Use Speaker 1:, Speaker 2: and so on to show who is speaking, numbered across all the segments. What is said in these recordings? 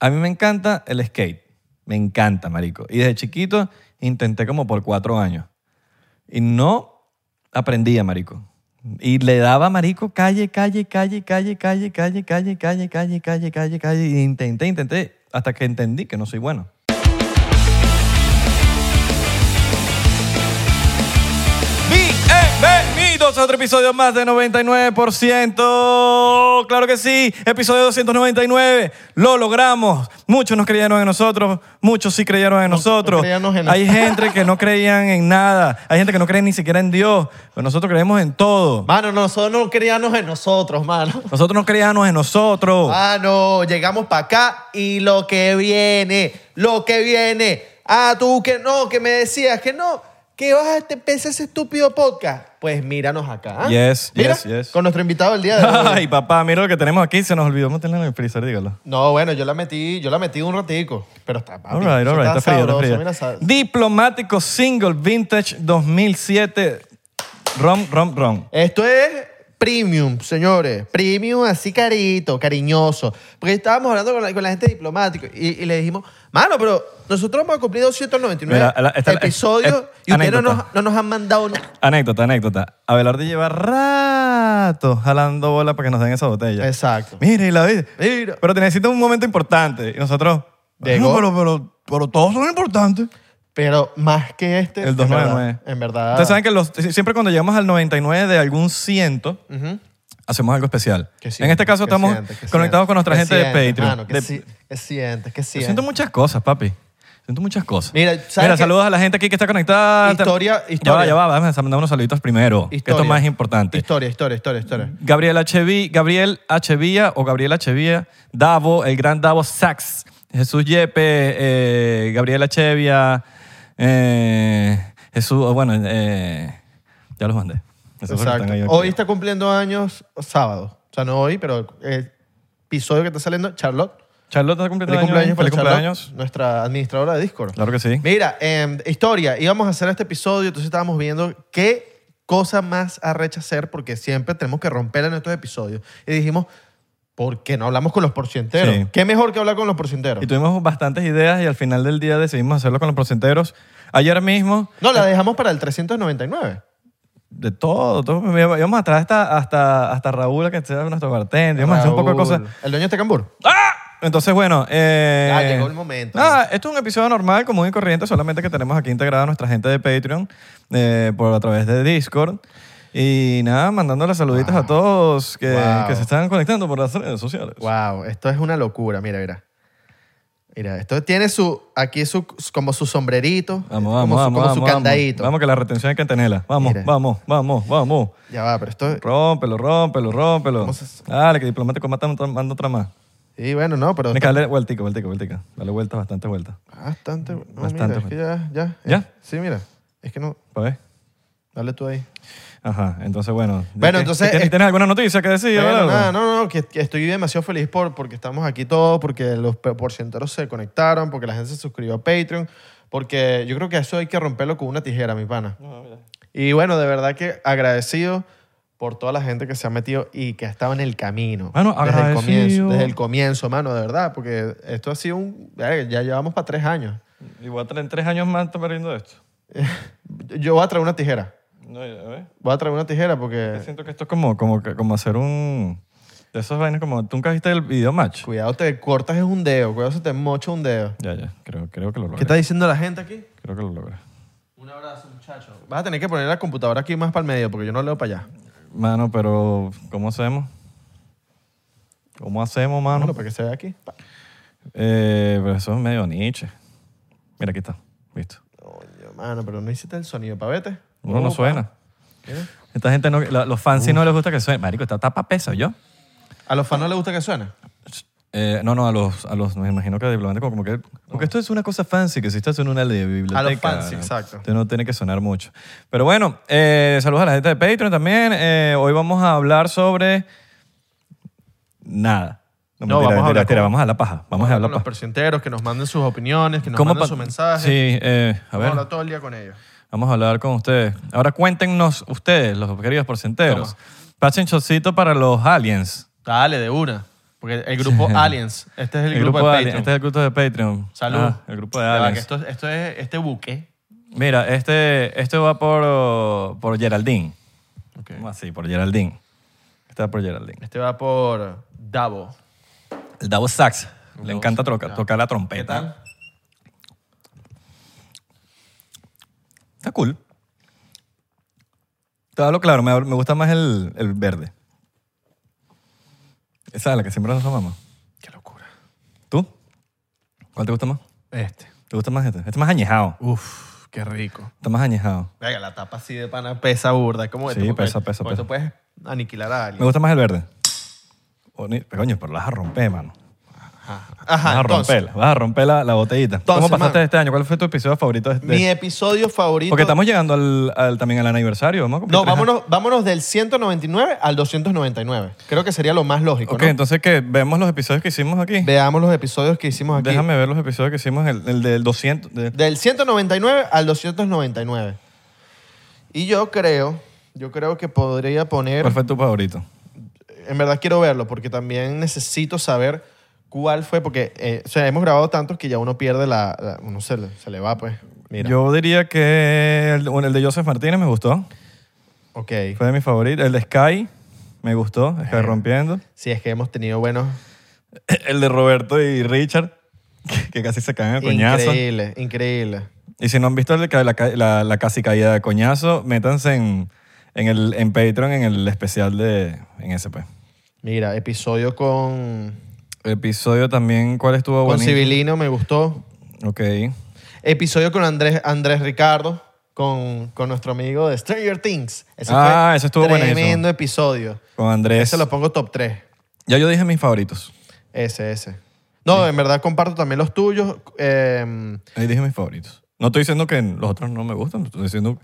Speaker 1: A mí me encanta el skate. Me encanta, marico. Y desde chiquito intenté como por cuatro años. Y no aprendía, marico. Y le daba, marico, calle, calle, calle, calle, calle, calle, calle, calle, calle, calle, calle, calle. Y intenté, intenté, hasta que entendí que no soy bueno. Bienvenidos a otro episodio más de 99%. Claro que sí, episodio 299. Lo logramos. Muchos nos creyeron en nosotros, muchos sí creyeron en nosotros.
Speaker 2: creíamos en-
Speaker 1: Hay gente que no creían en nada, hay gente que no cree ni siquiera en Dios, pero nosotros creemos en todo.
Speaker 2: Mano, nosotros no creíamos en nosotros, mano.
Speaker 1: Nosotros no creíamos en nosotros.
Speaker 2: Mano, llegamos para acá y lo que viene, lo que viene. Ah, tú que no, que me decías que no, que vas a empezar ese estúpido podcast. Pues míranos acá.
Speaker 1: Yes,
Speaker 2: Mira,
Speaker 1: yes, yes.
Speaker 2: Con nuestro invitado del día de hoy.
Speaker 1: Ay, papá, mira lo que tenemos aquí, se nos olvidó meterla en el freezer, dígalo.
Speaker 2: No, bueno, yo la metí, yo la metí un ratico, pero Ah, está papi,
Speaker 1: All right,
Speaker 2: eso
Speaker 1: all right, está fría,
Speaker 2: sabroso,
Speaker 1: está
Speaker 2: mira,
Speaker 1: fría.
Speaker 2: sa-
Speaker 1: Diplomático Single Vintage 2007. Rom, rom, rom.
Speaker 2: Esto es premium, señores. Premium así carito, cariñoso. Porque estábamos hablando con la, con la gente diplomática y, y le dijimos, mano, pero nosotros hemos cumplido 199
Speaker 1: Mira, la- esta-
Speaker 2: episodios
Speaker 1: es- es-
Speaker 2: y ustedes no nos,
Speaker 1: anécdota.
Speaker 2: no nos han mandado nada.
Speaker 1: Anécdota, anécdota. Abelardo lleva rato jalando bola para que nos den esa botella.
Speaker 2: Exacto.
Speaker 1: Mira, y la vida.
Speaker 2: Mira.
Speaker 1: Pero te necesita un momento importante. Y nosotros.
Speaker 2: Llegó.
Speaker 1: "No, Pero, pero, pero todos son importantes.
Speaker 2: Pero más que este.
Speaker 1: El
Speaker 2: en
Speaker 1: 299.
Speaker 2: verdad, En verdad.
Speaker 1: Ustedes saben que los- siempre cuando llegamos al 99 de algún ciento,
Speaker 2: Ujú.
Speaker 1: hacemos algo especial.
Speaker 2: ¿Qué
Speaker 1: en
Speaker 2: sientes?
Speaker 1: este caso
Speaker 2: ¿Qué
Speaker 1: estamos
Speaker 2: sientes? ¿Qué
Speaker 1: conectados con
Speaker 2: sientes?
Speaker 1: nuestra
Speaker 2: ¿Qué
Speaker 1: gente de
Speaker 2: sientes,
Speaker 1: Patreon.
Speaker 2: mano? ¿Qué,
Speaker 1: De-
Speaker 2: si- ¿Qué sientes? ¿Qué
Speaker 1: Yo
Speaker 2: sientes?
Speaker 1: siento muchas cosas, papi. Siento muchas cosas.
Speaker 2: Mira, ¿sabes
Speaker 1: Mira,
Speaker 2: qué?
Speaker 1: saludos a la gente aquí que está conectada.
Speaker 2: Historia-
Speaker 1: Ya va,
Speaker 2: historia.
Speaker 1: ya va. Vamos a mandar unos saluditos primero. que esto es
Speaker 2: Historia.
Speaker 1: más importante.
Speaker 2: Historia, historia, historia, historia.
Speaker 1: Gabriel H. Gabriel Achevía o Gabriel Achevía, Davo, el gran Davo Sachs, Jesús Yepe, eh, Gabriel Achevia, eh, Jesús, oh, bueno, eh, ya los mandé. Esos son los que
Speaker 2: Exacto.
Speaker 1: están ahí
Speaker 2: Hoy
Speaker 1: activos.
Speaker 2: está cumpliendo años sábado. O sea, no hoy, pero el episodio que está saliendo, Charlotte.
Speaker 1: Charlotte está
Speaker 2: Feliz
Speaker 1: cumpliendo
Speaker 2: cumpleaños,
Speaker 1: años. Feliz
Speaker 2: para Charlotte,
Speaker 1: cumpleaños.
Speaker 2: nuestra administradora de Discord.
Speaker 1: Claro que sí.
Speaker 2: Mira, em, historia, íbamos a hacer este episodio, entonces estábamos viendo qué cosa más arrecha hacer, porque siempre tenemos que romper en estos episodios. Y dijimos, ¿por qué no hablamos con los porcienteros?
Speaker 1: Sí.
Speaker 2: ¿Qué mejor que hablar con los porcienteros?
Speaker 1: Y tuvimos bastantes ideas y al final del día decidimos hacerlo con los porcenteros. Ayer mismo,
Speaker 2: No, la dejamos para el 399.
Speaker 1: de todo, todo mira, íbamos a traer hasta, hasta, hasta Raúl, que sea nuestro bartender, íbamos a hacer un poco de
Speaker 2: Raúl,
Speaker 1: cosas.
Speaker 2: El dueño de Tecambur.
Speaker 1: Entonces, bueno. Eh,
Speaker 2: Ah, llegó el momento.
Speaker 1: Nada, esto es un episodio normal, común y corriente, solamente que tenemos aquí integrada a nuestra gente de Patreon eh, por a través de Discord. Y nada, mandando las saluditas a todos que,
Speaker 2: Wow.
Speaker 1: que se están conectando por las redes sociales.
Speaker 2: Wow, esto es una locura. Mira, mira. Mira, esto tiene su, aquí su, como su sombrerito,
Speaker 1: Vamos,
Speaker 2: como
Speaker 1: vamos,
Speaker 2: su,
Speaker 1: vamos.
Speaker 2: como su
Speaker 1: vamos,
Speaker 2: candadito.
Speaker 1: Vamos, que la retención hay que tenerla. Vamos,
Speaker 2: Mira.
Speaker 1: vamos, vamos, vamos.
Speaker 2: Ya va, pero esto...
Speaker 1: Rómpelo, rómpelo, rómpelo.
Speaker 2: ¿Cómo se-
Speaker 1: Dale, que diplomático mata, manda otra más.
Speaker 2: Sí, bueno, no, pero...
Speaker 1: Tienes que darle vueltica, vueltica, vueltica. Dale vueltas, bastante vueltas.
Speaker 2: Bastante. No,
Speaker 1: Bastante,
Speaker 2: mira, es que ya, ya.
Speaker 1: ¿Ya?
Speaker 2: eh, Sí, mira. Es que no.
Speaker 1: ¿Para ver?
Speaker 2: Dale tú ahí.
Speaker 1: Ajá, entonces bueno.
Speaker 2: Bueno,
Speaker 1: ¿Qué-
Speaker 2: entonces,
Speaker 1: qué-
Speaker 2: eh,
Speaker 1: ¿Tienes alguna noticia que decir? o
Speaker 2: Bueno,
Speaker 1: algo?
Speaker 2: nada, no, no, que, que estoy demasiado feliz por, porque estamos aquí todos, porque los pe- porcienteros se conectaron, porque la gente se suscribió a Patreon, porque yo creo que eso hay que romperlo con una tijera, mi pana. Y bueno, de verdad que agradecido por toda la gente que se ha metido y que ha estado en el camino.
Speaker 1: Mano,
Speaker 2: desde el comienzo,
Speaker 1: agradecido.
Speaker 2: desde el comienzo, mano, de verdad, porque esto ha sido un... verga, Ya llevamos para tres años.
Speaker 1: Igual en tres años más está perdiendo esto.
Speaker 2: Yo voy a traer una tijera.
Speaker 1: No, ya ves.
Speaker 2: Voy a traer una tijera porque...
Speaker 1: Yo Siento que esto es como, como, que- como hacer un... De esos vainas como... ¿Tú nunca viste el video match?
Speaker 2: Cuidado, te cortas es un dedo. Cuidado, se te mocha un dedo.
Speaker 1: Ya, ya. Creo, creo que lo logré.
Speaker 2: ¿Qué está diciendo la gente aquí?
Speaker 1: Creo que lo logré.
Speaker 2: Un abrazo, muchacho. Vas a tener que poner la computadora aquí más para el medio porque yo no leo para allá.
Speaker 1: Mano, pero... ¿Cómo hacemos? ¿Cómo hacemos, mano?
Speaker 2: Bueno, para que se vea aquí. Pa.
Speaker 1: Eh, pero eso es medio niche. Mira, aquí está. Listo.
Speaker 2: Coño, mano, pero no hiciste el sonido, pavete.
Speaker 1: No, no
Speaker 2: Upa.
Speaker 1: suena.
Speaker 2: Mira.
Speaker 1: Esta gente no... la- los fans sí no les gusta que suene. Marico, esta tapa pesa, ¿yo?
Speaker 2: A los fans no les gusta que suene.
Speaker 1: Eh, no, no, a los, a los, me imagino que diplomáticos como que... Porque esto es una cosa fancy, que si estás en una de biblioteca...
Speaker 2: fancy, exacto.
Speaker 1: te- no tiene que sonar mucho. Pero bueno, eh, saludos a la gente de Patreon también. Eh, hoy vamos a hablar sobre... Nada.
Speaker 2: No, vamos a
Speaker 1: mentira,
Speaker 2: hablar
Speaker 1: mentira,
Speaker 2: con-
Speaker 1: vamos a la paja. Vamos a
Speaker 2: Con
Speaker 1: hablar
Speaker 2: los
Speaker 1: paja.
Speaker 2: percienteros, que nos manden sus opiniones, que nos
Speaker 1: ¿Cómo
Speaker 2: manden
Speaker 1: pa-
Speaker 2: sus mensajes.
Speaker 1: Sí, eh, a
Speaker 2: Vamos a
Speaker 1: ver,
Speaker 2: hablar todo el día con ellos.
Speaker 1: vamos a hablar con ustedes. Ahora cuéntenos ustedes, los queridos porcenteros. Pasen chocito para los aliens.
Speaker 2: Dale, de una. Porque el grupo Aliens, este es el, grupo,
Speaker 1: Alien-
Speaker 2: de Patreon.
Speaker 1: Este es el grupo de Patreon.
Speaker 2: Salud.
Speaker 1: Ah, el grupo de
Speaker 2: Ya va, que
Speaker 1: Aliens.
Speaker 2: Esto, esto es este buque.
Speaker 1: Mira, este, este va por, oh, por Geraldine. ¿Cómo así? Por Geraldine. Está por Geraldine.
Speaker 2: Este va por Davo.
Speaker 1: El Davos Sax. Le encanta troca- tocar la trompeta.
Speaker 2: ¿Qué tal?
Speaker 1: Está cool. Te hablo claro, me, me gusta más el, el verde. Esa es la que siempre nos tomamos.
Speaker 2: Qué locura.
Speaker 1: ¿Tú? ¿Cuál te gusta más?
Speaker 2: Este.
Speaker 1: ¿Te gusta más este? Este es más añejado.
Speaker 2: Uf, qué rico.
Speaker 1: Está más añejado.
Speaker 2: Venga, la tapa así de pana pesa burda. Como
Speaker 1: Sí,
Speaker 2: esto, porque-
Speaker 1: pesa, pesa, pesa.
Speaker 2: porque Esto puedes aniquilar a
Speaker 1: Me
Speaker 2: alguien.
Speaker 1: gusta más el verde. O ni- pero coño, pero la vas a romper, mano. Vas
Speaker 2: Ajá,
Speaker 1: a
Speaker 2: entonces,
Speaker 1: romperla. Vas a romper la, la botellita. ¿Cómo
Speaker 2: Entonces,
Speaker 1: pasaste
Speaker 2: mano.
Speaker 1: este año? ¿Cuál fue tu episodio favorito? de- de-
Speaker 2: mi episodio favorito...
Speaker 1: Porque estamos llegando al, al- también al aniversario. Vamos a cumplir
Speaker 2: No,
Speaker 1: tres años.
Speaker 2: vámonos, vámonos del 199 al 299. Creo que sería lo más lógico,
Speaker 1: Ok,
Speaker 2: ¿no?
Speaker 1: entonces que vemos los episodios que hicimos aquí.
Speaker 2: Veamos los episodios que hicimos aquí.
Speaker 1: Déjame ver los episodios que hicimos, el, el del 200. de-
Speaker 2: Del 199 al 299. Y yo creo, yo creo que podría poner...
Speaker 1: ¿Cuál fue tu favorito?
Speaker 2: En verdad quiero verlo porque también necesito saber cuál fue, porque eh, o sea, hemos grabado tantos que ya uno pierde la... la- uno se, le- se le va, pues. Mira.
Speaker 1: Yo diría que el, bueno, el de Joseph Martínez me gustó.
Speaker 2: ok.
Speaker 1: Fue de mis favoritos. El de Sky me gustó.
Speaker 2: Eh.
Speaker 1: Sky rompiendo.
Speaker 2: Si es que hemos tenido buenos...
Speaker 1: El de Roberto y Richard, que, que casi se caen a coñazo.
Speaker 2: Increíble, increíble.
Speaker 1: Y si no han visto el de la, ca- la- la casi caída de coñazo, métanse en, en, el, en Patreon, en el especial de en pues. SP.
Speaker 2: Mira, episodio con...
Speaker 1: Oh, Episodio también, ¿cuál estuvo
Speaker 2: Con
Speaker 1: bonito?
Speaker 2: Civilino me gustó.
Speaker 1: Ok.
Speaker 2: Episodio con Andrés, Andrés Ricardo, con, con nuestro amigo de Stranger Things. Ese
Speaker 1: Ah,
Speaker 2: fue
Speaker 1: ese estuvo
Speaker 2: tremendo
Speaker 1: buenísimo.
Speaker 2: episodio.
Speaker 1: Con Andrés.
Speaker 2: Ese lo pongo top 3.
Speaker 1: Ya yo dije mis favoritos.
Speaker 2: Ese, ese. No, en verdad comparto también los tuyos. eh,
Speaker 1: Ahí dije mis favoritos. No estoy diciendo que los otros no me gustan, estoy diciendo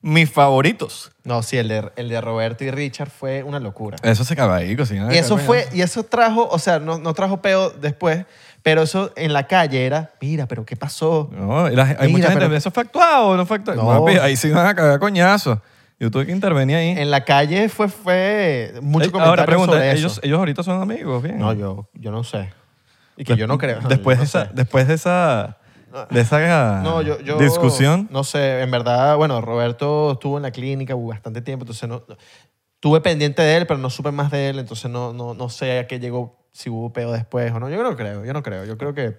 Speaker 1: mis favoritos.
Speaker 2: no, sí, el de, el de Roberto y Richard fue una locura.
Speaker 1: Eso se acaba ahí, cocina.
Speaker 2: Y eso fue, y eso trajo, o sea, no, no trajo peo después, pero eso en la calle era, mira, pero ¿qué pasó?
Speaker 1: No, y la- hay mucha
Speaker 2: Mira,
Speaker 1: gente,
Speaker 2: pero-
Speaker 1: eso fue actuado, no fue actuado.
Speaker 2: No.
Speaker 1: Papi, ahí se iban a cagar coñazos. Yo tuve que intervenir ahí.
Speaker 2: En la calle fue, fue mucho
Speaker 1: Eh,
Speaker 2: comentario
Speaker 1: Ahora pregunta,
Speaker 2: sobre eso.
Speaker 1: ¿ellos, ellos ahorita son amigos, bien.
Speaker 2: No, yo, yo no sé. Y que yo no creo.
Speaker 1: Pues Después,
Speaker 2: yo no
Speaker 1: de, esa,
Speaker 2: sé.
Speaker 1: después de esa, de esa
Speaker 2: No, yo- yo-
Speaker 1: discusión,
Speaker 2: No sé, en verdad, bueno, Roberto estuvo en la clínica bastante tiempo, entonces no, no- estuve pendiente de él, pero no supe más de él, entonces no, no, no sé a qué llegó, si hubo peo después o no. Yo no creo, yo no creo. Yo creo que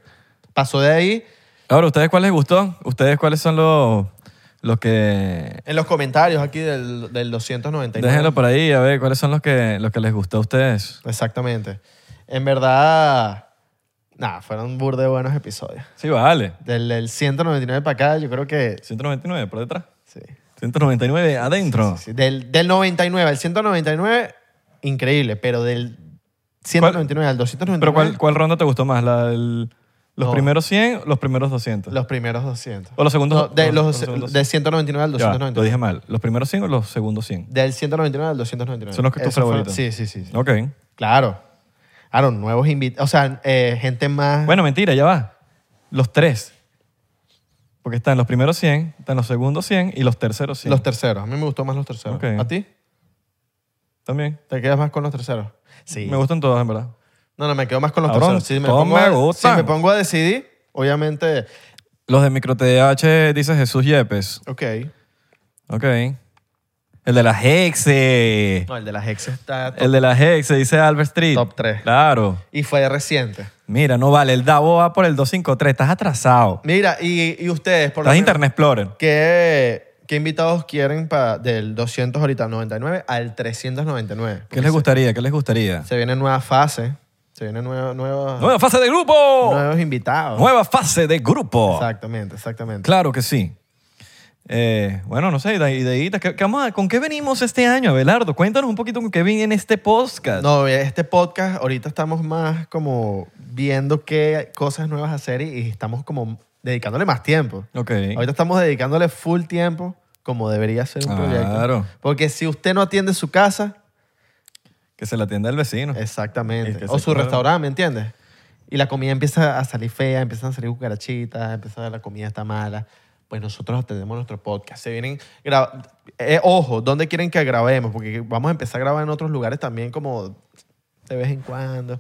Speaker 2: pasó de ahí
Speaker 1: ahora, ¿ustedes cuál les gustó? ¿Ustedes cuáles son los, los que...
Speaker 2: en los comentarios aquí del, del 299.
Speaker 1: Déjenlo por ahí, a ver, ¿cuáles son los que, los que les gustó a ustedes?
Speaker 2: Exactamente. En verdad, nada, fueron burde de buenos episodios.
Speaker 1: Sí, vale.
Speaker 2: Del, del 199 para acá, yo creo que
Speaker 1: 199 por detrás.
Speaker 2: sí.
Speaker 1: 199 adentro.
Speaker 2: Sí, Del, del 99 al 199, increíble, pero del 199 al 299,
Speaker 1: Pero ¿cuál, cuál ronda te gustó más? ¿La del- ¿Los
Speaker 2: No.
Speaker 1: primeros 100 o los primeros 200?
Speaker 2: los primeros 200.
Speaker 1: ¿O los segundos?
Speaker 2: No, de,
Speaker 1: no,
Speaker 2: los,
Speaker 1: segundos
Speaker 2: de 199 al
Speaker 1: 100. Ya va, lo
Speaker 2: 299.
Speaker 1: dije mal. ¿Los primeros 100 o los segundos 100?
Speaker 2: Del 199 al 299.
Speaker 1: Son los que tus
Speaker 2: Eso fue-
Speaker 1: favoritos.
Speaker 2: Sí, sí, sí. sí.
Speaker 1: Ok.
Speaker 2: Claro. Claro, nuevos invitados. O sea, eh, gente más.
Speaker 1: Bueno, mentira, ya va. Los tres. Porque están los primeros 100, están los segundos 100 y los terceros 100.
Speaker 2: los terceros. A mí me gustó más los terceros.
Speaker 1: Ok.
Speaker 2: ¿A ti?
Speaker 1: También.
Speaker 2: ¿Te quedas más con los terceros? Sí.
Speaker 1: Me gustan todas, en verdad.
Speaker 2: No, no, me quedo más con los
Speaker 1: Cabrón,
Speaker 2: terceros. Si me,
Speaker 1: todos
Speaker 2: pongo
Speaker 1: me
Speaker 2: a, si
Speaker 1: gustan.
Speaker 2: me pongo a decidir, obviamente.
Speaker 1: Los de micro TDH dice Jesús Yepes.
Speaker 2: Ok.
Speaker 1: Ok. El de las Hexe.
Speaker 2: No, el de las ex está top,
Speaker 1: El de las Hexe dice Albert Street.
Speaker 2: top 3.
Speaker 1: Claro.
Speaker 2: Y fue reciente.
Speaker 1: Mira, no vale. El Davo va por el 253. Estás atrasado.
Speaker 2: Mira, y, y ustedes, por lo
Speaker 1: Estás
Speaker 2: menos,
Speaker 1: Internet Explorer.
Speaker 2: ¿qué, qué invitados quieren para del 200 ahorita 99 al 399?
Speaker 1: ¿Qué
Speaker 2: Porque
Speaker 1: les gustaría? ¿Qué les gustaría?
Speaker 2: Se, se viene nueva fase, se vienen nueva- nueva-
Speaker 1: Nueva fase de grupo.
Speaker 2: nuevos invitados.
Speaker 1: Nueva fase de grupo.
Speaker 2: Exactamente, exactamente.
Speaker 1: Claro que sí. Eh, bueno, no sé, ide- ideitas. ¿Qué- qué vamos a- ¿Con qué venimos este año, Abelardo? Cuéntanos un poquito con qué viene en este podcast.
Speaker 2: No, este podcast ahorita estamos más como viendo qué cosas nuevas hacer y, y estamos como dedicándole más tiempo.
Speaker 1: Ok.
Speaker 2: Ahorita estamos dedicándole full tiempo como debería ser un proyecto.
Speaker 1: Claro.
Speaker 2: Porque si usted no atiende su casa,
Speaker 1: Que se la atienda el vecino. El que
Speaker 2: Exactamente.
Speaker 1: se
Speaker 2: O su
Speaker 1: cuadra.
Speaker 2: restaurante, ¿me entiendes? Y la comida empieza a salir fea, empiezan a salir cucarachitas, empieza la comida está mala. Pues nosotros atendemos nuestro podcast. Se vienen. gra- eh, ojo, ¿dónde quieren que grabemos? Porque vamos a empezar a grabar en otros lugares también, como de vez en cuando.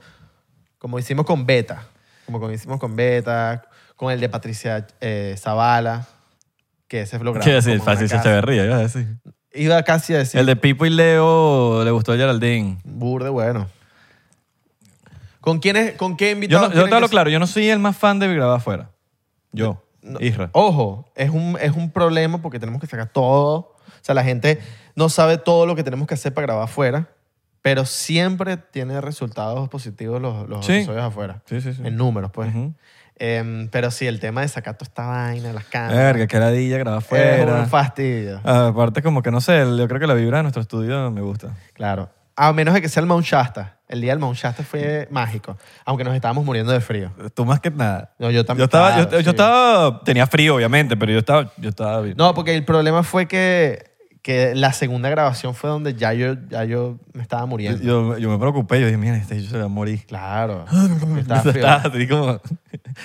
Speaker 2: Como hicimos con Beta. Como con- hicimos con Beta, con el de Patricia eh, Zavala, que ese lo grabamos.
Speaker 1: Quiero decir,
Speaker 2: como en
Speaker 1: fácil,
Speaker 2: una
Speaker 1: se
Speaker 2: casa.
Speaker 1: Echeverría, iba a decir.
Speaker 2: Iba casi a decir
Speaker 1: El de Pipo y Leo le gustó a Geraldine.
Speaker 2: burde bueno. ¿Con quién es, con qué
Speaker 1: Yo,
Speaker 2: invitado?
Speaker 1: no, yo te hablo claro, yo no soy el más fan de grabar afuera. Yo, Isra.
Speaker 2: Oh. Ojo, es un, es un problema porque tenemos que sacar todo. O sea, la gente no sabe todo lo que tenemos que hacer para grabar afuera, pero siempre tiene resultados positivos los, los
Speaker 1: Sí.
Speaker 2: episodios afuera.
Speaker 1: Sí, sí, sí.
Speaker 2: En números, pues.
Speaker 1: Ujú.
Speaker 2: Em, pero sí, el tema de sacar toda esta vaina, las cámaras.
Speaker 1: Verga, qué Ah. ladilla grabar
Speaker 2: Es
Speaker 1: afuera.
Speaker 2: un fastidio.
Speaker 1: Aparte, como que no sé, yo creo que la vibra de nuestro estudio me gusta.
Speaker 2: Claro. A menos de que sea el Mount Shasta. El día del Mount Shasta fue mágico, aunque nos estábamos muriendo de frío.
Speaker 1: Tú más que nada.
Speaker 2: No, yo también.
Speaker 1: Yo estaba, yo,
Speaker 2: claro,
Speaker 1: yo
Speaker 2: sí.
Speaker 1: estaba, tenía frío obviamente, pero yo estaba, yo estaba bien.
Speaker 2: No, porque el problema fue que, que la segunda grabación fue donde ya yo, ya yo me estaba muriendo.
Speaker 1: yo, Ah, yo me preocupé, yo dije, mira, este yo se va a morir.
Speaker 2: Claro. Estaba
Speaker 1: Estaba
Speaker 2: frío.
Speaker 1: así como-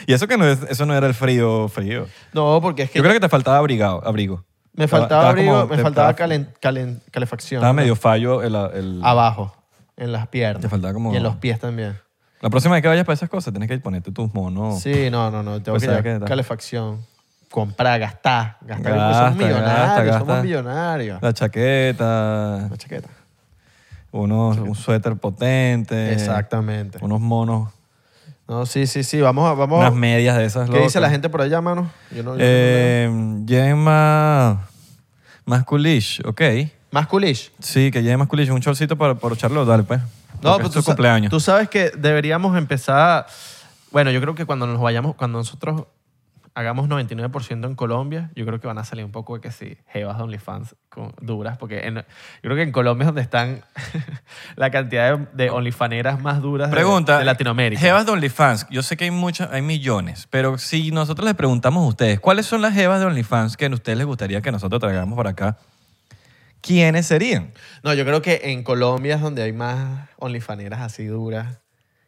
Speaker 1: Y eso que no, es- eso no era el frío, frío.
Speaker 2: No, porque es que
Speaker 1: Yo creo que te faltaba abrigado, abrigo.
Speaker 2: me
Speaker 1: Estaba-
Speaker 2: faltaba
Speaker 1: estaba
Speaker 2: abrigo,
Speaker 1: como-
Speaker 2: me
Speaker 1: te-
Speaker 2: faltaba
Speaker 1: estaba-
Speaker 2: calen- calen- calefacción.
Speaker 1: Estaba medio fallo el, el-
Speaker 2: Abajo, en las piernas.
Speaker 1: Te faltaba como-
Speaker 2: Y en los pies también.
Speaker 1: La próxima vez que vayas para esas cosas, tienes que ponerte tus monos.
Speaker 2: Sí, no, no, no. Tengo
Speaker 1: Pues
Speaker 2: que
Speaker 1: sabes
Speaker 2: llevar
Speaker 1: que está-
Speaker 2: calefacción. Comprar, gastar. Gastar. porque
Speaker 1: Gasta,
Speaker 2: somos millonarios.
Speaker 1: gasta, gasta.
Speaker 2: Somos millonarios.
Speaker 1: La chaqueta,
Speaker 2: La chaqueta.
Speaker 1: unos, un suéter potente.
Speaker 2: Exactamente.
Speaker 1: Unos monos,
Speaker 2: No, sí, sí, sí. Vamos a... Vamos.
Speaker 1: unas medias de esas.
Speaker 2: ¿Qué
Speaker 1: locas.
Speaker 2: dice la gente por allá, mano? Yo no- yo no-
Speaker 1: Eh, lleven más, más coolish, ok.
Speaker 2: Más coolish.
Speaker 1: Sí, que lleven más coolish. Un chorcito para, para Charlo, dale pues.
Speaker 2: No,
Speaker 1: Porque
Speaker 2: pues
Speaker 1: es tu
Speaker 2: sa-
Speaker 1: cumpleaños.
Speaker 2: Tú sabes que deberíamos empezar. Bueno, yo creo que cuando nos vayamos, cuando nosotros hagamos 99% en Colombia, yo creo que van a salir un poco de que sí, jevas de OnlyFans con- duras, porque en- yo creo que en Colombia es donde están la cantidad de, de OnlyFaneras más duras de-
Speaker 1: Ah, Pregunta.
Speaker 2: de, Latinoamérica.
Speaker 1: Jevas de OnlyFans. Yo sé que hay muchas, hay millones, pero si nosotros les preguntamos a ustedes, ¿cuáles son las jevas de OnlyFans que a ustedes les gustaría que nosotros traigamos para acá? ¿Quiénes serían?
Speaker 2: No, yo creo que en Colombia es donde hay más OnlyFaneras así duras,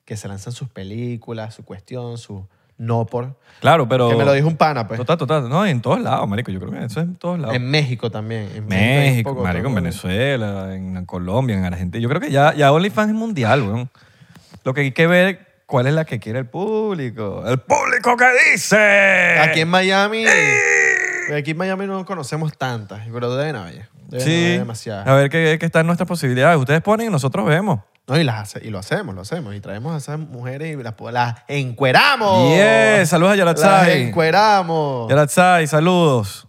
Speaker 2: que se lanzan sus películas, su cuestión, su no por.
Speaker 1: Claro, pero...
Speaker 2: Que me lo dijo un pana, pues.
Speaker 1: Total, total. No, en todos lados, marico. Yo creo que eso es en todos lados.
Speaker 2: En México también. En hay un
Speaker 1: México,
Speaker 2: poco,
Speaker 1: marico, en
Speaker 2: todo.
Speaker 1: Venezuela, en Colombia, en Argentina. Yo creo que ya, ya OnlyFans es mundial, weón. Lo que hay que ver cuál es la que quiere el público. ¡El público que dice!
Speaker 2: Aquí en Miami.
Speaker 1: Eh.
Speaker 2: pues Aquí en Miami no conocemos tantas, pero deben haber. Deben
Speaker 1: Sí.
Speaker 2: haber demasiadas.
Speaker 1: A ver qué, qué están nuestras posibilidades. Ustedes ponen y nosotros vemos.
Speaker 2: No, y, las hace- y lo hacemos, lo hacemos. Y traemos a esas mujeres y las, po- las encueramos.
Speaker 1: Yes, saludos a
Speaker 2: Las
Speaker 1: Yaratzai.
Speaker 2: encueramos.
Speaker 1: Yaratzai, saludos.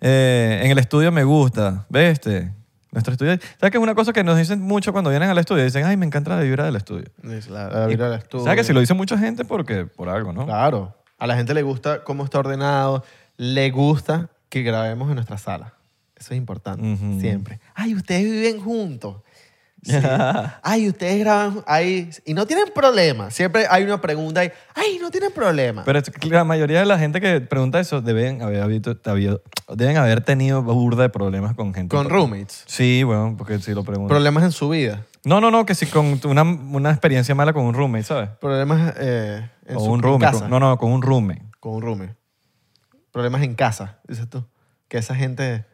Speaker 1: Eh, en el estudio me gusta. ¿Ves este? Nuestro estudio. ¿Sabes que es una cosa que nos dicen mucho cuando vienen al estudio? Dicen, ay, me encanta la vibra del estudio.
Speaker 2: Es la- la vida del estudio.
Speaker 1: ¿Sabes que si lo dice mucha gente? Porque por algo, ¿no?
Speaker 2: Claro. A la gente le gusta cómo está ordenado. Le gusta que grabemos en nuestra sala. Eso es importante,
Speaker 1: Ujú.
Speaker 2: siempre. Ay, ustedes viven juntos. Sí. Ay, ustedes graban ju- ahí y no tienen problema. Siempre hay una pregunta ahí. Ay, no tienen problema.
Speaker 1: Pero es que la mayoría de la gente que pregunta eso deben haber, habido- habido- deben haber tenido burda de problemas con gente.
Speaker 2: Con roommates.
Speaker 1: Sí, bueno, porque si lo preguntan.
Speaker 2: Problemas en su vida.
Speaker 1: No, no, no, que si con tu- una, una experiencia mala con un roommate, ¿sabes?
Speaker 2: Problemas eh, en
Speaker 1: O
Speaker 2: su
Speaker 1: un
Speaker 2: en
Speaker 1: roommate.
Speaker 2: casa.
Speaker 1: con- no, no, con un roommate.
Speaker 2: Con un roommate. Problemas en casa, dices tú. Que esa gente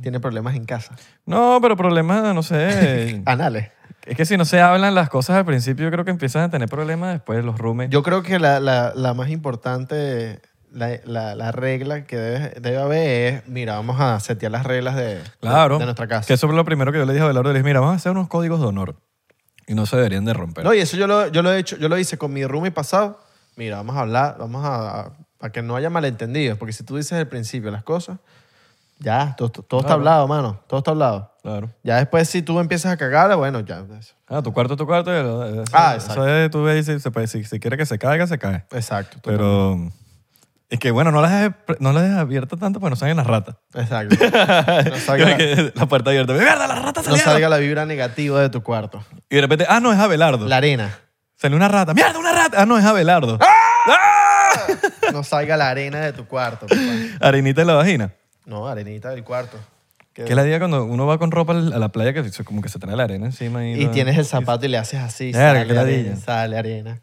Speaker 2: tiene problemas en casa.
Speaker 1: No, pero problemas, no sé.
Speaker 2: Anales.
Speaker 1: es que si no se hablan las cosas al principio, yo creo que empiezan a tener problemas después los roommates.
Speaker 2: Yo creo que la, la- la más importante, la, la- la regla que debe, debe haber es, mira, vamos a setear las reglas de,
Speaker 1: claro.
Speaker 2: de nuestra casa.
Speaker 1: Que eso fue lo primero que yo le dije a Belardo. Le dije, mira, vamos a hacer unos códigos de honor. Y no se deberían de romper.
Speaker 2: No, y eso yo lo, yo lo he hecho, yo lo hice con mi roomie pasado. Mira, vamos a hablar, vamos a, a- para que no haya malentendidos, porque si tú dices al principio las cosas, ya, todo, todo está hablado, mano, todo está hablado.
Speaker 1: Claro.
Speaker 2: Ya después si tú empiezas a cagar, bueno, ya. eso.
Speaker 1: Ah, tu cuarto, tu cuarto. eh, Eso,
Speaker 2: Ah, exacto.
Speaker 1: eso es, tú ves, si, se puede- si, si quiere que se caiga, se cae.
Speaker 2: Exacto. tú-
Speaker 1: Pero es que bueno, no las dejes, pre- no las dejes abiertas tanto porque no salen las ratas.
Speaker 2: Exacto. No salga, la,
Speaker 1: Que la puerta abierta. ¡Mierda, las ratas
Speaker 2: no
Speaker 1: salieron!
Speaker 2: salga la vibra negativa de tu cuarto.
Speaker 1: Y de repente, ah, no, es Abelardo.
Speaker 2: La arena.
Speaker 1: Salió una rata. ¡Mierda, una rata! Ah, no, es Abelardo. ¡Ah!
Speaker 2: No salga la arena de tu cuarto. papá.
Speaker 1: Arenita en la vagina.
Speaker 2: No, arenita del cuarto. Que-
Speaker 1: Que es la idea cuando uno va con ropa al- a la playa que se- como que se trae la arena encima y,
Speaker 2: y
Speaker 1: lo-
Speaker 2: tienes el zapato y le haces así.
Speaker 1: Verga,
Speaker 2: sale
Speaker 1: qué
Speaker 2: arena,
Speaker 1: ladilla.
Speaker 2: sale arena.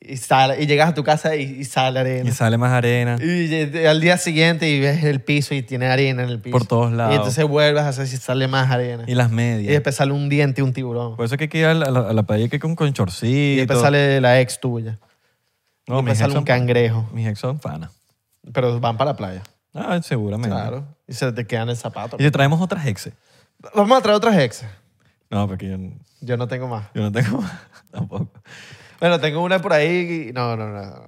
Speaker 2: y, sale, y llegas a tu casa y, y sale arena.
Speaker 1: Y sale más arena.
Speaker 2: Y ll- al día siguiente y ves el piso y tiene arena en el piso.
Speaker 1: Por todos lados.
Speaker 2: Y entonces vuelves a hacer si sale más arena.
Speaker 1: Y Pues, las
Speaker 2: Y
Speaker 1: medias.
Speaker 2: después sale un diente y un tiburón.
Speaker 1: Por eso es que hay que ir a la, a la- a la playa que con, con chorcito.
Speaker 2: Y después sale la ex tuya.
Speaker 1: No,
Speaker 2: y después
Speaker 1: mis, ex
Speaker 2: sale un
Speaker 1: son,
Speaker 2: cangrejo.
Speaker 1: mis ex son panas.
Speaker 2: Pero van para la playa.
Speaker 1: Ah, seguramente.
Speaker 2: Claro. Y se te quedan el zapato.
Speaker 1: Y te traemos otras exes.
Speaker 2: Vamos a traer otras exes.
Speaker 1: No, porque yo, n-
Speaker 2: Yo no tengo más.
Speaker 1: yo no tengo tampoco.
Speaker 2: Bueno, tengo una por ahí. y- No, no, no.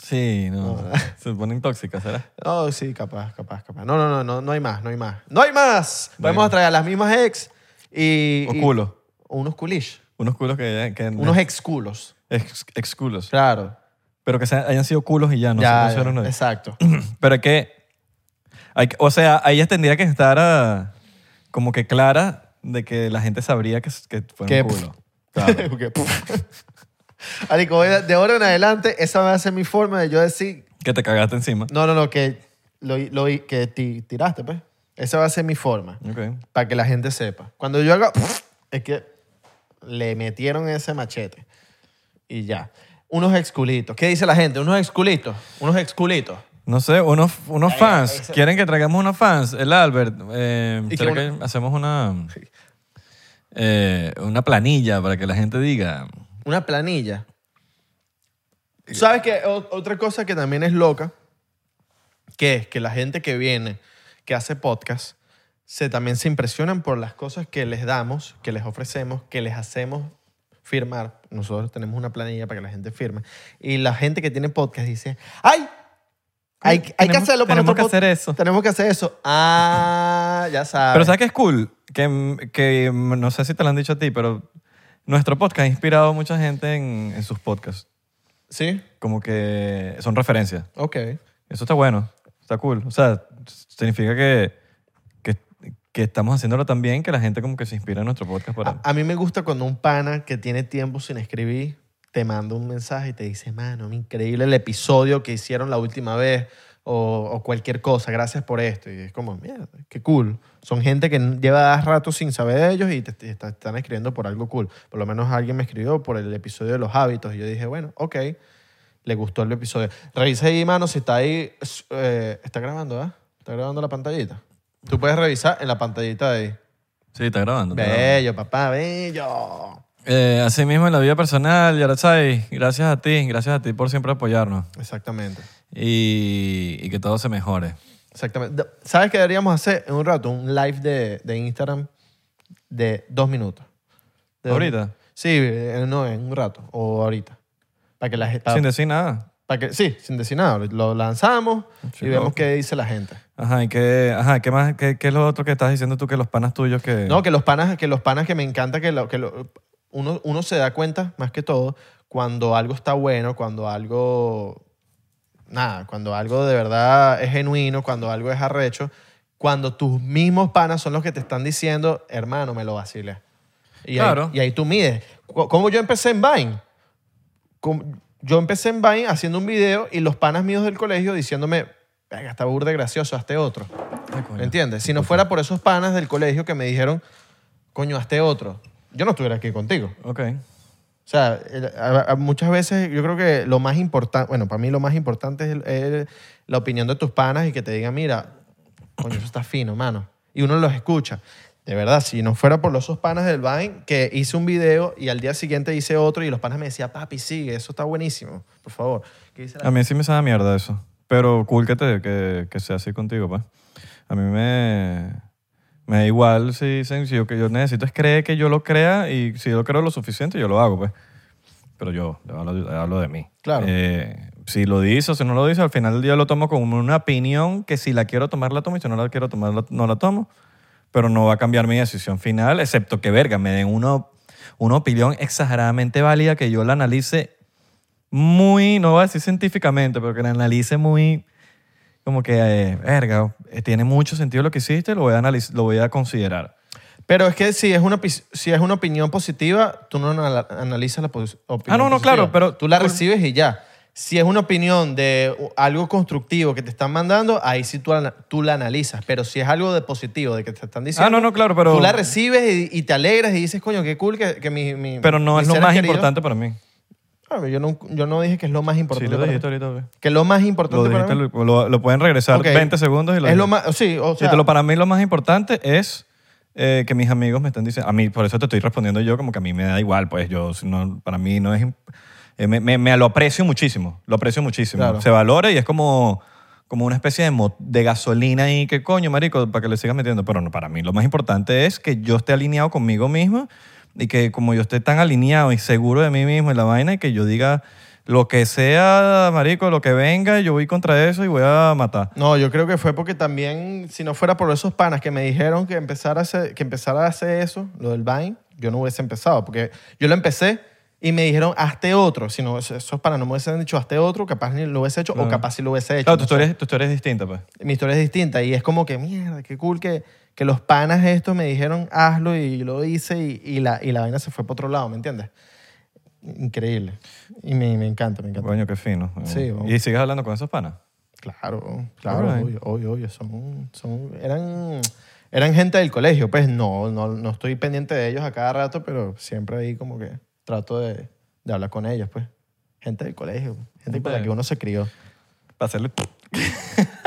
Speaker 1: Sí, no. Se ponen tóxicas, ¿será?
Speaker 2: Oh, sí, capaz, capaz, capaz. No, no, no, no, no hay más, no hay más. ¡No hay más! Vamos a traer a las mismas ex y...
Speaker 1: O
Speaker 2: y-
Speaker 1: culos.
Speaker 2: o unos culish.
Speaker 1: Unos culos que... que
Speaker 2: Unos ex culos.
Speaker 1: ex, ex culos.
Speaker 2: Claro.
Speaker 1: Pero que sean- hayan sido culos y ya, no,
Speaker 2: ya,
Speaker 1: no
Speaker 2: ya,
Speaker 1: fueron los-
Speaker 2: exacto.
Speaker 1: Pero es que, hay que- o sea, ahí ya tendría que estar ah, como que clara de que la gente sabría que, que fue
Speaker 2: Que-
Speaker 1: un culo. Claro.
Speaker 2: Ok, puf. Marico, de de ahora en adelante, esa va a ser mi forma de yo decir,
Speaker 1: que te cagaste encima.
Speaker 2: no, no, no, que, lo, lo que ti- tiraste, pues. Esa va a ser mi forma,
Speaker 1: Ok.
Speaker 2: para que la gente sepa. Cuando yo haga, puf, es que le metieron ese machete. Y ya. Unos exculitos. ¿Qué dice la gente? Unos exculitos. Unos exculitos.
Speaker 1: No sé, unos, unos
Speaker 2: Ahí,
Speaker 1: fans.
Speaker 2: ahí se-
Speaker 1: ¿Quieren que traigamos unos fans? El Albert. eh,
Speaker 2: Y que
Speaker 1: ¿será
Speaker 2: una-
Speaker 1: que hacemos una, eh, una planilla para que la gente diga?
Speaker 2: Una planilla. ¿Sabes qué? O- Otra cosa que también es loca, que es que la gente que viene, que hace podcast, se, también se impresionan por las cosas que les damos, que les ofrecemos, que les hacemos firmar. Nosotros tenemos una planilla para que la gente firme. Y la gente que tiene podcast dice, ¡ay! Hay, hay que
Speaker 1: Tenemos-
Speaker 2: hacerlo para
Speaker 1: tenemos
Speaker 2: nuestro
Speaker 1: que
Speaker 2: pod-
Speaker 1: hacer eso.
Speaker 2: Tenemos que hacer eso. Ah, ya sabes.
Speaker 1: Pero ¿sabes qué es cool? Que, que mm, no sé si te lo han dicho a ti, pero nuestro podcast ha inspirado a mucha gente en, en sus podcasts.
Speaker 2: Sí,
Speaker 1: Como que son referencias.
Speaker 2: ok.
Speaker 1: Eso está bueno, está cool. O sea, significa que, que, que estamos haciéndolo tan bien que la gente como que se inspira en nuestro podcast para...
Speaker 2: A, a mí me gusta cuando un pana que tiene tiempo sin escribir te manda un mensaje y te dice, mano, increíble el episodio que hicieron la última vez o, o cualquier cosa, gracias por esto. Y es como, mierda, qué cool. Son gente que lleva rato sin saber de ellos y te, te está- están escribiendo por algo cool. Por lo menos alguien me escribió por el episodio de los hábitos y yo dije, bueno, ok, le gustó el episodio. Revisa ahí, mano, si está ahí, s- eh, está grabando, ¿ah? Está grabando la pantallita. Tú puedes revisar en la pantallita de ahí.
Speaker 1: Sí, está grabando. está grabando.
Speaker 2: Bello, papá, bello.
Speaker 1: Eh, así mismo en la vida personal, Yarachai, gracias a ti, gracias a ti por siempre apoyarnos
Speaker 2: Exactamente.
Speaker 1: y, y que todo se mejore.
Speaker 2: Exactamente. De- ¿Sabes qué deberíamos hacer en un rato? Un live de, de Instagram de dos minutos. De-
Speaker 1: ¿Ahorita?
Speaker 2: Sí, eh, no, en un rato. O ahorita. Para que la gente.
Speaker 1: Sin decir nada.
Speaker 2: que, sí, sin decir nada. Lo lanzamos
Speaker 1: Sí,
Speaker 2: y vemos
Speaker 1: loco.
Speaker 2: qué dice la gente.
Speaker 1: Ajá, ¿y qué, ajá, ¿qué más? Qué, qué es lo otro que estás diciendo tú que los panas tuyos que...
Speaker 2: No, que los panas, que los panas que me encanta que, lo- que lo- uno, uno se da cuenta, más que todo, cuando algo está bueno, cuando algo. Nada, cuando algo de verdad es genuino, cuando algo es arrecho, cuando tus mismos panas son los que te están diciendo, hermano, me lo vacilé. Y,
Speaker 1: Claro.
Speaker 2: ahí, y ahí tú mides. Co- ¿Cómo yo empecé en Vine? Com- Yo empecé en Vine haciendo un video y los panas míos del colegio diciéndome, venga, está burde gracioso, hazte otro.
Speaker 1: Ay, coño.
Speaker 2: ¿Me entiendes? Si no fuera por esos panas del colegio que me dijeron, coño, hazte otro, yo no estuviera aquí contigo.
Speaker 1: Ok.
Speaker 2: O sea, el- a- a- muchas veces yo creo que lo más importante, bueno, para mí lo más importante es, el- el- la opinión de tus panas y que te digan, mira, coño, eso está fino, mano. Y uno los escucha. De verdad, si no fuera por los esos panas del Vine, que hice un video y al día siguiente hice otro y los panas me decían, papi, sigue, eso está buenísimo, por favor. ¿Qué dice la
Speaker 1: A mí sí me sabe a mierda eso. Pero cool que, te, que, que sea así contigo, pues. pa. A mí me, me da igual si, si yo- que yo necesito es creer que yo lo crea y si yo lo creo lo suficiente, yo lo hago, pues. Pero yo, yo hablo, yo hablo de mí.
Speaker 2: Claro.
Speaker 1: Eh, si lo dice o si no lo dice, al final del día lo tomo como una opinión que si la quiero tomar, la tomo y si no la quiero tomar, la- no la tomo. Pero no va a cambiar mi decisión final, excepto que, verga, me den una, una opinión exageradamente válida que yo la analice muy, no voy a decir científicamente, pero que la analice muy, como que, eh, verga, eh, tiene mucho sentido lo que hiciste, lo voy a, analiz- lo voy a considerar.
Speaker 2: Pero es que si es una, opi- si es una opinión positiva, tú no anal- analizas la pos- opinión
Speaker 1: Ah, no, no,
Speaker 2: positiva.
Speaker 1: claro, pero-
Speaker 2: Tú la recibes y ya. Si es una opinión de u- algo constructivo que te están mandando, ahí sí tú, ana- tú la analizas. Pero si es algo de positivo, de que te están diciendo,
Speaker 1: Ah, no, no, claro, pero,
Speaker 2: tú la recibes y, y te alegras y dices, coño, qué cool que, que mi, mi-
Speaker 1: pero no
Speaker 2: mis
Speaker 1: es lo
Speaker 2: seres
Speaker 1: más
Speaker 2: queridos-
Speaker 1: importante para mí.
Speaker 2: Claro, yo no, yo no dije que es lo más
Speaker 1: Sí,
Speaker 2: importante.
Speaker 1: lo
Speaker 2: para
Speaker 1: dijiste
Speaker 2: mí.
Speaker 1: ahorita. ok.
Speaker 2: Que lo más importante
Speaker 1: Lo,
Speaker 2: para
Speaker 1: dijiste, lo,
Speaker 2: mí-
Speaker 1: lo- lo pueden regresar
Speaker 2: Ok.
Speaker 1: 20 segundos y lo
Speaker 2: es lo
Speaker 1: dices.
Speaker 2: más, sí, o
Speaker 1: Sí,
Speaker 2: sea,
Speaker 1: te lo- para mí lo más importante es eh, que mis amigos me estén diciendo, a mí por eso te estoy respondiendo yo como que a mí me da igual, pues yo si no, para mí no es, imp- eh, me, me- me lo aprecio muchísimo, lo aprecio muchísimo,
Speaker 2: Claro.
Speaker 1: se valora y es como como una especie de, mo- de gasolina ahí que coño marico para que le sigas metiendo, pero no, para mí lo más importante es que yo esté alineado conmigo mismo y que como yo esté tan alineado y seguro de mí mismo y la vaina y que yo diga lo que sea marico lo que venga yo voy contra eso y voy a matar
Speaker 2: No, yo creo que fue porque también, si no fuera por esos panas que me dijeron que empezara a hacer, que empezara a hacer eso, lo del Vine, yo no hubiese empezado. Porque yo lo empecé y me dijeron, hazte otro. Si no, esos panas no me hubiesen dicho, hazte otro, capaz ni lo hubiese hecho o
Speaker 1: Claro.
Speaker 2: capaz sí lo hubiese hecho.
Speaker 1: claro tu
Speaker 2: no sé.
Speaker 1: historia, es- tu historia es distinta pues
Speaker 2: Mi historia es distinta y es como que, mierda, qué cool que, que los panas estos me dijeron, hazlo y lo hice y, y la, y la vaina se fue para otro lado, ¿me entiendes? Increíble. Y me, me encanta, me encanta.
Speaker 1: Coño, qué fino. weón.
Speaker 2: Sí, weón.
Speaker 1: ¿Y sigues hablando con esos panas?
Speaker 2: Claro, claro,
Speaker 1: Alright.
Speaker 2: obvio, obvio, obvio. Son, son, eran, eran gente del colegio, pues no, no, no estoy pendiente de ellos a cada rato, pero siempre ahí como que trato de, de hablar con ellos, pues. Gente del colegio, gente con la que uno se crió.
Speaker 1: Para hacerle...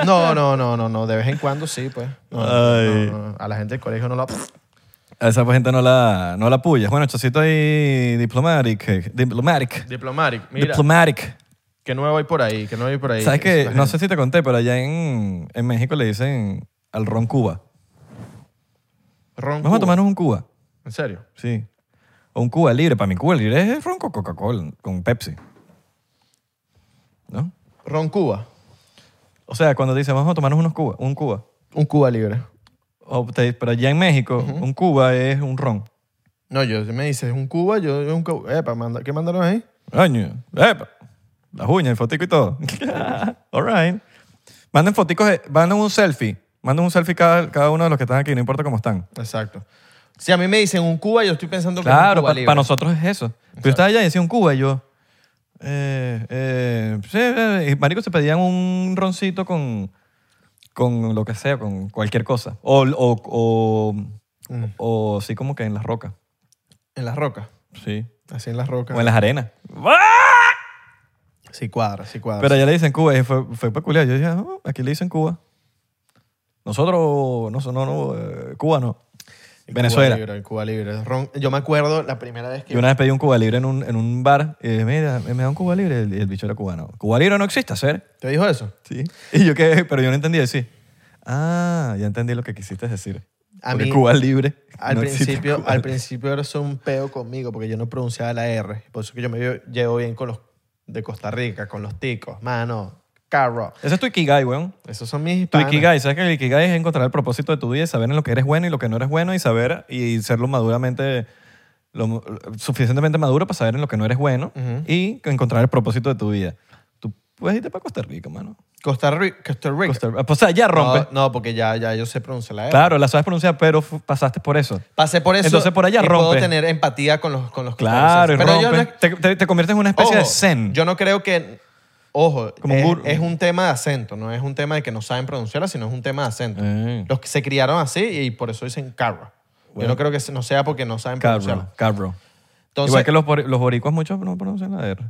Speaker 2: No, no, no, no, no, de vez en cuando sí, pues. No,
Speaker 1: Ay.
Speaker 2: no, no, a la gente del colegio no la...
Speaker 1: A esa pues, gente no la, no la puyas. Bueno, chocito ahí diplomatic. eh, Diplomatic.
Speaker 2: Diplomatic,
Speaker 1: Diplomatic.
Speaker 2: que nuevo hay por ahí, que nuevo hay por ahí.
Speaker 1: ¿Sabes qué? No sé si te conté, pero allá en, en México le dicen al ron Cuba.
Speaker 2: Ron
Speaker 1: Vamos a tomarnos un Cuba.
Speaker 2: ¿En serio?
Speaker 1: Sí. O un Cuba libre. Para mí Cuba libre es ron con Coca-Cola, con Pepsi. ¿No?
Speaker 2: Ron Cuba,
Speaker 1: O sea, cuando te dicen vamos a tomarnos unos Cuba, un Cuba.
Speaker 2: un Cuba libre.
Speaker 1: O te- pero allá en México, un Cuba es un ron.
Speaker 2: No, yo me dices un Cuba, yo yo un Cuba. Epa, manda, ¿qué mandaron ahí?
Speaker 1: Coño, epa. Las uñas, el fotico y todo. All right. Manden foticos, eh, manden un selfie. Manden un selfie cada, cada uno de los que están aquí, no importa cómo están.
Speaker 2: Exacto. Si a mí me dicen un Cuba, yo estoy pensando que es un
Speaker 1: Claro,
Speaker 2: Cuba
Speaker 1: para
Speaker 2: libre.
Speaker 1: nosotros es eso. Yo estaba allá y decía un Cuba y yo... Eh, eh, sí, eh, y marico, se pedían un roncito con, con lo que sea, con cualquier cosa. O, o, o,
Speaker 2: Mm.
Speaker 1: o así como que en las rocas.
Speaker 2: En las rocas.
Speaker 1: Sí.
Speaker 2: Así en las rocas.
Speaker 1: O en las arenas.
Speaker 2: Sí cuadra, sí cuadra.
Speaker 1: Pero allá le dicen Cuba y fue, fue peculiar. Yo dije, "Ah, aquí le dicen Cuba. Nosotros, no, sé, no, no, eh, Cuba no.
Speaker 2: El
Speaker 1: Venezuela.
Speaker 2: Cuba libre, el Cuba libre. Ron- yo me acuerdo la primera vez que...
Speaker 1: Yo una vez pedí un Cuba libre en un, en un bar y dije, mira, me me da un Cuba libre. Y el, y el bicho era cubano. Cuba libre no existe, ¿ser?
Speaker 2: ¿Te dijo eso?
Speaker 1: Sí. Y yo qué, pero yo no entendí decir. Ah, ya entendí lo que quisiste decir.
Speaker 2: A
Speaker 1: Porque
Speaker 2: mí-
Speaker 1: Cuba libre.
Speaker 2: Al
Speaker 1: no existe
Speaker 2: principio,
Speaker 1: Cuba
Speaker 2: al
Speaker 1: libre.
Speaker 2: principio era un peo conmigo porque yo no pronunciaba la R. Por eso que yo me llevo- llevo bien con los de Costa Rica, con los ticos, mano, carro.
Speaker 1: Ese es tu Ikigai, weón.
Speaker 2: Esos son mis
Speaker 1: Tu
Speaker 2: panas.
Speaker 1: Ikigai, ¿sabes que el Ikigai es encontrar el propósito de tu vida y saber en lo que eres bueno y lo que no eres bueno y saber y serlo maduramente, lo- suficientemente maduro para saber en lo que no eres bueno y encontrar el propósito de tu vida. Tú puedes irte para Costa Rica, mano.
Speaker 2: Costa Rica. Costa Rica.
Speaker 1: Costa- o sea, ya rompe.
Speaker 2: No, no, porque ya, ya yo sé pronunciar la R.
Speaker 1: Claro, la sabes pronunciar, pero fu- pasaste por eso.
Speaker 2: Pasé por eso.
Speaker 1: Entonces, por allá
Speaker 2: y
Speaker 1: rompe.
Speaker 2: Puedo tener empatía con los con los
Speaker 1: Claro, y
Speaker 2: costarricenses. Pero yo
Speaker 1: rompes.
Speaker 2: no-
Speaker 1: te, te- te conviertes en una especie de
Speaker 2: ojo,
Speaker 1: zen.
Speaker 2: Yo no creo que. Ojo,
Speaker 1: Como
Speaker 2: es,
Speaker 1: gurú.
Speaker 2: es un tema de acento, no es un tema de que no saben pronunciarla, sino es un tema de acento.
Speaker 1: Eh.
Speaker 2: Los que se criaron así y por eso dicen carro. Yo no creo que se- no sea porque no saben
Speaker 1: Cabro,
Speaker 2: pronunciarla.
Speaker 1: cabro.
Speaker 2: Entonces,
Speaker 1: Igual que los, bori- los boricuas muchos no pronuncian la R.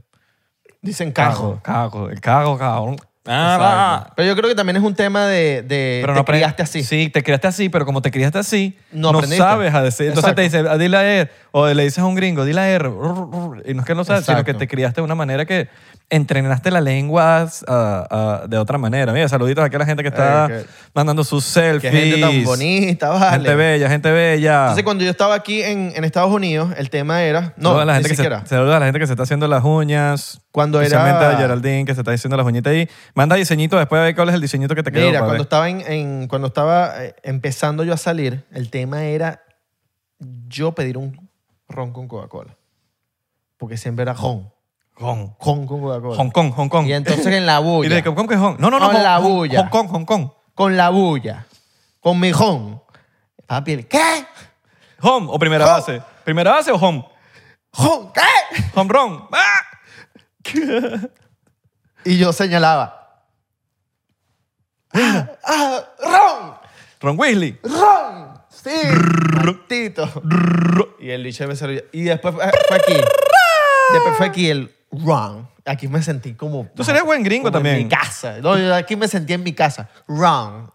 Speaker 2: dicen carro.
Speaker 1: Cago, el cago, cabrón.
Speaker 2: Ah, Exacto. Pero yo creo que también es un tema de, de
Speaker 1: pero
Speaker 2: Eh, te
Speaker 1: no apre-
Speaker 2: criaste así.
Speaker 1: Sí, te criaste así, pero como te criaste así, no,
Speaker 2: No aprendiste.
Speaker 1: sabes a decir. Entonces
Speaker 2: Exacto.
Speaker 1: te dice, "Ah, di la R, o le dices a un gringo, di la R, rur, rur", y no es que no sabes, sino que
Speaker 2: Exacto.
Speaker 1: te criaste de una manera que entrenaste la lengua ah, ah, de otra manera. Mira, saluditos aquí a la gente que está
Speaker 2: Ay, qué-
Speaker 1: mandando sus
Speaker 2: Qué
Speaker 1: selfies.
Speaker 2: gente tan bonita, vale.
Speaker 1: Gente bella, gente bella.
Speaker 2: Entonces, cuando yo estaba aquí en, en Estados Unidos, el tema era. No,
Speaker 1: Saluda a la gente
Speaker 2: ni
Speaker 1: que se-
Speaker 2: siquiera.
Speaker 1: saluda a la gente que se está haciendo las uñas.
Speaker 2: Cuando era-
Speaker 1: Especialmente a Geraldine, que se está haciendo las uñitas ahí. Manda diseñito después a ver cuál es el diseñito que te quedó.
Speaker 2: Mira,
Speaker 1: pa'
Speaker 2: cuando
Speaker 1: ver.
Speaker 2: estaba, en, en- cuando estaba eh, empezando yo a salir, el tema era yo pedir un ron con Coca-Cola. Porque siempre era ron.
Speaker 1: Hong.
Speaker 2: Ron con Coca-Cola.
Speaker 1: Hong Kong, Hong Kong.
Speaker 2: Y entonces en la
Speaker 1: Y
Speaker 2: bulla.
Speaker 1: de que, ¿cómo que Hong? No, no, no.
Speaker 2: Con
Speaker 1: Hong-
Speaker 2: la
Speaker 1: Hong-
Speaker 2: bulla.
Speaker 1: Hong Kong, Hong Kong.
Speaker 2: Con la bulla. Con mi ron. Papi, el, ¿qué?
Speaker 1: Home o primera
Speaker 2: Home.
Speaker 1: base. ¿Primera base o home?
Speaker 2: ¿Ron qué?
Speaker 1: Home run. ¡Ah!
Speaker 2: Y yo señalaba. ¡Ah, ah, ron!
Speaker 1: Ron Weasley.
Speaker 2: ¡Ron! ¡Sí! ¡Maldito! y el bicho me servía. Y después fue, fue aquí. Después fue aquí el wrong. Aquí me sentí como...
Speaker 1: Tú serías buen gringo
Speaker 2: como En
Speaker 1: también.
Speaker 2: mi casa. No, yo aquí me sentí en mi casa. Wrong.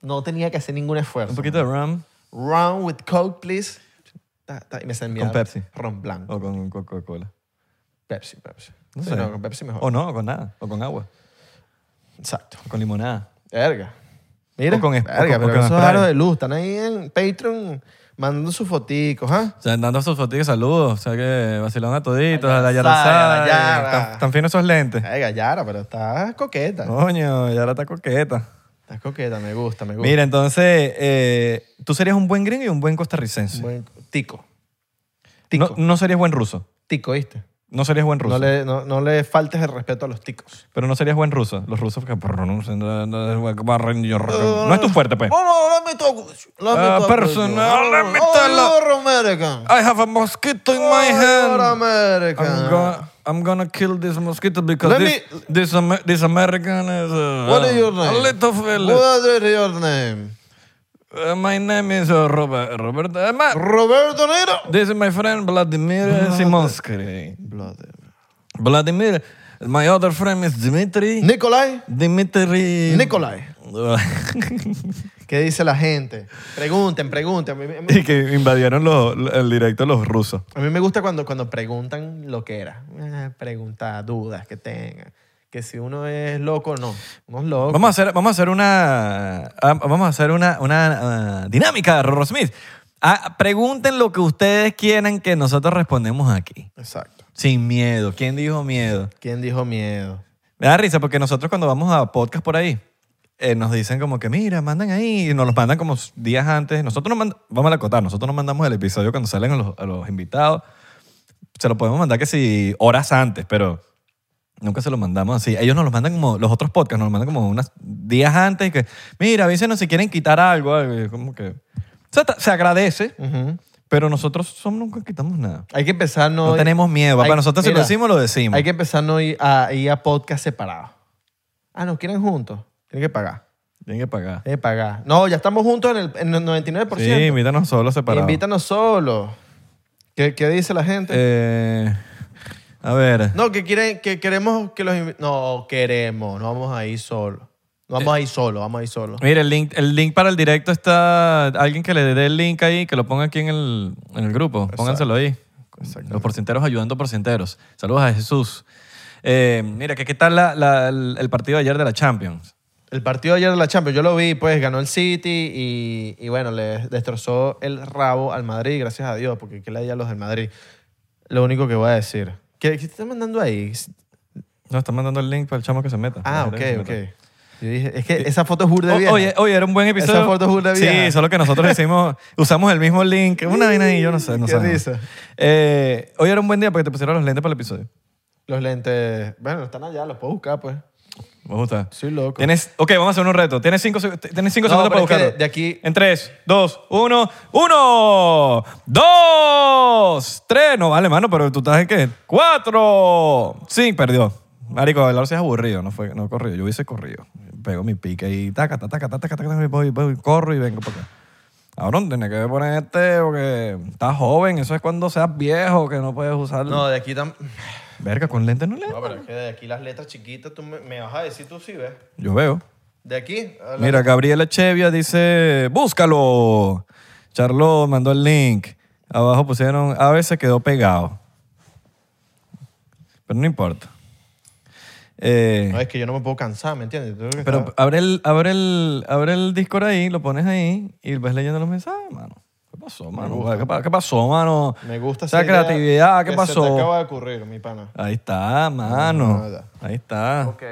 Speaker 2: No tenía que hacer ningún esfuerzo.
Speaker 1: Un poquito de rum
Speaker 2: Wrong with Coke, please. Ta, ta, y me sentí
Speaker 1: Con Pepsi.
Speaker 2: Ron blanco.
Speaker 1: o con Coca-Cola.
Speaker 2: Pepsi, Pepsi.
Speaker 1: No
Speaker 2: Sí,
Speaker 1: sé.
Speaker 2: no, con Pepsi mejor.
Speaker 1: O no, o con nada. O con agua.
Speaker 2: Exacto.
Speaker 1: O con limonada.
Speaker 2: Verga. Mira,
Speaker 1: O con es- o
Speaker 2: verga,
Speaker 1: con- o
Speaker 2: pero
Speaker 1: con
Speaker 2: esos
Speaker 1: spray.
Speaker 2: aros de luz están ahí en Patreon mandando sus foticos, ¿ah?
Speaker 1: O sea, dando sus fotitos, saludos. O sea, que vacilón a toditos, a la
Speaker 2: Yarazá, a la Yara.
Speaker 1: Yarazá. Tan finos esos lentes.
Speaker 2: Verga, Yara, pero estás coqueta.
Speaker 1: Coño, Yara está coqueta.
Speaker 2: Estás coqueta, me gusta, me gusta.
Speaker 1: Mira, entonces, eh, tú serías un buen gringo y un buen costarricense.
Speaker 2: Buen- tico.
Speaker 1: No,
Speaker 2: Tico.
Speaker 1: no serías buen ruso.
Speaker 2: Tico, ¿viste?
Speaker 1: No serías buen ruso.
Speaker 2: No le, no, no le faltes el respeto a los ticos.
Speaker 1: Pero no serías buen ruso. Los rusos que pronuncian. No es tu fuerte, pues.
Speaker 2: No, no, let me talk with you. Let me
Speaker 1: Ah,
Speaker 2: talk with you.
Speaker 1: personal, let me
Speaker 2: Oh,
Speaker 1: tell you.
Speaker 2: you're American.
Speaker 1: I have a mosquito in my
Speaker 2: You're
Speaker 1: hand.
Speaker 2: American.
Speaker 1: I'm gonna, I'm gonna kill this mosquito because
Speaker 2: Let
Speaker 1: this, this, Amer- this American is uh,
Speaker 2: What is your
Speaker 1: a
Speaker 2: name?
Speaker 1: little fella.
Speaker 2: What is your name?
Speaker 1: Uh, my name is uh, Robert. Robert. uh, ma-
Speaker 2: Roberto Niro.
Speaker 1: this is my friend Vladimir Simonsky.
Speaker 2: Bloody.
Speaker 1: Vladimir. My other friend is Dmitry.
Speaker 2: Nicolai.
Speaker 1: Dmitry.
Speaker 2: Nicolai. ¿Qué dice la gente? Pregunten, pregunten. A mí, a mí-
Speaker 1: y que invadieron los- el directo los rusos.
Speaker 2: a mí me gusta cuando, cuando preguntan lo que era. Eh, Pregunta, dudas que tengan. Que si uno es loco o no. Uno es loco.
Speaker 1: Vamos a hacer, vamos a hacer una, ah, vamos a hacer una, una ah, dinámica, Rorro Smith. Ah, pregunten lo que ustedes quieran que nosotros respondemos aquí.
Speaker 2: Exacto.
Speaker 1: Sin miedo. ¿Quién dijo miedo?
Speaker 2: ¿Quién dijo miedo?
Speaker 1: Me da risa porque nosotros cuando vamos a podcast por ahí, eh, nos dicen como que, mira, mandan ahí, y nos los mandan como días antes. Nosotros nos mandamos, vamos a acotar, nosotros nos mandamos el episodio cuando salen a los, a los invitados. Se lo podemos mandar que si horas antes, pero nunca se lo mandamos así. Ellos nos los mandan como, los otros podcasts nos los mandan como unos días antes y que, mira, avísenos si quieren quitar algo, algo. Y como que... o sea, ta- se agradece,
Speaker 2: Ujú.
Speaker 1: pero nosotros somos, nunca quitamos nada.
Speaker 2: Hay que empezar no...
Speaker 1: No tenemos miedo, papá.
Speaker 2: hay-
Speaker 1: Nosotros si
Speaker 2: mira,
Speaker 1: lo decimos, lo decimos.
Speaker 2: Hay que empezar no ir a, ir a podcast separados. Ah, ¿nos quieren juntos? Tienen que pagar.
Speaker 1: Tienen que pagar.
Speaker 2: Tienen que pagar. No, ya estamos juntos en el, en el 99%.
Speaker 1: Sí, invítanos solo separados.
Speaker 2: Invítanos solo. ¿Qué, qué dice la gente?
Speaker 1: Eh, a ver.
Speaker 2: No, que quieren, que queremos que los invi- No, queremos, no vamos a ir solo. No
Speaker 1: Eh.
Speaker 2: vamos a ir solo, vamos a ir solo.
Speaker 1: Mira, el link, el link para el directo está. Alguien que le dé el link ahí, que lo ponga aquí en el, en el grupo. Pónganselo ahí. Los porcenteros ayudando porcenteros. Saludos a Jesús. Eh, mira, que ¿qué tal la- la- el el partido de ayer de la Champions?
Speaker 2: El partido de ayer de la Champions, yo lo vi, pues ganó el City y, y bueno, le destrozó el rabo al Madrid, gracias a Dios, porque que le haya los del Madrid. Lo único que voy a decir. ¿Qué, qué estás mandando ahí?
Speaker 1: No, están mandando el link para el chamo que se meta.
Speaker 2: Ah,
Speaker 1: La gente que se
Speaker 2: ok, ok.
Speaker 1: meta.
Speaker 2: Yo dije, es que esa foto es burda de
Speaker 1: Eh, O-
Speaker 2: vieja.
Speaker 1: oye, oye, era un buen episodio.
Speaker 2: Esa foto es burda vieja.
Speaker 1: Sí, solo que nosotros hicimos, usamos el mismo link. Una vaina ahí, yo no sé. No
Speaker 2: Qué
Speaker 1: sabemos.
Speaker 2: risa.
Speaker 1: Eh, hoy era un buen día porque te pusieron los lentes para el episodio.
Speaker 2: Los lentes, bueno, están allá, los puedo buscar, pues.
Speaker 1: Me gusta.
Speaker 2: Soy loco.
Speaker 1: Tienes, ok, vamos a hacer un reto. Tienes cinco, seg- tienes cinco
Speaker 2: No,
Speaker 1: segundos para
Speaker 2: pero es que
Speaker 1: buscarlo.
Speaker 2: de- de aquí-
Speaker 1: En tres, dos, uno. ¡Uno! ¡Dos! ¡Tres! No vale, mano, pero tú estás en qué. ¡Cuatro! Sí, perdió. Marico, hablar es aburrido. No fue, no corrido. Yo hubiese corrido. Pego mi pique y taca, taca, taca, taca, taca, taca, y voy, voy, corro y vengo para acá. Ahora tenés que ponerte porque estás joven. Eso es cuando seas viejo que no puedes usar.
Speaker 2: No, de aquí tam...
Speaker 1: Verga, con lentes no le.
Speaker 2: No, pero es que de aquí las letras chiquitas, tú me, me vas a decir tú sí, ¿ves?
Speaker 1: Yo veo.
Speaker 2: De aquí. a la-
Speaker 1: Mira, Gabriela Chevia dice, búscalo. Charlo mandó el link. Abajo pusieron, a veces quedó pegado. Pero no importa. Eh,
Speaker 2: No, es que yo no me puedo cansar, ¿me entiendes? Tengo que
Speaker 1: pero
Speaker 2: estar-
Speaker 1: abre el, abre, el, abre el Discord ahí, lo pones ahí y vas leyendo los mensajes, mano. ¿Qué pasó, mano? ¿Qué, pa- qué pasó, mano?
Speaker 2: me gusta
Speaker 1: Esa
Speaker 2: idea
Speaker 1: creatividad, ¿qué
Speaker 2: que Se te
Speaker 1: pasó?
Speaker 2: acaba de ocurrir, mi pana.
Speaker 1: Ahí está, mano.
Speaker 2: Nada.
Speaker 1: Ahí está.
Speaker 2: Ok.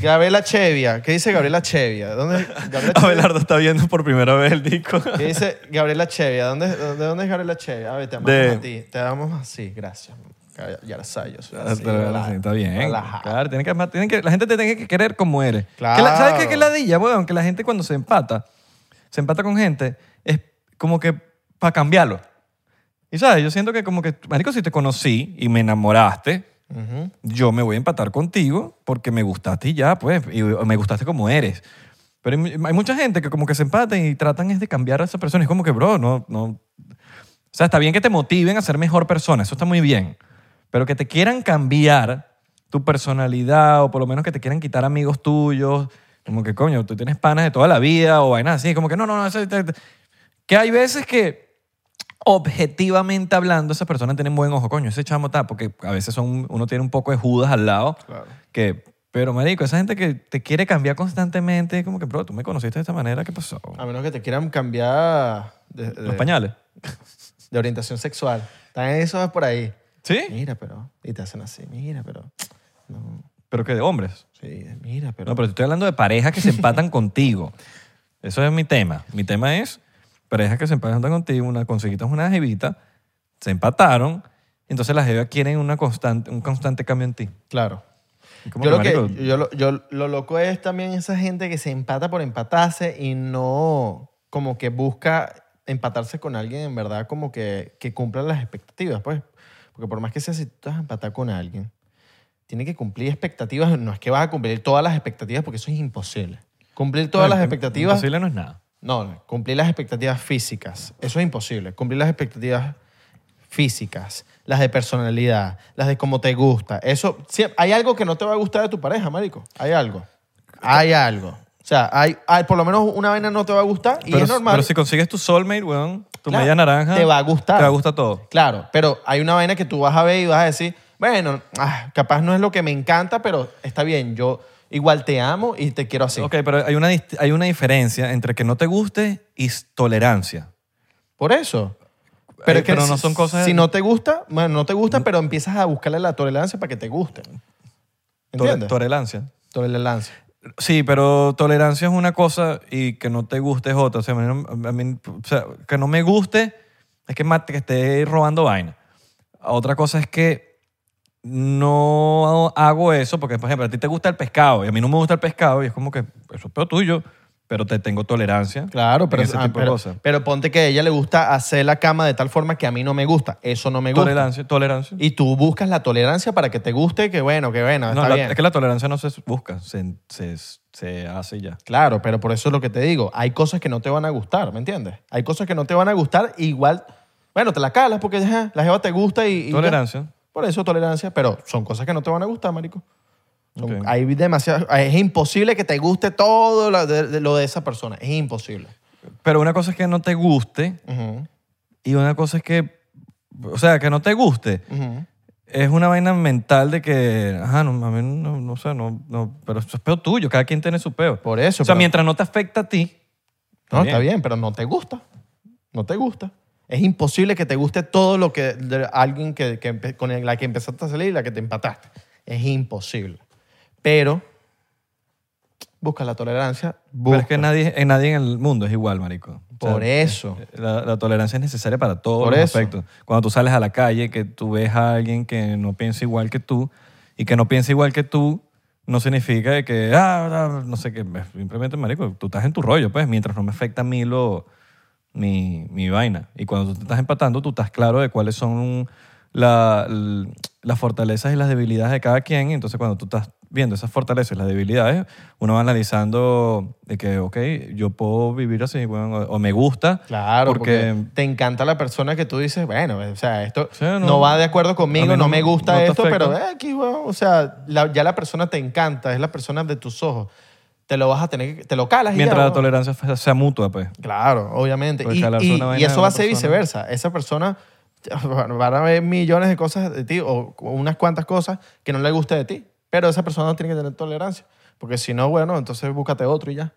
Speaker 2: Gabriela Chevia. ¿Qué dice Gabriela Chevia? ¿Dónde, Gabriela Chevia?
Speaker 1: Abelardo está viendo por primera vez el Discord.
Speaker 2: ¿Qué dice Gabriela Chevia? ¿Dónde, dónde, dónde es Gabriela Chevia? A ver, te amamos
Speaker 1: De-
Speaker 2: a ti. Te amamos así, gracias. Ya lo sabes, yo soy
Speaker 1: Ah,
Speaker 2: así,
Speaker 1: pero
Speaker 2: relaja-
Speaker 1: sí, está bien.
Speaker 2: relaja.
Speaker 1: Claro, tiene que, amar- tiene que- la gente te tiene que querer como eres.
Speaker 2: Claro.
Speaker 1: Que la- ¿Sabes qué, qué ladilla, weón? Que la gente cuando se empata, se empata con gente, es como que para cambiarlo. Y sabes, yo siento que como que, marico, si te conocí y me enamoraste,
Speaker 2: Ujú.
Speaker 1: yo me voy a empatar contigo porque me gustaste y ya, pues, y me gustaste como eres. Pero hay, hay mucha gente que como que se empatan y tratan es de cambiar a esa persona. Es como que, bro, no, no. O sea, está bien que te motiven a ser mejor persona, eso está muy bien. Pero que te quieran cambiar tu personalidad o por lo menos que te quieran quitar amigos tuyos, como que coño, tú tienes panas de toda la vida o vainas así, como que no, no, no, eso- te- te- que hay veces que objetivamente hablando esas personas tienen buen ojo, coño, ese chamo está, porque a veces son, uno tiene un poco de Judas al lado,
Speaker 2: Claro.
Speaker 1: que, pero marico, esa gente que te quiere cambiar constantemente, como que, bro, tú me conociste de esta manera, ¿qué pasó?
Speaker 2: A menos que te quieran cambiar de, de-
Speaker 1: Los pañales.
Speaker 2: de orientación sexual. También eso es por ahí.
Speaker 1: ¿Sí?
Speaker 2: Mira, pero. Y te hacen así. Mira, pero. No.
Speaker 1: Pero que de hombres.
Speaker 2: Sí, mira, pero.
Speaker 1: No, pero te estoy hablando de parejas que se empatan contigo. Eso es mi tema. Mi tema es parejas que se empatan contigo, una conseguitas una jevita, se empataron, entonces las jevas quieren una constante, un constante cambio en ti.
Speaker 2: Claro.
Speaker 1: Y como
Speaker 2: Yo lo, que,
Speaker 1: marico,
Speaker 2: yo, lo, yo lo loco es también esa gente que se empata por empatarse y no como que busca empatarse con alguien en verdad como que, que cumpla las expectativas, pues. Porque por más que sea, si tú te vas a empatar con alguien, tiene que cumplir expectativas. No es que vas a cumplir todas las expectativas porque eso es imposible. Cumplir todas
Speaker 1: no,
Speaker 2: las
Speaker 1: im-
Speaker 2: expectativas
Speaker 1: eh, Imposible no es nada.
Speaker 2: no, no, cumplir las expectativas físicas. Eso es imposible. Cumplir las expectativas físicas, las de personalidad, las de cómo te gusta. Eso, sí, hay algo que no te va a gustar de tu pareja, marico. Hay algo. Hay algo. O sea, hay, hay- por lo menos una vaina no te va a gustar y
Speaker 1: pero,
Speaker 2: es normal.
Speaker 1: pero si consigues tu soulmate, weón, tu
Speaker 2: Claro,
Speaker 1: media naranja.
Speaker 2: te va a gustar.
Speaker 1: Te va a gustar todo.
Speaker 2: Claro, pero hay una vaina que tú vas a ver y vas a decir, bueno, ah, capaz no es lo que me encanta, pero está bien, yo igual te amo y te quiero así.
Speaker 1: Ok, pero hay una, dist- hay una diferencia entre que no te guste y s- tolerancia.
Speaker 2: Por eso.
Speaker 1: Pero
Speaker 2: Pero, es que
Speaker 1: no
Speaker 2: si-
Speaker 1: son cosas- Mm.
Speaker 2: Si no te gusta, bueno, no te gusta, pero empiezas a buscarle la tolerancia para que te guste.
Speaker 1: Tole-
Speaker 2: ¿Entiendes?
Speaker 1: Tolerancia.
Speaker 2: tolerancia.
Speaker 1: Sí, pero tolerancia es una cosa y que no te guste es otra. O sea, a mí no- a mí- o sea, que no me guste es que, mate- que esté robando vaina. Otra cosa es que no hago eso porque, por ejemplo, a ti te gusta el pescado y a mí no me gusta el pescado y es como que eso es peor tuyo, pero te tengo tolerancia.
Speaker 2: Claro, pero,
Speaker 1: en ese
Speaker 2: ah,
Speaker 1: tipo de
Speaker 2: pero,
Speaker 1: cosas.
Speaker 2: pero ponte que a ella le gusta hacer la cama de tal forma que a mí no me gusta. Eso no me gusta.
Speaker 1: Tolerancia, tolerancia.
Speaker 2: Y tú buscas la tolerancia para que te guste, que bueno, que bueno,
Speaker 1: No,
Speaker 2: está
Speaker 1: la-
Speaker 2: bien.
Speaker 1: es que la tolerancia no se busca, se, se, se hace y ya.
Speaker 2: Claro, pero por eso es lo que te digo. Hay cosas que no te van a gustar, ¿me entiendes? Hay cosas que no te van a gustar, igual, bueno, te la calas porque ajá, la jeva te gusta y... y ya.
Speaker 1: Tolerancia.
Speaker 2: Por eso tolerancia, pero son cosas que no te van a gustar, marico. Son-
Speaker 1: Ok.
Speaker 2: Hay demasiado, es imposible que te guste todo lo de, de- lo de esa persona. Es imposible.
Speaker 1: Pero una cosa es que no te guste
Speaker 2: Ujú,
Speaker 1: y una cosa es que, o sea, que no te guste.
Speaker 2: ujú.
Speaker 1: es una vaina mental de que, ajá, no, a mí no, no sé, no, no, pero eso es peo tuyo, cada quien tiene su peo.
Speaker 2: Por eso.
Speaker 1: o sea,
Speaker 2: pero-
Speaker 1: mientras no te afecta a ti,
Speaker 2: no, está bien, pero no te gusta. No te gusta. Es imposible que te guste todo lo que de alguien que, que empe- con la que empezaste a salir y la que te empataste. Es imposible. Pero busca la tolerancia.
Speaker 1: pero
Speaker 2: Busca.
Speaker 1: es que nadie, en nadie en el mundo es igual, marico. O sea, eh,
Speaker 2: Por eso.
Speaker 1: la, la tolerancia es necesaria para todos
Speaker 2: Por
Speaker 1: los
Speaker 2: eso.
Speaker 1: aspectos. Cuando tú sales a la calle, que tú ves a alguien que no piensa igual que tú y que no piensa igual que tú, no significa de que, ah, ah, no sé qué, simplemente, marico, tú estás en tu rollo, pues, mientras no me afecta a mí lo, mi, mi vaina. Y cuando tú te estás empatando, tú estás claro de cuáles son la- l- las fortalezas y las debilidades de cada quien. Y entonces, cuando tú estás viendo esas fortalezas y las debilidades, uno va analizando de que, ok, yo puedo vivir así, bueno, o o me gusta.
Speaker 2: Claro, porque,
Speaker 1: porque
Speaker 2: te encanta la persona que tú dices, bueno, o sea, esto
Speaker 1: Sí, no.
Speaker 2: no, va de acuerdo conmigo,
Speaker 1: A mí
Speaker 2: no,
Speaker 1: no-
Speaker 2: me gusta
Speaker 1: no te
Speaker 2: esto,
Speaker 1: afecta.
Speaker 2: pero eh, aquí, bueno, o sea, la- ya la persona te encanta, es la persona de tus ojos. Te lo vas a tener, que- te lo calas
Speaker 1: mientras
Speaker 2: y ya,
Speaker 1: la
Speaker 2: bueno.
Speaker 1: tolerancia fe- sea mutua, pues.
Speaker 2: Claro, obviamente.
Speaker 1: Porque
Speaker 2: Y,
Speaker 1: calarse
Speaker 2: y-
Speaker 1: una vaina
Speaker 2: y
Speaker 1: de
Speaker 2: eso
Speaker 1: una
Speaker 2: va a ser
Speaker 1: persona.
Speaker 2: viceversa. Esa persona van a ver millones de cosas de ti o unas cuantas cosas que no le guste de ti, pero esa persona no tiene que tener tolerancia, porque si no, bueno, entonces búscate otro y ya.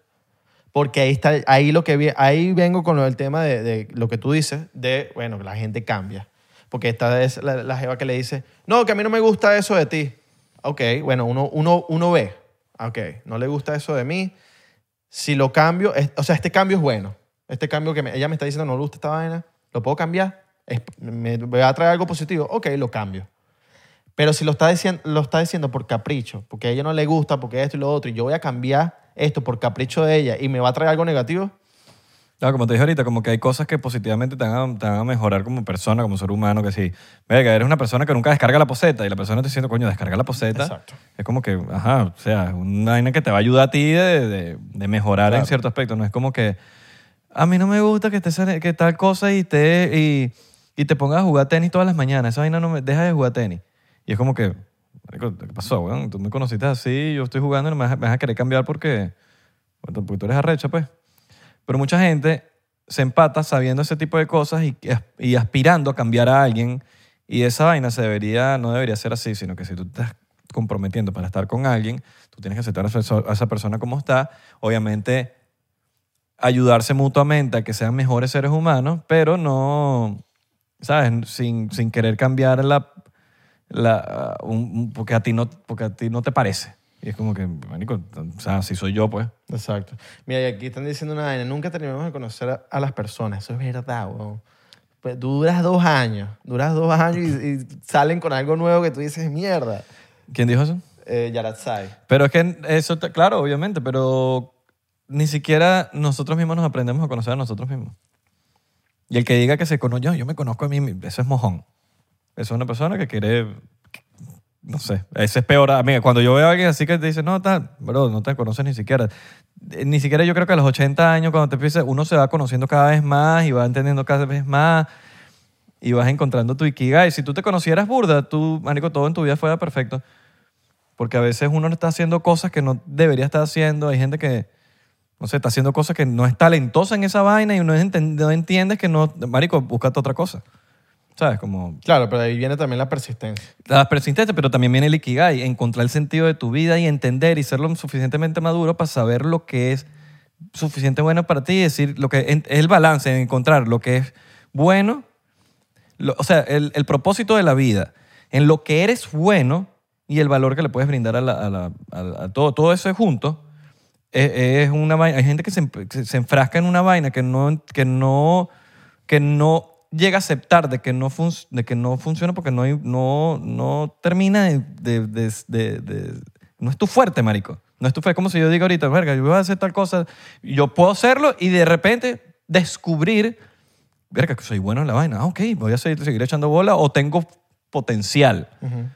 Speaker 2: Porque ahí está, ahí lo que vi- ahí vengo con lo del tema de, de lo que tú dices, de bueno, la gente cambia. Porque esta es la, la jeva que le dice, no, que a mí no me gusta eso de ti. Ok, bueno, uno, uno, uno ve, ok, no le gusta eso de mí, si lo cambio, es- o sea, este cambio es bueno. Este cambio que me- ella me está diciendo no le gusta esta vaina, lo puedo cambiar, Es- me, me va a traer algo positivo, ok, lo cambio. Pero si lo está, diciendo, lo está diciendo por capricho, porque a ella no le gusta, porque esto y lo otro, y yo voy a cambiar esto por capricho de ella y me va a traer algo negativo,
Speaker 1: Claro, como te dije ahorita, como que hay cosas que positivamente te van a, te van a mejorar como persona, como ser humano, que si, verga, eres una persona que nunca descarga la poseta y la persona te diciendo, coño, descarga la poseta.
Speaker 2: Exacto.
Speaker 1: Es como que, ajá, o sea, una vaina que te va a ayudar a ti de, de- de mejorar en
Speaker 2: Claro.
Speaker 1: cierto aspecto. No es como que, a mí no me gusta que, estés en- que tal cosa y te, y, y te pongas a jugar tenis todas las mañanas. Esa vaina no me deja de jugar tenis. Y es como que, marico, ¿qué pasó, weón? Tú me conociste así, yo estoy jugando y no me vas, a- me vas a querer cambiar porque, porque tú eres arrecha, pues. Pero mucha gente se empata sabiendo ese tipo de cosas y, y aspirando a cambiar a alguien. Y esa vaina se debería, no debería ser así, sino que si tú te estás comprometiendo para estar con alguien, tú tienes que aceptar a esa- a esa persona como está. Obviamente, ayudarse mutuamente a que sean mejores seres humanos, pero no, ¿sabes? Sin, sin querer cambiar la... la uh, un- un- porque, a ti no, porque a ti no te parece. Y es como que, marico, o sea, si soy yo, pues.
Speaker 2: Exacto. Mira, y aquí están diciendo una vaina. Nunca terminamos de conocer a, a las personas. Eso es verdad, weón. Pues tú duras dos años. Duras dos años y, y salen con algo nuevo que tú dices, mierda.
Speaker 1: ¿Quién dijo eso?
Speaker 2: Eh, Yaratzai.
Speaker 1: Pero es que eso, te- claro, obviamente, pero ni siquiera nosotros mismos nos aprendemos a conocer a nosotros mismos. Y el que diga que se conoce, yo, yo me conozco a mí, mismo", eso es mojón. Eso es una persona que quiere, no sé, ese es peor. Amiga, cuando yo veo a alguien así que te dice, no, tal, bro, no te conoces ni siquiera. Eh, Ni siquiera yo creo que a los 80 años, cuando te empiezas, uno se va conociendo cada vez más y va entendiendo cada vez más y vas encontrando tu ikigai. Si tú te conocieras burda, tú, marico, todo en tu vida fuera perfecto. Porque a veces uno está haciendo cosas que no debería estar haciendo. Hay gente que, no sé, está haciendo cosas que no es talentosa en esa vaina y no, enten- no entiendes que no, marico, búscate otra cosa. ¿Sabes? Como
Speaker 2: Claro, pero ahí viene también la persistencia.
Speaker 1: la persistencia, pero también viene el ikigai, encontrar el sentido de tu vida y entender y ser lo suficientemente maduro para saber lo que es suficiente bueno para ti y decir lo que en- es el balance, de encontrar lo que es bueno, lo- o sea, el, el propósito de la vida, en lo que eres bueno y el valor que le puedes brindar a, la- a la- a la- a todo, todo eso es junto. Es, e, es una vaina- hay gente que se, emp- que se enfrasca en una vaina que no, que no, que no llega a aceptar de que no, func- de que no funciona porque no, hay- no, no termina de, de- de- de- de- No es tu fuerte, marico. No es tu fuerte. Como si yo digo ahorita, verga, yo voy a hacer tal cosa, y yo puedo hacerlo y de repente descubrir, verga, que soy bueno en la vaina. Ah, ok, voy a seguir, seguir echando bola o tengo potencial.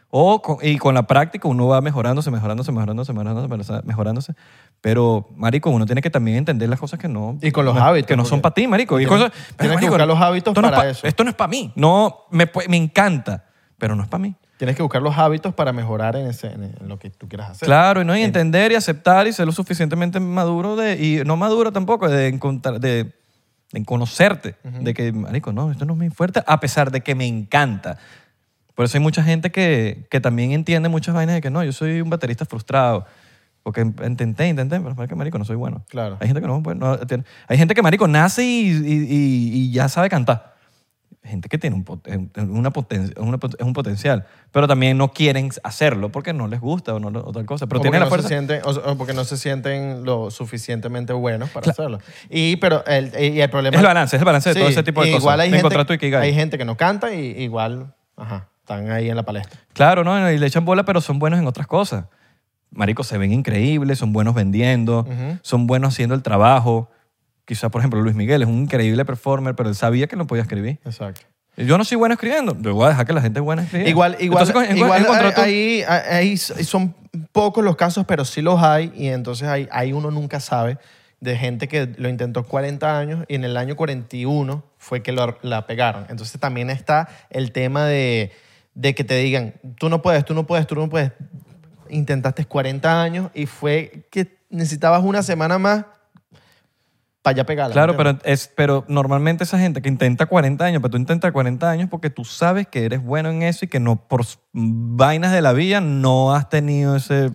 Speaker 1: o con- y con la práctica uno va mejorándose, mejorándose, mejorándose, mejorándose, mejorándose, mejorándose. Pero, marico, uno tiene que también entender las cosas que no...
Speaker 2: Y con los
Speaker 1: no-
Speaker 2: hábitos,
Speaker 1: Que no son
Speaker 2: porque-
Speaker 1: para ti, marico. Y
Speaker 2: Tienes-
Speaker 1: cosas-
Speaker 2: tienes
Speaker 1: pero,
Speaker 2: que
Speaker 1: marico,
Speaker 2: buscar los hábitos
Speaker 1: esto no es
Speaker 2: para
Speaker 1: pa-
Speaker 2: eso.
Speaker 1: Esto no es para mí. No, me, pu- me encanta, pero no es para mí.
Speaker 2: Tienes que buscar los hábitos para mejorar en, ese, en en lo que tú quieras hacer.
Speaker 1: Claro, y no y entender y aceptar y ser lo suficientemente maduro de y no maduro tampoco de encontrar de, de conocerte, de que marico, no, esto no es muy fuerte a pesar de que me encanta. Por eso hay mucha gente que, que también entiende muchas vainas de que no, yo soy un baterista frustrado. Porque em, intenté, intenté, pero marico, marico, no soy bueno.
Speaker 2: Claro.
Speaker 1: Hay gente que no, pues, no tiene- hay gente que marico nace y, y- y- y ya sabe cantar. Gente que tiene un, pot- un- una poten- una pot- es un potencial, pero también no quieren hacerlo porque no les gusta o, no, lo- o tal cosa. Pero
Speaker 2: O porque
Speaker 1: tienen la
Speaker 2: no
Speaker 1: fuerza.
Speaker 2: Se sienten, o, o porque no se sienten lo suficientemente buenos para hacerlo. Y, pero el, y el problema
Speaker 1: Es el balance, es el balance de
Speaker 2: Sí,
Speaker 1: todo ese tipo de
Speaker 2: y
Speaker 1: cosas.
Speaker 2: Igual hay,
Speaker 1: De
Speaker 2: gente,
Speaker 1: encontrar tu ikigai.
Speaker 2: hay gente que no canta y igual ajá, están ahí en la palestra.
Speaker 1: Claro, ¿no? Y le echan bola, pero son buenos en otras cosas. Marico, se ven increíbles, son buenos vendiendo, son buenos haciendo el trabajo. Quizás, por ejemplo, Luis Miguel es un increíble performer, pero él sabía que no podía escribir.
Speaker 2: Exacto.
Speaker 1: Yo no soy bueno escribiendo. Yo voy a dejar que la gente es buena escribiendo.
Speaker 2: Igual, igual,
Speaker 1: Entonces, en- en-
Speaker 2: igual
Speaker 1: encontrar tu-
Speaker 2: ahí, ahí son pocos los casos, pero sí los hay. Y entonces ahí, ahí uno nunca sabe de gente que lo intentó 40 años y en el año 41 fue que lo- la pegaron. Entonces también está el tema de, de que te digan, tú no puedes, tú no puedes, tú no puedes. Intentaste 40 años y fue que necesitabas una semana más para ya pegarla.
Speaker 1: Claro,
Speaker 2: ¿entiendes?
Speaker 1: pero, es, pero normalmente esa gente que intenta 40 años, pero tú intentas 40 años porque tú sabes que eres bueno en eso y que no por s- vainas de la vida no has tenido ese,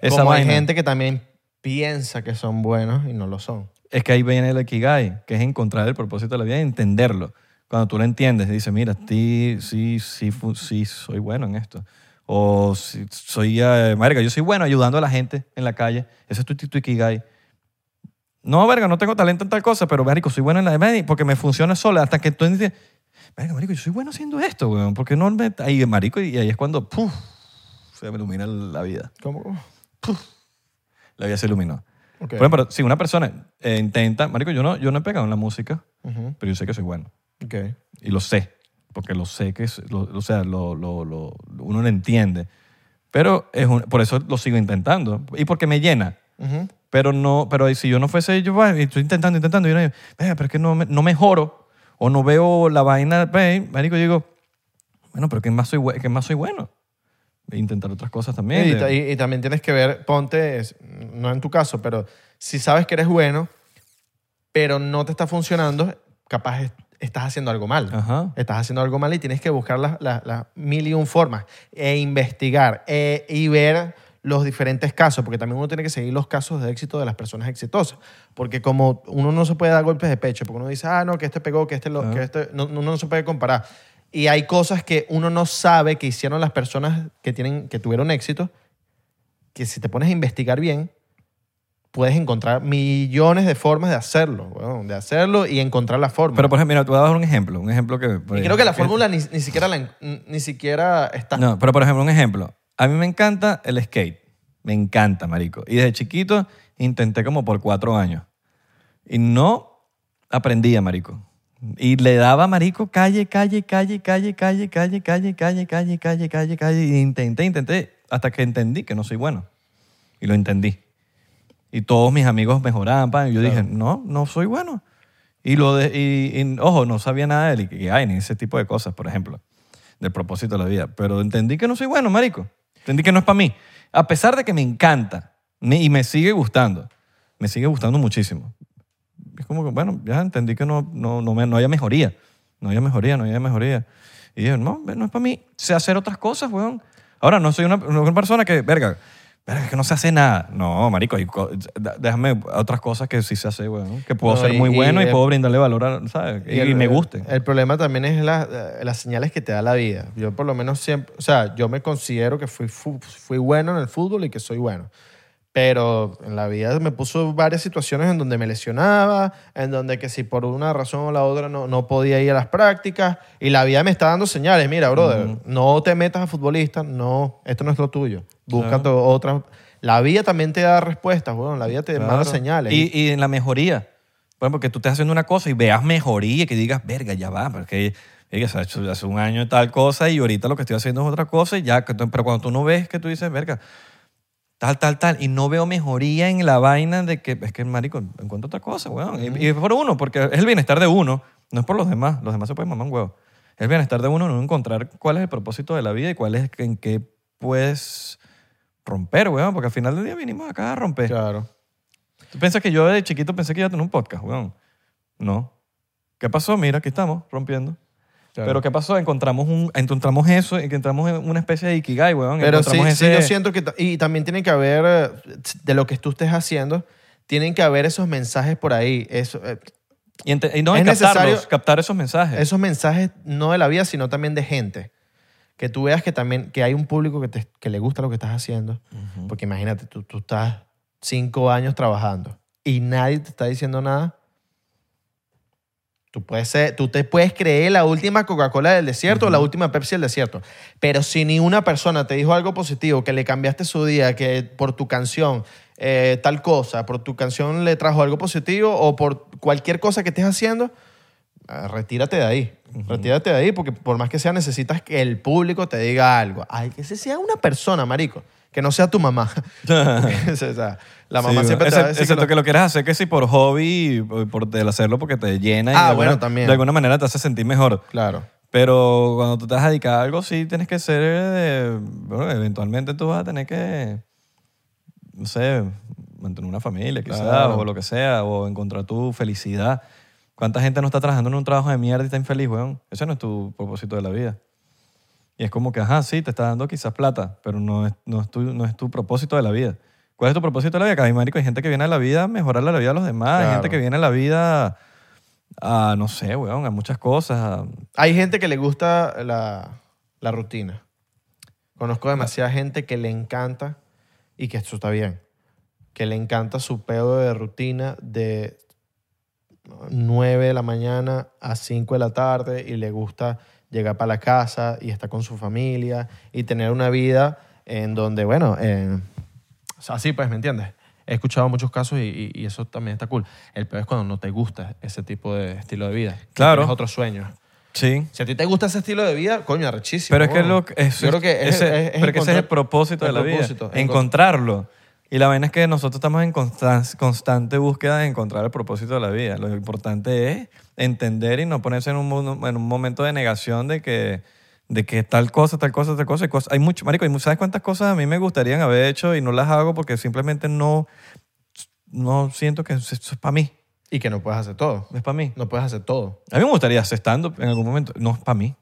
Speaker 1: esa
Speaker 2: Como
Speaker 1: vaina.
Speaker 2: hay gente que también piensa que son buenos y no lo son.
Speaker 1: Es que ahí viene el Ikigai, que es encontrar el propósito de la vida y entenderlo. Cuando tú lo entiendes, dices, mira, ti, sí, sí, fu- sí, soy bueno en esto. O sí, soy, eh, marica, yo soy bueno ayudando a la gente en la calle. Ese es tu, tu, tu Ikigai. No, verga, no tengo talento en tal cosa, pero, marico, soy bueno en la de porque me funciona sola. Hasta que tú dices, marico, marico, yo soy bueno haciendo esto, weón. Porque no me... Ahí, marico, y ahí es cuando, puf, se me ilumina la vida.
Speaker 2: ¿Cómo? cómo?
Speaker 1: La vida se iluminó.
Speaker 2: Ok.
Speaker 1: Por ejemplo, si una persona eh, intenta, marico, yo no, yo no he pegado en la música,
Speaker 2: Ujú,
Speaker 1: pero yo sé que soy bueno.
Speaker 2: ok.
Speaker 1: Y lo sé, porque lo sé que, es- lo- o sea, lo, lo- lo- uno lo entiende. Pero es un- por eso lo sigo intentando. Y porque me llena.
Speaker 2: Ujú.
Speaker 1: Pero no, pero ahí si yo no fuese, yo va, y estoy intentando, intentando, y yo, "Venga, pero es que no, me- no mejoro o no veo la vaina, ve, marico, yo digo, bueno, pero ¿qué más soy, bue- qué más soy bueno? intentar otras cosas también.
Speaker 2: Y,
Speaker 1: de-
Speaker 2: ta- y- y también tienes que ver, ponte, es- no en tu caso, pero si sabes que eres bueno, pero no te está funcionando, capaz es- estás haciendo algo mal.
Speaker 1: Ajá.
Speaker 2: Estás haciendo algo mal y tienes que buscar las, las- las mil y un formas e investigar e- y ver los diferentes casos, porque también uno tiene que seguir los casos de éxito de las personas exitosas, porque como uno no se puede dar golpes de pecho, porque uno dice, ah, no, que este pegó, que este, lo,
Speaker 1: Ah.
Speaker 2: que este no, no- uno no se puede comparar. Y hay cosas que uno no sabe que hicieron las personas que, tienen, que tuvieron éxito, que si te pones a investigar bien, puedes encontrar millones de formas de hacerlo, weón, de hacerlo y encontrar la forma.
Speaker 1: Pero por ejemplo, mira, te voy a dar un ejemplo. Un ejemplo que.
Speaker 2: Y creo que la fórmula ni, ni siquiera la en- ni siquiera está.
Speaker 1: No, pero por ejemplo, un ejemplo. A mí me encanta el skate. Me encanta, marico. Y desde chiquito intenté como por cuatro años. Y no aprendía, marico. Y le daba, marico, calle, calle, calle, calle, calle, calle, calle, calle, calle, calle, calle, calle. Y intenté, intenté, hasta que entendí que no soy bueno. Y lo entendí. Y todos mis amigos mejoraban, pan. Y yo dije, no, no soy bueno. Y, lo de- y, y, ojo, no sabía nada de liquidez ni ese tipo de cosas, por ejemplo, del propósito de la vida. Pero entendí que no soy bueno, marico. Entendí que no es para mí. A pesar de que me encanta me- y me sigue gustando. Me sigue gustando muchísimo. Es como que, bueno, ya entendí que no, no, no, me- no había mejoría. No había mejoría, no había mejoría. Y yo, no, no es para mí. Sé hacer otras cosas, weón. Ahora, no soy una, una persona que, verga, verga, es que no se hace nada. No, marico, hay co- da- déjame otras cosas que sí se hace, weón. Que puedo
Speaker 2: No,
Speaker 1: ser
Speaker 2: y-
Speaker 1: muy
Speaker 2: y,
Speaker 1: bueno y,
Speaker 2: eh,
Speaker 1: puedo brindarle valor, a, ¿sabes? Y,
Speaker 2: el-
Speaker 1: me guste.
Speaker 2: El problema también es la- las señales que te da la vida. Yo por lo menos siempre, o sea, yo me considero que fui, fu- fui bueno en el fútbol y que soy bueno. Pero en la vida me puso varias situaciones en donde me lesionaba, en donde que si por una razón o la otra no, no podía ir a las prácticas. Y la vida me está dando señales. Mira, brother, no te metas a futbolista, no, esto no es lo tuyo. Búscate otras. La vida también te da respuestas, bueno, la vida te manda
Speaker 1: Claro.
Speaker 2: señales.
Speaker 1: Y, y en la mejoría. Por ejemplo, que tú estés haciendo una cosa y veas mejoría, que digas, verga, ya va, porque verga, se ha hecho hace un año tal cosa y ahorita lo que estoy haciendo es otra cosa, y ya, que tú- pero cuando tú no ves que tú dices, verga, tal, tal, tal, y no veo mejoría en la vaina de que, es que, marico, encuentro otra cosa, weón. Y- Y, es por uno, porque es el bienestar de uno, no es por los demás, los demás se pueden mamar un huevo. Es el bienestar de uno no encontrar cuál es el propósito de la vida y cuál es en qué puedes romper, weón, porque al final del día vinimos acá a romper.
Speaker 2: Claro.
Speaker 1: ¿Tú piensas que yo de chiquito pensé que iba a tener un podcast, weón? No. ¿Qué pasó? Mira, aquí estamos, rompiendo.
Speaker 2: claro.
Speaker 1: Pero ¿qué pasó? Encontramos, un, encontramos eso, encontramos una especie de ikigai, weón.
Speaker 2: Pero sí,
Speaker 1: encontramos
Speaker 2: sí,
Speaker 1: ese-
Speaker 2: yo siento que... ta- Y también tiene que haber, eh, de lo que tú estés haciendo, tienen que haber esos mensajes por ahí. Eso, eh,
Speaker 1: Y, ente- y no,
Speaker 2: Es
Speaker 1: y captarlos,
Speaker 2: necesario-
Speaker 1: captar esos mensajes.
Speaker 2: esos mensajes no de la vida, sino también de gente. Que tú veas que también que hay un público que, te- que le gusta lo que estás haciendo.
Speaker 1: Ujú.
Speaker 2: Porque imagínate, tú, tú estás cinco años trabajando y nadie te está diciendo nada. Tú, puedes ser- tú te puedes creer la última Coca-Cola del desierto o la última Pepsi del desierto. Pero si ni una persona te dijo algo positivo, que le cambiaste su día, que por tu canción eh, tal cosa, por tu canción le trajo algo positivo o por cualquier cosa que estés haciendo, ah, retírate de ahí. Retírate de ahí porque por más que sea necesitas que el público te diga algo. Ay, que ese sea una persona, marico. Que no sea tu mamá. O sea, la
Speaker 1: Sí,
Speaker 2: mamá
Speaker 1: weón.
Speaker 2: siempre te va a
Speaker 1: Except-
Speaker 2: decir que
Speaker 1: excepto
Speaker 2: lo-
Speaker 1: que lo quieras hacer que si por hobby, por, por el hacerlo porque te llena y
Speaker 2: Ah,
Speaker 1: de, alguna,
Speaker 2: bueno, también.
Speaker 1: de alguna manera te hace sentir mejor.
Speaker 2: Claro.
Speaker 1: Pero cuando tú te vas a dedicar a algo, sí tienes que ser. eh, bueno, eventualmente tú vas a tener que. No sé, mantener una familia, quizás,
Speaker 2: Claro.
Speaker 1: o lo que sea, o encontrar tu felicidad. ¿Cuánta gente no está trabajando en un trabajo de mierda y está infeliz, weón? Ese no es tu propósito de la vida. Y es como que, ajá, sí, te está dando quizás plata, pero no es, no es, tu, no es tu propósito de la vida. ¿Cuál es tu propósito de la vida? Que hay, marico, hay gente que viene a la vida a mejorarle la vida a los demás, hay
Speaker 2: Claro.
Speaker 1: gente que viene a la vida a, no sé, weón, a muchas cosas, a,
Speaker 2: Hay gente que le gusta la, la rutina. Conozco demasiada gente que le encanta, y que esto está bien, que le encanta su pedo de rutina de 9 de la mañana a 5 de la tarde y le gusta llegar para la casa y estar con su familia y tener una vida en donde, bueno, eh, o sea, así pues, ¿me entiendes? He escuchado muchos casos y, y- y eso también está cool. El peor es cuando no te gusta ese tipo de estilo de vida.
Speaker 1: Claro.
Speaker 2: Es otro sueño.
Speaker 1: Sí.
Speaker 2: Si a ti te gusta ese estilo de vida, coño, arrechísimo.
Speaker 1: Pero es que,
Speaker 2: weón.
Speaker 1: lo, que- eso
Speaker 2: Yo creo que es,
Speaker 1: ese,
Speaker 2: es- es
Speaker 1: pero que ese es el
Speaker 2: encontrar-
Speaker 1: propósito
Speaker 2: el
Speaker 1: de la
Speaker 2: propósito,
Speaker 1: vida. Encontrarlo. Y la vaina es que nosotros estamos en constan- constante búsqueda de encontrar el propósito de la vida. Lo importante es entender y no ponerse en un, mundo- en un momento de negación de que, de que tal cosa, tal cosa, tal cosa. y cosa- Hay mucho, marico, y ¿sabes cuántas cosas a mí me gustarían haber hecho y no las hago porque simplemente no, no siento que eso es para mí?
Speaker 2: Y que no puedes hacer todo.
Speaker 1: No es para mí.
Speaker 2: No puedes hacer todo.
Speaker 1: A mí me gustaría hacer stand-up en algún momento. No es para mí.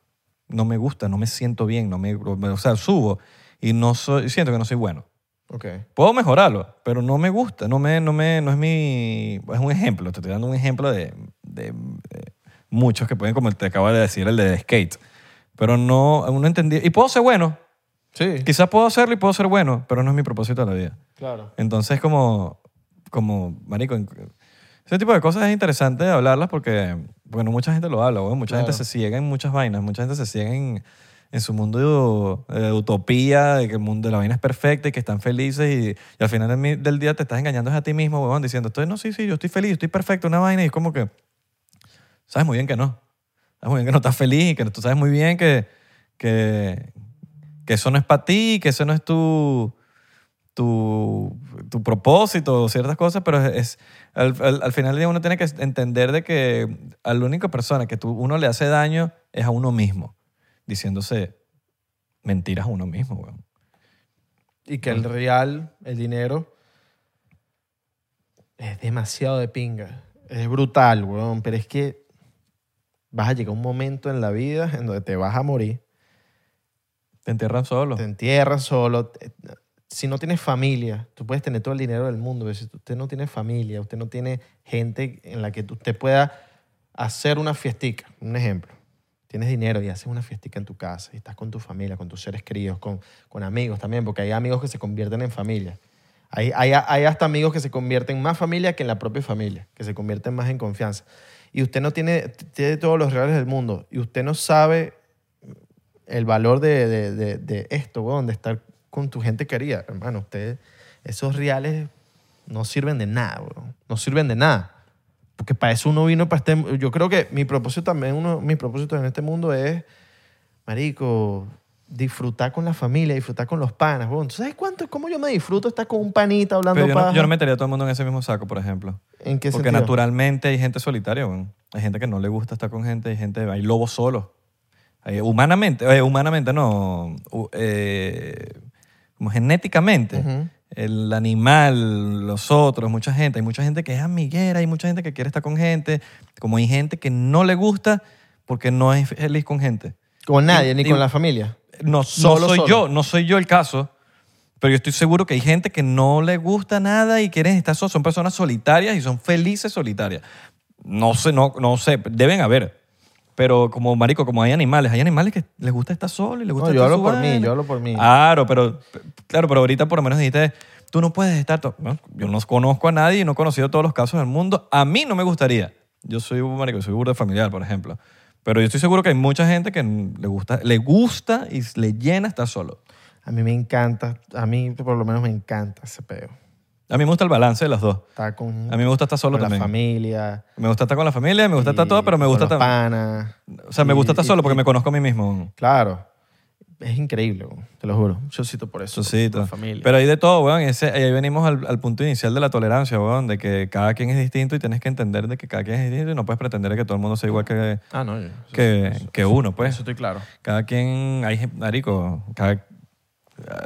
Speaker 1: No me gusta, no me siento bien. No me, o sea, subo y no soy, siento que no soy bueno.
Speaker 2: Ok.
Speaker 1: Puedo mejorarlo, pero no me gusta. No, me, no, me, no es mi... Es un ejemplo. Te estoy dando un ejemplo de, de- de muchos que pueden, como te acabo de decir, el de skate. Pero no, aún no entendí. Y puedo ser bueno.
Speaker 2: Sí.
Speaker 1: Quizás puedo hacerlo y puedo ser bueno, pero no es mi propósito de la vida.
Speaker 2: Claro.
Speaker 1: Entonces, como, como marico, en- ese tipo de cosas es interesante de hablarlas porque, bueno, mucha gente lo habla, weón. mucha
Speaker 2: Claro.
Speaker 1: gente se ciega en muchas vainas, mucha gente se ciega en, en su mundo eh, de, de utopía, de que el mundo de la vaina es perfecta y que están felices y, y al final del, mi- del día te estás engañando a ti mismo, weón, diciendo, estoy, no, sí, sí, yo estoy feliz, estoy perfecto, una vaina y es como que, sabes muy bien que no, sabes muy bien que no estás feliz y que tú sabes muy bien que, que, que eso no es para ti, que eso no es tu tu, tu propósito, ciertas cosas, pero es, es- al, al- al final del día uno tiene que entender de que a la única persona que tú, uno le hace daño es a uno mismo, diciéndose mentiras a uno mismo, weón.
Speaker 2: Y que el real, el dinero, es demasiado de pinga. Es brutal, weón. Pero es que vas a llegar a un momento en la vida en donde te vas a morir.
Speaker 1: Te entierran solo.
Speaker 2: Te entierras solo. te- Si no tienes familia, tú puedes tener todo el dinero del mundo, pero si usted no tiene familia, usted no tiene gente en la que tú- usted pueda hacer una fiestica. Un ejemplo. Tienes dinero y haces una fiestica en tu casa y estás con tu familia, con tus seres queridos, con, con amigos también, porque hay amigos que se convierten en familia. Hay, hay, hay hasta amigos que se convierten más familia que en la propia familia, que se convierten más en confianza. Y usted no tiene, tiene todos los reales del mundo y usted no sabe el valor de, de- de- de esto, weón, de estar con tu gente querida, hermano. Ustedes, esos reales no sirven de nada, weón. No sirven de nada. Porque para eso uno vino, para este... Yo creo que mi propósito también, uno, mi propósito en este mundo es, marico, disfrutar con la familia, disfrutar con los panas, weón. ¿Tú sabes cuánto, cómo yo me disfruto estar con un panita hablando
Speaker 1: Pero yo, no,
Speaker 2: paja?
Speaker 1: yo no metería a todo el mundo en ese mismo saco, por ejemplo.
Speaker 2: ¿En qué
Speaker 1: Porque
Speaker 2: sentido?
Speaker 1: naturalmente hay gente solitaria, weón. Hay gente que no le gusta estar con gente, hay gente, hay lobos solos. Hay- humanamente, eh, humanamente no, u- eh, como genéticamente,
Speaker 2: Ujú.
Speaker 1: el animal, los otros, mucha gente. Hay mucha gente que es amiguera, hay mucha gente que quiere estar con gente, como hay gente que no le gusta porque no es feliz con gente.
Speaker 2: Con nadie, ni
Speaker 1: y-
Speaker 2: con la familia.
Speaker 1: No,
Speaker 2: Solo,
Speaker 1: no soy
Speaker 2: solo.
Speaker 1: yo, no soy yo el caso, pero yo estoy seguro que hay gente que no le gusta nada y quieren estar solos. Son personas solitarias y son felices solitarias. No sé, no, no sé, deben haber. Pero como marico, como hay animales, hay animales que les gusta estar solo y les gusta
Speaker 2: No, yo
Speaker 1: estar
Speaker 2: hablo
Speaker 1: su
Speaker 2: por mí,
Speaker 1: vaina.
Speaker 2: yo hablo por mí.
Speaker 1: Claro, pero claro, pero ahorita por lo menos dijiste, tú no puedes estar, to- no, yo no conozco a nadie y no he conocido todos los casos del mundo, a mí no me gustaría. Yo soy un marico, soy burda familiar, por ejemplo. Pero yo estoy seguro que hay mucha gente que le gusta, le gusta y le llena estar solo.
Speaker 2: A mí me encanta, a mí por lo menos me encanta ese peo.
Speaker 1: A mí me gusta el balance de las dos.
Speaker 2: Estar con,
Speaker 1: A mí me gusta estar solo
Speaker 2: con la
Speaker 1: también.
Speaker 2: familia.
Speaker 1: Me gusta estar con la familia, me gusta estar todo, pero me gusta
Speaker 2: estar...
Speaker 1: estar, o sea, me gusta estar solo porque me conozco a mí mismo.
Speaker 2: Claro. Es increíble, weón, te lo juro. Yo cito por eso.
Speaker 1: Chocito.
Speaker 2: Por la familia.
Speaker 1: Pero hay de todo, weón. Ese, ahí venimos al, al punto inicial de la tolerancia, weón, de que cada quien es distinto y tienes que entender de que cada quien es distinto y no puedes pretender que todo el mundo sea igual que,
Speaker 2: ah, no. yo-
Speaker 1: que, que uno,
Speaker 2: Por
Speaker 1: pues.
Speaker 2: eso estoy claro.
Speaker 1: Cada quien, hay gen- marico, cada-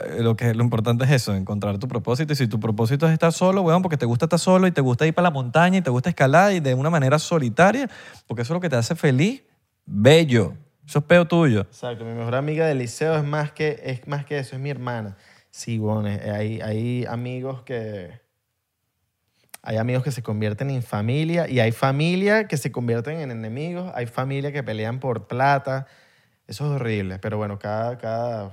Speaker 1: eh, lo que lo importante es eso, encontrar tu propósito. Y si tu propósito es estar solo, weón, porque te gusta estar solo y te gusta ir para la montaña y te gusta escalar y de una manera solitaria, porque eso es lo que te hace feliz, bello. Eso es peo tuyo.
Speaker 2: Exacto. Mi mejor amiga del liceo es más que, es más que eso, es mi hermana. Sí, bueno, eh, hay, hay amigos que... Hay amigos que se convierten en familia y hay familia que se convierten en enemigos, hay familia que pelean por plata. Eso es horrible, pero bueno, cada, cada...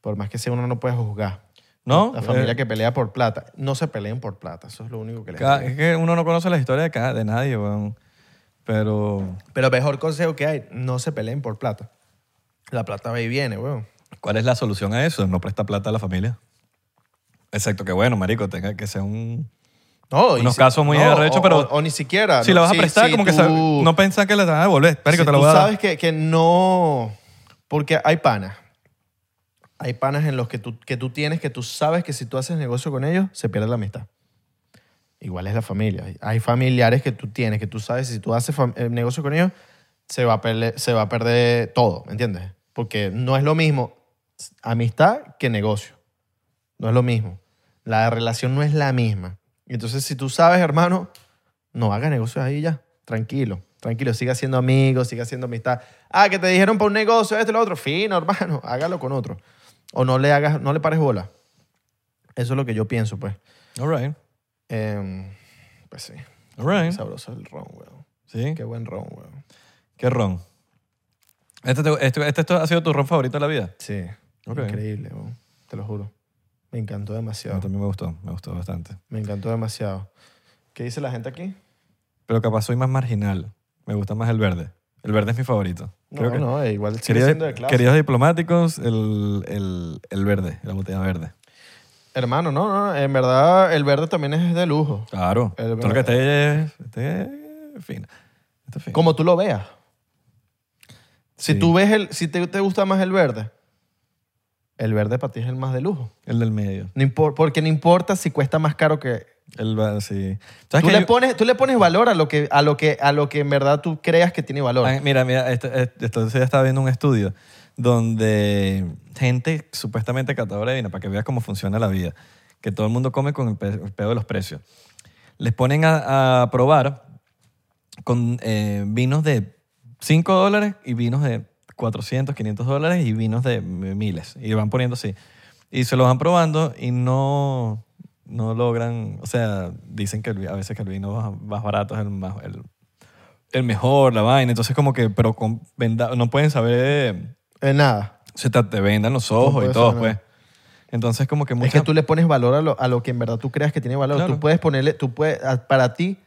Speaker 2: Por más que sea uno no puede juzgar.
Speaker 1: ¿No?
Speaker 2: La familia
Speaker 1: Eh,
Speaker 2: que pelea por plata. No se peleen por plata, eso es lo único que les
Speaker 1: Ca-
Speaker 2: digo.
Speaker 1: es que uno no conoce la historia de, cada, de nadie, weón. Pero,
Speaker 2: Pero mejor consejo que hay, no se peleen por plata. La plata va y viene, weón.
Speaker 1: ¿cuál es la solución a eso? No presta plata a la familia. Excepto que, bueno, marico, tenga que ser un...
Speaker 2: No, y
Speaker 1: Unos casos muy arrechos,
Speaker 2: o-
Speaker 1: pero-
Speaker 2: O, o ni siquiera.
Speaker 1: si
Speaker 2: Ah, ¿no?
Speaker 1: la vas
Speaker 2: Sí,
Speaker 1: a prestar,
Speaker 2: sí,
Speaker 1: como que
Speaker 2: tú-
Speaker 1: sa- no pensás que la te van a devolver. Marico,
Speaker 2: si
Speaker 1: te la
Speaker 2: tú
Speaker 1: voy a dar.
Speaker 2: sabes que, que no... Porque hay panas. Hay panas en los que tú, que tú tienes que tú sabes que si tú haces negocio con ellos, se pierde la amistad. Igual es la familia. Hay familiares que tú tienes que tú sabes si tú haces fam- eh, negocio con ellos, se va a perder, se va a perder todo, ¿me entiendes? Porque no es lo mismo amistad que negocio. No es lo mismo. La relación no es la misma. Y Entonces, si tú sabes, hermano, no haga negocios ahí ya. Tranquilo, tranquilo. Siga siendo amigo, siga siendo amistad. Ah, que te dijeron para un negocio, esto y lo otro. Fino, hermano. Hágalo con otro. O no le, hagas, no le pares bola. Eso es lo que yo pienso, pues.
Speaker 1: All right.
Speaker 2: Em, pues sí.
Speaker 1: All right.
Speaker 2: Sabroso el ron, weón.
Speaker 1: Sí.
Speaker 2: Qué buen ron, weón.
Speaker 1: ¿Qué ron? ¿Este, te- este- este ha sido tu ron favorito de la vida?
Speaker 2: Sí.
Speaker 1: Ok.
Speaker 2: Increíble, weón. Te lo juro. Me encantó
Speaker 1: A
Speaker 2: demasiado.
Speaker 1: mí también me gustó, me gustó bastante.
Speaker 2: Me encantó demasiado. ¿Qué dice la gente aquí?
Speaker 1: Pero capaz soy más marginal. Me gusta más el verde. El verde es mi favorito.
Speaker 2: No,
Speaker 1: Creo que-
Speaker 2: no, eh, igual sigue
Speaker 1: Queridos,
Speaker 2: siendo de clase.
Speaker 1: queridos diplomáticos, el, el- el verde, la botella verde.
Speaker 2: Hermano, no, no, en verdad el verde también es de lujo.
Speaker 1: Claro.
Speaker 2: El
Speaker 1: Todo lo que esté es, esté es fino. Esto es fino.
Speaker 2: Como tú lo veas. Si
Speaker 1: Sí.
Speaker 2: tú ves el, si te, te gusta más el verde, el verde para ti es el más de lujo.
Speaker 1: El del medio.
Speaker 2: No impor- porque no importa si cuesta más caro que.
Speaker 1: El, va- sí. ¿Sabes
Speaker 2: Tú
Speaker 1: que
Speaker 2: le,
Speaker 1: yo-
Speaker 2: pones, tú le pones valor a lo que, a lo que, a lo que en verdad tú creas que tiene valor.
Speaker 1: Ah, Mira, mira, esto, esto- esto se estaba viendo un estudio donde gente supuestamente catadora de vino, para que veas cómo funciona la vida, que todo el mundo come con el, pe- el pedo de los precios. Les ponen a, a probar con eh, vinos de 5 dólares y vinos de 400, 500 dólares y vinos de miles. Y van poniendo así. Y se los van probando y no, no logran, o sea, dicen que el vi- a veces que el vino más- más barato es el, más, el, el mejor, la vaina. Entonces, como que, pero con venda- no pueden saber,
Speaker 2: En Eh, nada.
Speaker 1: se te, te vendan los
Speaker 2: No
Speaker 1: ojos
Speaker 2: puede
Speaker 1: y todo,
Speaker 2: ser,
Speaker 1: pues.
Speaker 2: ¿no?
Speaker 1: Entonces, como que muchas.
Speaker 2: Es que tú le pones valor a lo, a lo que en verdad tú creas que tiene valor.
Speaker 1: Claro.
Speaker 2: Tú puedes ponerle, tú puedes, a- para ti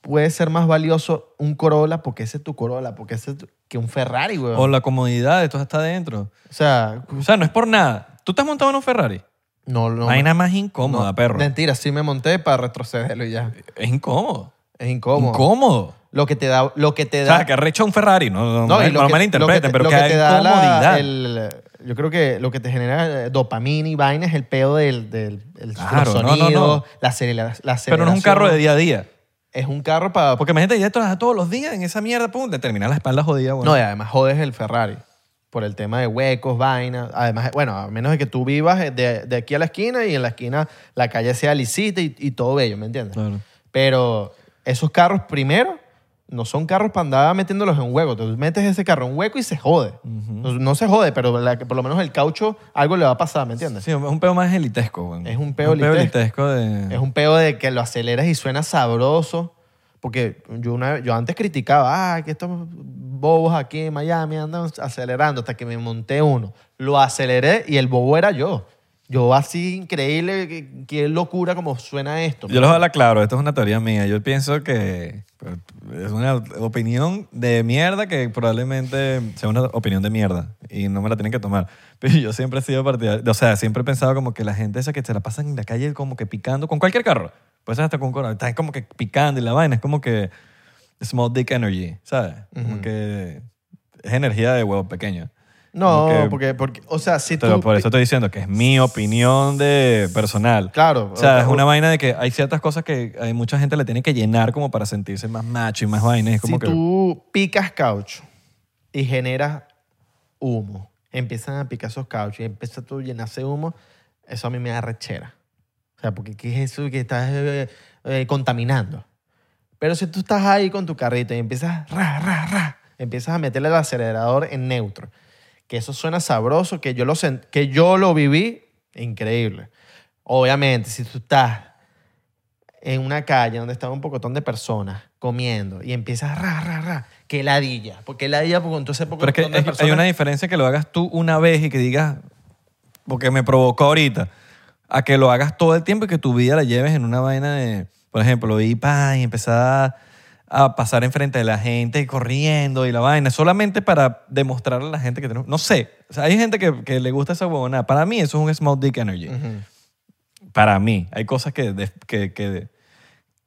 Speaker 2: puede ser más valioso un Corolla porque ese es tu Corolla, porque ese es tu- que un Ferrari, weón.
Speaker 1: O la comodidad de todo está adentro.
Speaker 2: O sea,
Speaker 1: O sea, no es por nada. Tú te has montado en un Ferrari.
Speaker 2: no, no.
Speaker 1: vaina más incómoda,
Speaker 2: no.
Speaker 1: perro.
Speaker 2: Mentira, sí me monté para retrocederlo y ya.
Speaker 1: Es incómodo.
Speaker 2: Es incómodo.
Speaker 1: Incómodo.
Speaker 2: Lo que te da, lo que te
Speaker 1: O
Speaker 2: da.
Speaker 1: sea, que arrecha un Ferrari. No, no,
Speaker 2: No, y
Speaker 1: mal-
Speaker 2: lo
Speaker 1: no
Speaker 2: que-
Speaker 1: malinterpreten,
Speaker 2: lo que te-
Speaker 1: pero
Speaker 2: lo
Speaker 1: que, hay
Speaker 2: da la-
Speaker 1: comodidad.
Speaker 2: el- yo creo que lo que te genera eh, dopamina y vaina es el pedo del, del el-
Speaker 1: Claro, no,
Speaker 2: los
Speaker 1: no,
Speaker 2: sonidos,
Speaker 1: no.
Speaker 2: la acelera- la
Speaker 1: pero no es un
Speaker 2: aceleración.
Speaker 1: carro de día a día.
Speaker 2: Es un carro para...
Speaker 1: Porque imagínate, ya trabajas todos los días en esa mierda, pum, te terminas la espalda jodida, bueno.
Speaker 2: No, y además jodes el Ferrari por el tema de huecos, vainas. Además, bueno, a menos de que tú vivas eh, de, de aquí a la esquina y en la esquina la calle sea lisita y, y todo bello, ¿me entiendes?
Speaker 1: Claro.
Speaker 2: Pero esos carros, primero, no son carros para andar metiéndolos en hueco. Tú metes ese carro en un hueco y se jode. No- No se jode, pero la- por lo menos el caucho algo le va a pasar, ¿me entiendes?
Speaker 1: Sí, es un peo más elitesco, weón.
Speaker 2: Es un peo
Speaker 1: elitesco. de...
Speaker 2: Es un peo de que lo aceleras y suena sabroso. Porque yo, una, yo antes criticaba, ah, que estos bobos aquí en Miami andan acelerando hasta que me monté uno. Lo aceleré y el bobo era yo. Yo así increíble, qué- qué locura como suena esto.
Speaker 1: Yo les voy a hablar claro, esto es una teoría mía. Yo pienso que pues, es una opinión de mierda que probablemente sea una opinión de mierda y no me la tienen que tomar. Pero yo siempre he sido partidario, o sea, siempre he pensado como que la gente esa que se la pasa en la calle como que picando con cualquier carro, pues hasta con corona, están como que picando y la vaina, es como que small dick energy, ¿sabes? Como que es energía de huevo pequeño.
Speaker 2: No,
Speaker 1: Como que-
Speaker 2: porque, porque, o sea, si tú...
Speaker 1: Pero por eso estoy diciendo que es mi opinión de personal.
Speaker 2: Claro.
Speaker 1: O sea, es una vaina de que hay ciertas cosas que hay mucha gente le tiene que llenar como para sentirse más macho y más vaina. Es como
Speaker 2: si
Speaker 1: que
Speaker 2: tú picas caucho y generas humo, empiezan a picar esos cauchos y empieza tú a llenarse de humo, eso a mí me da rechera. O sea, porque ¿qué es eso que estás eh, eh, contaminando? Pero si tú estás ahí con tu carrito y empiezas ra, ra, ra, empiezas a meterle el acelerador en neutro, que eso suena sabroso, que yo lo, sen- que yo lo viví, increíble. Obviamente, si tú estás en una calle donde estaba un pocotón de personas comiendo y empiezas ra, ra, ra, que ladilla. Porque ladilla porque con todo ese
Speaker 1: Pero
Speaker 2: pocotón
Speaker 1: es que
Speaker 2: de
Speaker 1: es-
Speaker 2: personas.
Speaker 1: hay una diferencia que lo hagas tú una vez y que digas, porque me provocó ahorita, a que lo hagas todo el tiempo y que tu vida la lleves en una vaina de, por ejemplo, y, pa, y empezar a pasar enfrente de la gente y corriendo y la vaina, solamente para demostrarle a la gente que tenemos. No sé, O sea, hay gente que, que le gusta esa huevonada. Para mí eso es un small dick energy.
Speaker 2: Ujú.
Speaker 1: para mí. Hay cosas que, de- que, que,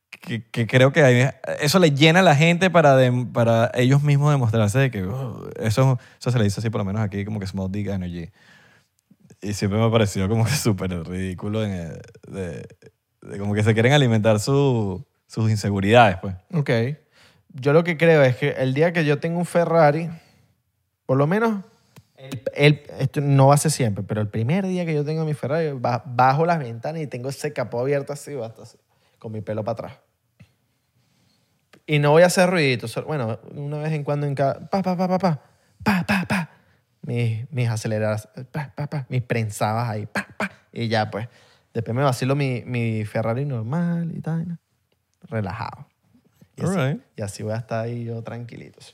Speaker 1: que- que creo que hay- eso le llena a la gente para, de- para ellos mismos demostrarse de que "Oh, eso, eso se le dice así por lo menos aquí como que small dick energy. Y siempre me ha parecido como que súper ridículo en- de, de como que se quieren alimentar su- sus inseguridades, pues.
Speaker 2: Ok. Yo lo que creo es que el día que yo tenga un Ferrari, por lo menos, el- el- esto no va a ser siempre, pero el primer día que yo tenga mi Ferrari, ba- bajo las ventanas y tengo ese capó abierto así, va hasta así, con mi pelo para atrás. Y no voy a hacer ruiditos. solo- Bueno, una vez en cuando en cada... Pa, pa, pa, pa, pa. Pa, pa, pa. Mis, mis aceleradas. Pa, pa, pa. Mis prensabas ahí. Pa, pa. Y ya, pues. Después me vacilo mi, mi Ferrari normal y tal. ¿no? Relajado. Y así,
Speaker 1: Alright.
Speaker 2: y así voy a estar ahí yo tranquilito. sí.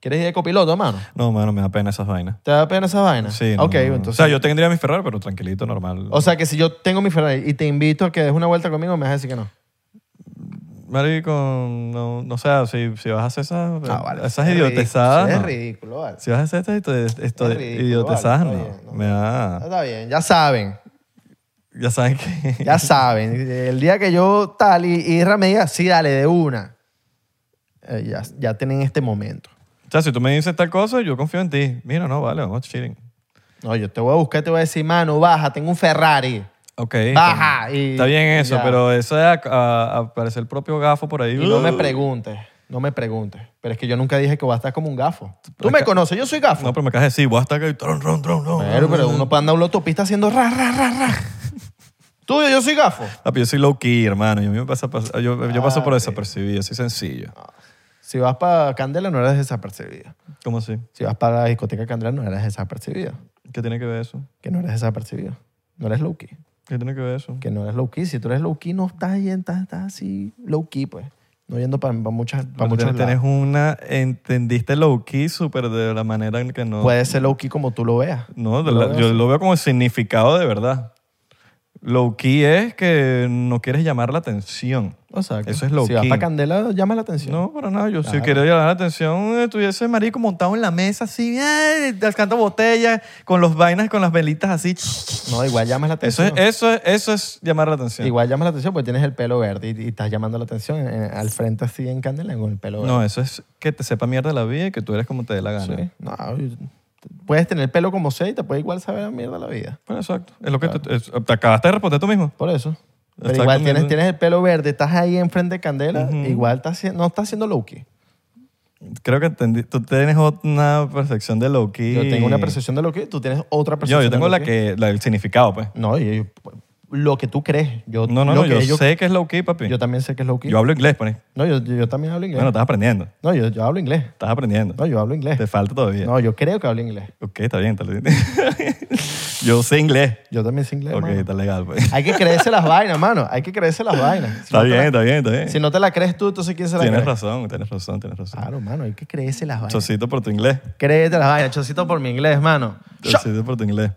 Speaker 2: ¿Quieres ir de copiloto, mano?
Speaker 1: No, mano, me da pena esas vainas.
Speaker 2: ¿Te da pena esa vaina?
Speaker 1: Sí. no,
Speaker 2: Ok,
Speaker 1: no, no.
Speaker 2: entonces...
Speaker 1: O sea, yo tendría mi Ferrari, pero tranquilito, normal.
Speaker 2: que si yo tengo mi Ferrari y te invito a que des una vuelta conmigo, me vas a decir que no.
Speaker 1: Marico, no, no sé, si, si vas a hacer esas,
Speaker 2: Ah, vale.
Speaker 1: esas
Speaker 2: Es
Speaker 1: idiotezadas.
Speaker 2: ridículo,
Speaker 1: no.
Speaker 2: Es ridículo, vale.
Speaker 1: Si vas a hacer estas idiote- esto-
Speaker 2: Es ridículo,
Speaker 1: idiotezadas,
Speaker 2: vale,
Speaker 1: no.
Speaker 2: está bien, no.
Speaker 1: Me da.
Speaker 2: Ah, Está bien, ya saben.
Speaker 1: Ya saben que.
Speaker 2: Ya saben, el día que yo tal y, y Isra me diga, sí, dale, de una. Eh, ya, ya tienen este momento.
Speaker 1: O sea, si tú me dices tal cosa, yo confío en ti. Mira, no, vale, vamos cheating.
Speaker 2: No, yo te voy a buscar, te voy a decir, mano, baja, tengo un Ferrari.
Speaker 1: Ok.
Speaker 2: Baja.
Speaker 1: está-
Speaker 2: y-
Speaker 1: Está bien
Speaker 2: y
Speaker 1: eso,
Speaker 2: ya.
Speaker 1: pero Uh. eso es a- a- aparece el propio gafo por ahí.
Speaker 2: Y no me preguntes, no me preguntes. Pero es que yo nunca dije que voy a estar como un gafo. Tú me conoces, yo soy gafo.
Speaker 1: No, pero me caes decir, voy hasta acá y tron, tron, tron, tron.
Speaker 2: Pero, pero uno puede andar en la autopista haciendo ra, ra, ra, ra. Tú, yo soy gafo.
Speaker 1: Papi, yo soy low key, hermano. Y a mí me pasa, pas- yo, yo paso por
Speaker 2: Ah,
Speaker 1: desapercibido, soy sencillo.
Speaker 2: Si vas para Candela no eres desapercibido.
Speaker 1: ¿Cómo así?
Speaker 2: Si vas para la discoteca Candela no eres desapercibido.
Speaker 1: ¿Qué tiene que ver eso?
Speaker 2: Que no eres desapercibido. No eres low key.
Speaker 1: ¿Qué tiene que ver eso?
Speaker 2: Que no eres low key. Si tú eres low key no estás, ahí, estás, estás así low key, pues. No yendo para muchas para
Speaker 1: Pero
Speaker 2: muchos
Speaker 1: tienes- tienes
Speaker 2: lados.
Speaker 1: una, entendiste low key súper de la manera en que no.
Speaker 2: Puede ser low key como tú lo veas.
Speaker 1: no, de
Speaker 2: lo
Speaker 1: la-
Speaker 2: veo
Speaker 1: yo lo veo como el significado de verdad. Low key es que no quieres llamar la atención.
Speaker 2: Exacto.
Speaker 1: Eso es low
Speaker 2: si vas
Speaker 1: key.
Speaker 2: para Candela llama la atención.
Speaker 1: No, para nada. Yo si quería llamar la atención, estuviese marico montado en la mesa así, ¡ay! alcanzando botellas, con los vainas, con las velitas así.
Speaker 2: No, igual llamas la
Speaker 1: Eso
Speaker 2: atención.
Speaker 1: es, eso es, eso es llamar la atención.
Speaker 2: Igual llamas la atención porque tienes el pelo verde y, y estás llamando la atención eh, al frente así en Candela con el pelo verde.
Speaker 1: No, eso es que te sepa mierda la vida y que tú eres como te dé la gana.
Speaker 2: Sí. No, yo- puedes tener el pelo como sea y te puede igual saber a mierda la vida.
Speaker 1: Bueno, exacto. Es lo que te, es- te acabaste de responder tú mismo.
Speaker 2: Por eso. Pero
Speaker 1: Está
Speaker 2: igual
Speaker 1: con
Speaker 2: tienes,
Speaker 1: el-
Speaker 2: tienes el pelo verde, estás ahí enfrente de Candela, igual estás, haci- no estás siendo low key.
Speaker 1: Creo que entendí- tú tienes una percepción de low key.
Speaker 2: Yo tengo una percepción de low key, tú tienes otra
Speaker 1: Yo,
Speaker 2: percepción.
Speaker 1: yo
Speaker 2: de
Speaker 1: tengo
Speaker 2: low
Speaker 1: la
Speaker 2: key.
Speaker 1: que, la del significado, pues.
Speaker 2: No, y- y- lo que tú crees. Yo,
Speaker 1: No, no,
Speaker 2: Pues lo
Speaker 1: no, yo
Speaker 2: que
Speaker 1: sé que es low key, papi.
Speaker 2: yo
Speaker 1: Yo,
Speaker 2: también sé que es low key.
Speaker 1: hablo inglés, pone.
Speaker 2: no, yo, yo también hablo inglés.
Speaker 1: Bueno, estás aprendiendo.
Speaker 2: no, yo, yo hablo inglés.
Speaker 1: Estás aprendiendo.
Speaker 2: No, yo hablo inglés.
Speaker 1: Te falta todavía.
Speaker 2: No, yo creo que hablo inglés.
Speaker 1: Ok, está bien, está bien. yo sé inglés.
Speaker 2: Yo también sé inglés.
Speaker 1: Ok,
Speaker 2: mano.
Speaker 1: está legal, pues.
Speaker 2: Hay que creerse las vainas, mano. Hay que creerse las vainas. Si
Speaker 1: Está
Speaker 2: no te
Speaker 1: bien,
Speaker 2: la-
Speaker 1: está bien, está bien.
Speaker 2: Si no te la crees tú, entonces quién se la cree. Ah,
Speaker 1: Tienes razón, tienes razón, tienes razón.
Speaker 2: Claro, mano, hay que creerse las vainas.
Speaker 1: Chocito por tu inglés.
Speaker 2: Créete las vainas, chocito por mi inglés, mano.
Speaker 1: Yo soy de Puerto Inglés.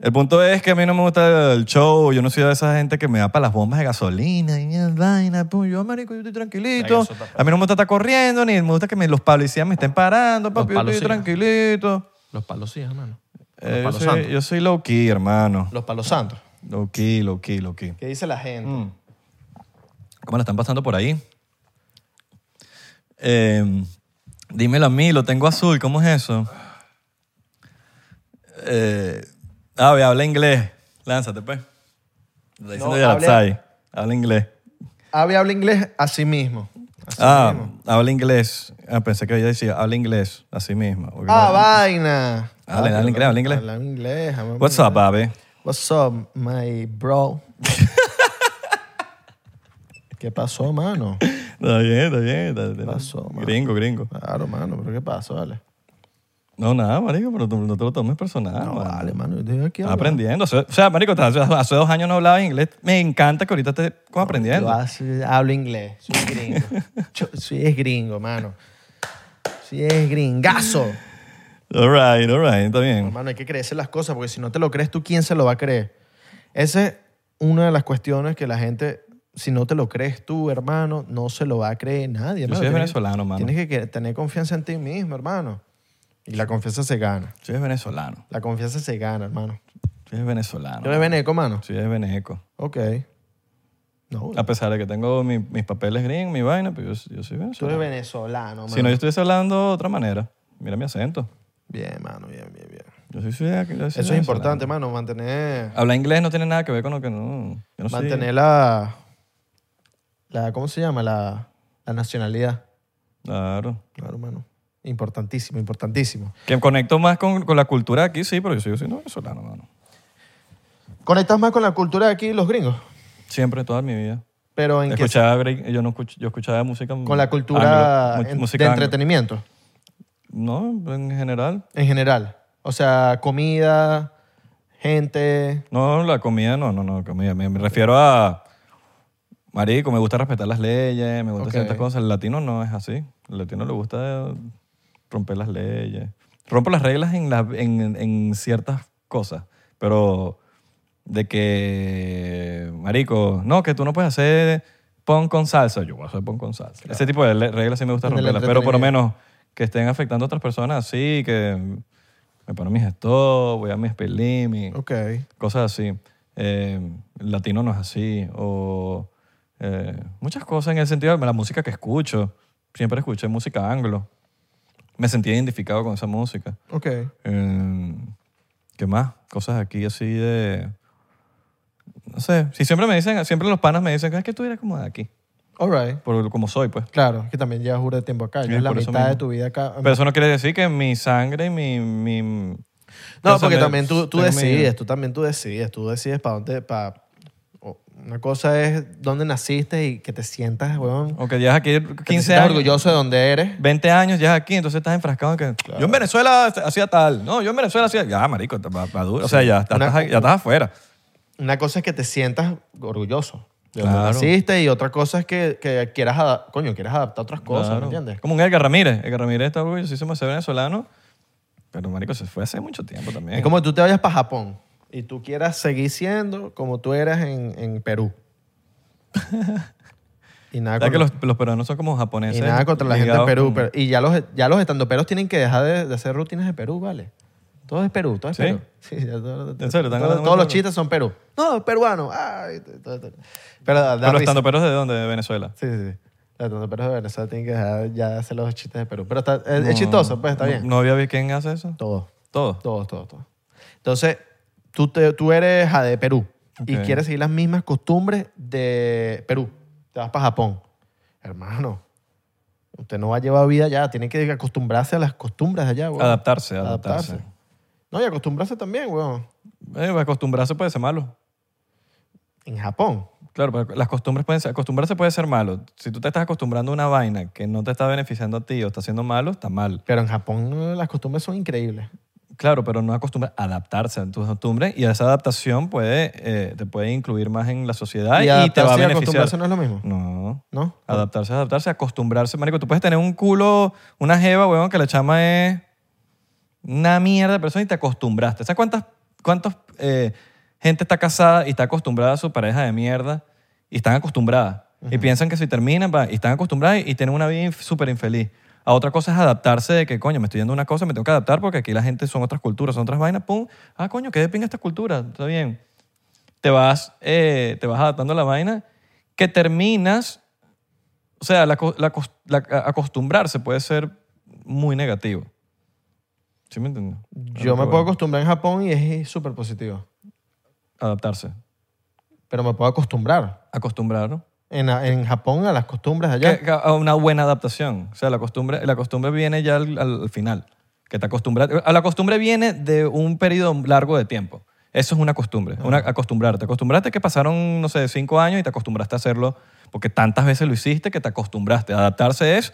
Speaker 1: El punto es que a mí no me gusta el show. Yo no soy de esa gente que me da para las bombas de gasolina y mierda, vaina. pum. Yo, marico, yo estoy tranquilito. A mí no me gusta estar corriendo, ni me gusta que me- los policías me estén parando. Papi, yo estoy
Speaker 2: policías.
Speaker 1: tranquilito.
Speaker 2: Los palos sí, hermano. Los
Speaker 1: Eh, yo,
Speaker 2: palos
Speaker 1: soy,
Speaker 2: santos.
Speaker 1: yo soy low key, hermano.
Speaker 2: Los palos santos. Mm.
Speaker 1: Low key, low key, low key.
Speaker 2: ¿Qué dice la gente?
Speaker 1: ¿Cómo la están pasando por ahí? Eh, dímelo a mí, lo tengo azul, ¿cómo es eso? Eh, ah, ve, habla inglés. Lánzate, pues. Lo está diciendo
Speaker 2: No,
Speaker 1: Yarabsay.
Speaker 2: habla-
Speaker 1: habla... inglés.
Speaker 2: Avi habla inglés a sí mismo.
Speaker 1: ah, habla inglés. Ah, pensé que ella decía, habla inglés, así mismo. Ok.
Speaker 2: Ah, vaina.
Speaker 1: Habla- habla inglés, habla inglés.
Speaker 2: Habla inglés. habla-
Speaker 1: What's up, baby?
Speaker 2: What's up, my bro? ¿Qué pasó, mano?
Speaker 1: Está bien, está bien. está- está-
Speaker 2: pasó, mano?
Speaker 1: gringo, gringo.
Speaker 2: Claro, mano, pero ¿qué pasó? Vale.
Speaker 1: No, nada, marico, pero tú- no te lo tomes personal.
Speaker 2: No,
Speaker 1: mano.
Speaker 2: vale, mano. Yo estoy aquí
Speaker 1: Estás
Speaker 2: hablando.
Speaker 1: aprendiendo. O sea- O sea, marico, hace, hace dos años no hablaba inglés. Me encanta que ahorita estés como aprendiendo.
Speaker 2: Yo hace- hablo inglés. Soy gringo. Yo- sí es gringo, mano. Sí es gringazo.
Speaker 1: All right, all right, está bien.
Speaker 2: Hermano, hay que creerse las cosas porque si no te lo crees tú, ¿quién se lo va a creer? Esa es una de las cuestiones que la gente, si no te lo crees tú, hermano, no se lo va a creer nadie.
Speaker 1: Yo
Speaker 2: hermano.
Speaker 1: soy
Speaker 2: Tienes-
Speaker 1: venezolano, mano.
Speaker 2: Tienes que que tener confianza en ti mismo, hermano. Y la confianza se gana.
Speaker 1: Soy venezolano.
Speaker 2: La confianza se gana, hermano.
Speaker 1: Soy
Speaker 2: ¿Tú
Speaker 1: venezolano.
Speaker 2: eres veneco, mano?
Speaker 1: Soy veneco.
Speaker 2: Ok. No,
Speaker 1: A pesar de que tengo mi- mis papeles green, mi vaina, pero yo, yo soy
Speaker 2: tú eres
Speaker 1: venezolano.
Speaker 2: venezolano, mano.
Speaker 1: Si no, yo estuviese hablando de otra manera. Mira mi acento.
Speaker 2: Bien, mano, bien, bien, bien.
Speaker 1: Yo soy, soy- yo soy
Speaker 2: Eso es
Speaker 1: venezolano.
Speaker 2: importante, mano, mantener,
Speaker 1: Hablar inglés no tiene nada que ver con lo que no. Yo no soy-
Speaker 2: mantener la, la, ¿cómo se llama? La, la nacionalidad.
Speaker 1: Claro.
Speaker 2: Claro, hermano. Importantísimo, importantísimo.
Speaker 1: Que conecto más con, con la cultura de aquí, sí, pero yo sigo siendo venezolano, mano.
Speaker 2: Conectas más con la cultura de aquí, los gringos.
Speaker 1: Siempre, toda mi vida.
Speaker 2: Pero en que
Speaker 1: Escuchaba break- yo, no escuch- yo escuchaba música.
Speaker 2: con la cultura
Speaker 1: anglo, mu-
Speaker 2: en-
Speaker 1: música
Speaker 2: de
Speaker 1: anglo.
Speaker 2: entretenimiento,
Speaker 1: No, en general.
Speaker 2: en general. O sea, comida, gente.
Speaker 1: No, la comida, no, no, no, comida. Me, me refiero a. Marico, me gusta respetar las leyes, me gusta
Speaker 2: Ok.
Speaker 1: ciertas cosas. El latino no es así. El latino le gusta romper las leyes. Rompo las reglas en, la- en, en ciertas cosas, pero de que, marico, no, que tú no puedes hacer pon con salsa. Yo voy a hacer pon con salsa. Ese tipo de le- reglas sí me gusta
Speaker 2: En el
Speaker 1: romperlas, pero por lo
Speaker 2: entretenimiento.
Speaker 1: menos que estén afectando a otras personas, sí, que me paro mis stop, voy a mis speed limit,
Speaker 2: Ok.
Speaker 1: cosas así. Eh, el latino no es así. O eh, muchas cosas en el sentido de la música que escucho. Siempre escuché música anglo. Me sentía identificado con esa música.
Speaker 2: Ok.
Speaker 1: Eh, ¿Qué más? Cosas aquí así de... No sé. Si siempre me dicen, siempre los panas me dicen, es que tú eres como de aquí.
Speaker 2: All right.
Speaker 1: Por lo- como soy, pues.
Speaker 2: Claro, que también llevas jura de tiempo acá.
Speaker 1: Sí,
Speaker 2: Llevas la
Speaker 1: por eso
Speaker 2: mitad de
Speaker 1: mismo.
Speaker 2: tu vida acá.
Speaker 1: Pero eso no quiere decir que mi sangre y mi... mi
Speaker 2: No,
Speaker 1: Entonces
Speaker 2: porque
Speaker 1: me-
Speaker 2: también tú, tú
Speaker 1: tengo mi-
Speaker 2: decides, tú también tú decides, tú decides para dónde, para... Una cosa es dónde naciste y que te sientas, weón.
Speaker 1: Aunque llevas aquí
Speaker 2: que
Speaker 1: 15
Speaker 2: te sientas
Speaker 1: años.
Speaker 2: orgulloso de dónde eres.
Speaker 1: 20 años ya aquí, entonces estás enfrascado en que yo en Venezuela hacía tal, no, yo en Venezuela hacía, ya, marico, te- pa- pa duro. o sea, ya, estás-
Speaker 2: Una-
Speaker 1: estás- ya estás afuera.
Speaker 2: Una cosa es que te sientas orgulloso de dónde
Speaker 1: Claro.
Speaker 2: naciste y otra cosa es que, que quieras, ada- coño, quieras adaptar otras cosas,
Speaker 1: Claro.
Speaker 2: ¿me entiendes?
Speaker 1: Como un Edgar Ramírez, Edgar Ramírez está orgullosísimo de ser venezolano, pero marico, se fue hace mucho tiempo también.
Speaker 2: Es como que tú te vayas para Japón y tú quieras seguir siendo como tú eras en, en Perú. y nada,
Speaker 1: ¿Sabes
Speaker 2: con-
Speaker 1: que los, los peruanos son como japoneses?
Speaker 2: y nada contra la gente de
Speaker 1: ligados
Speaker 2: Perú.
Speaker 1: con-
Speaker 2: pero- y ya los, ya los estandoperos tienen que dejar de, de hacer rutinas de Perú, ¿vale? Todo es Perú, todo es
Speaker 1: ¿Sí?
Speaker 2: Perú. Sí, ya todo-
Speaker 1: ¿En serio? ¿Están
Speaker 2: todo-
Speaker 1: hablando
Speaker 2: todos
Speaker 1: de
Speaker 2: los
Speaker 1: Perú?
Speaker 2: chistes son Perú. No, peruano. Ay, todo- todo- Pero da, da
Speaker 1: Pero
Speaker 2: risa.
Speaker 1: estando peros de dónde? De Venezuela.
Speaker 2: Sí, sí, sí. Los estandoperos de Venezuela tienen que dejar ya de hacer los chistes de Perú. Pero está, es, es chistoso, pues está
Speaker 1: No-
Speaker 2: bien.
Speaker 1: No había visto quién hace eso.
Speaker 2: Todo.
Speaker 1: Todo.
Speaker 2: Todos, todos, todos. Entonces, tú, te- tú eres de Perú y
Speaker 1: Ok.
Speaker 2: quieres seguir las mismas costumbres de Perú. Te vas para Japón. Hermano, usted no va a llevar vida allá. Tiene que acostumbrarse a las costumbres de allá, weón.
Speaker 1: Adaptarse, adaptarse.
Speaker 2: No, y acostumbrarse también, weón.
Speaker 1: Eh, acostumbrarse puede ser malo.
Speaker 2: En Japón.
Speaker 1: Claro, pero las costumbres pueden ser, acostumbrarse puede ser malo. Si tú te estás acostumbrando a una vaina que no te está beneficiando a ti o está haciendo malo, está mal.
Speaker 2: Pero en Japón eh, las costumbres son increíbles.
Speaker 1: Claro, pero no acostumbra a adaptarse a tus costumbres y esa adaptación puede, eh, te puede incluir más en la sociedad Ah, y, te va a
Speaker 2: adaptarse y
Speaker 1: beneficiar. Ah,
Speaker 2: acostumbrarse no es lo mismo.
Speaker 1: No.
Speaker 2: ¿No?
Speaker 1: Adaptarse, adaptarse, acostumbrarse. Marico, tú puedes tener un culo, una jeva, weón, que la chama es una mierda de persona y te acostumbraste. ¿Sabes cuántas, cuántas eh, gente está casada y está acostumbrada a su pareja de mierda y están acostumbradas? Y piensan que si terminan, va, y están acostumbradas y, y tienen una vida inf- súper infeliz. A otra cosa es adaptarse de que, coño, me estoy yendo a una cosa, me tengo que adaptar porque aquí la gente son otras culturas, son otras vainas, pum. Ah, coño, qué de pinga esta cultura, está bien te vas, eh, te vas adaptando a la vaina, que terminas, o sea, la, co- la cos- la- a- acostumbrarse puede ser muy negativo. ¿Sí me entiendes?
Speaker 2: Yo me
Speaker 1: Pero
Speaker 2: puedo
Speaker 1: bueno,
Speaker 2: acostumbrar en Japón y es súper positivo.
Speaker 1: Adaptarse,
Speaker 2: Pero me puedo acostumbrar
Speaker 1: acostumbrar, ¿no?
Speaker 2: en, en Japón a las costumbres de allá.
Speaker 1: Que- que a una buena adaptación. O sea, la costumbre, la costumbre viene ya al, al final. Que te acostumbras. A la costumbre viene de un periodo largo de tiempo. Eso es una costumbre,
Speaker 2: Ah.
Speaker 1: una, acostumbrarte. Acostumbrarte que pasaron, no sé, cinco años y te acostumbraste a hacerlo porque tantas veces lo hiciste que te acostumbraste. Adaptarse es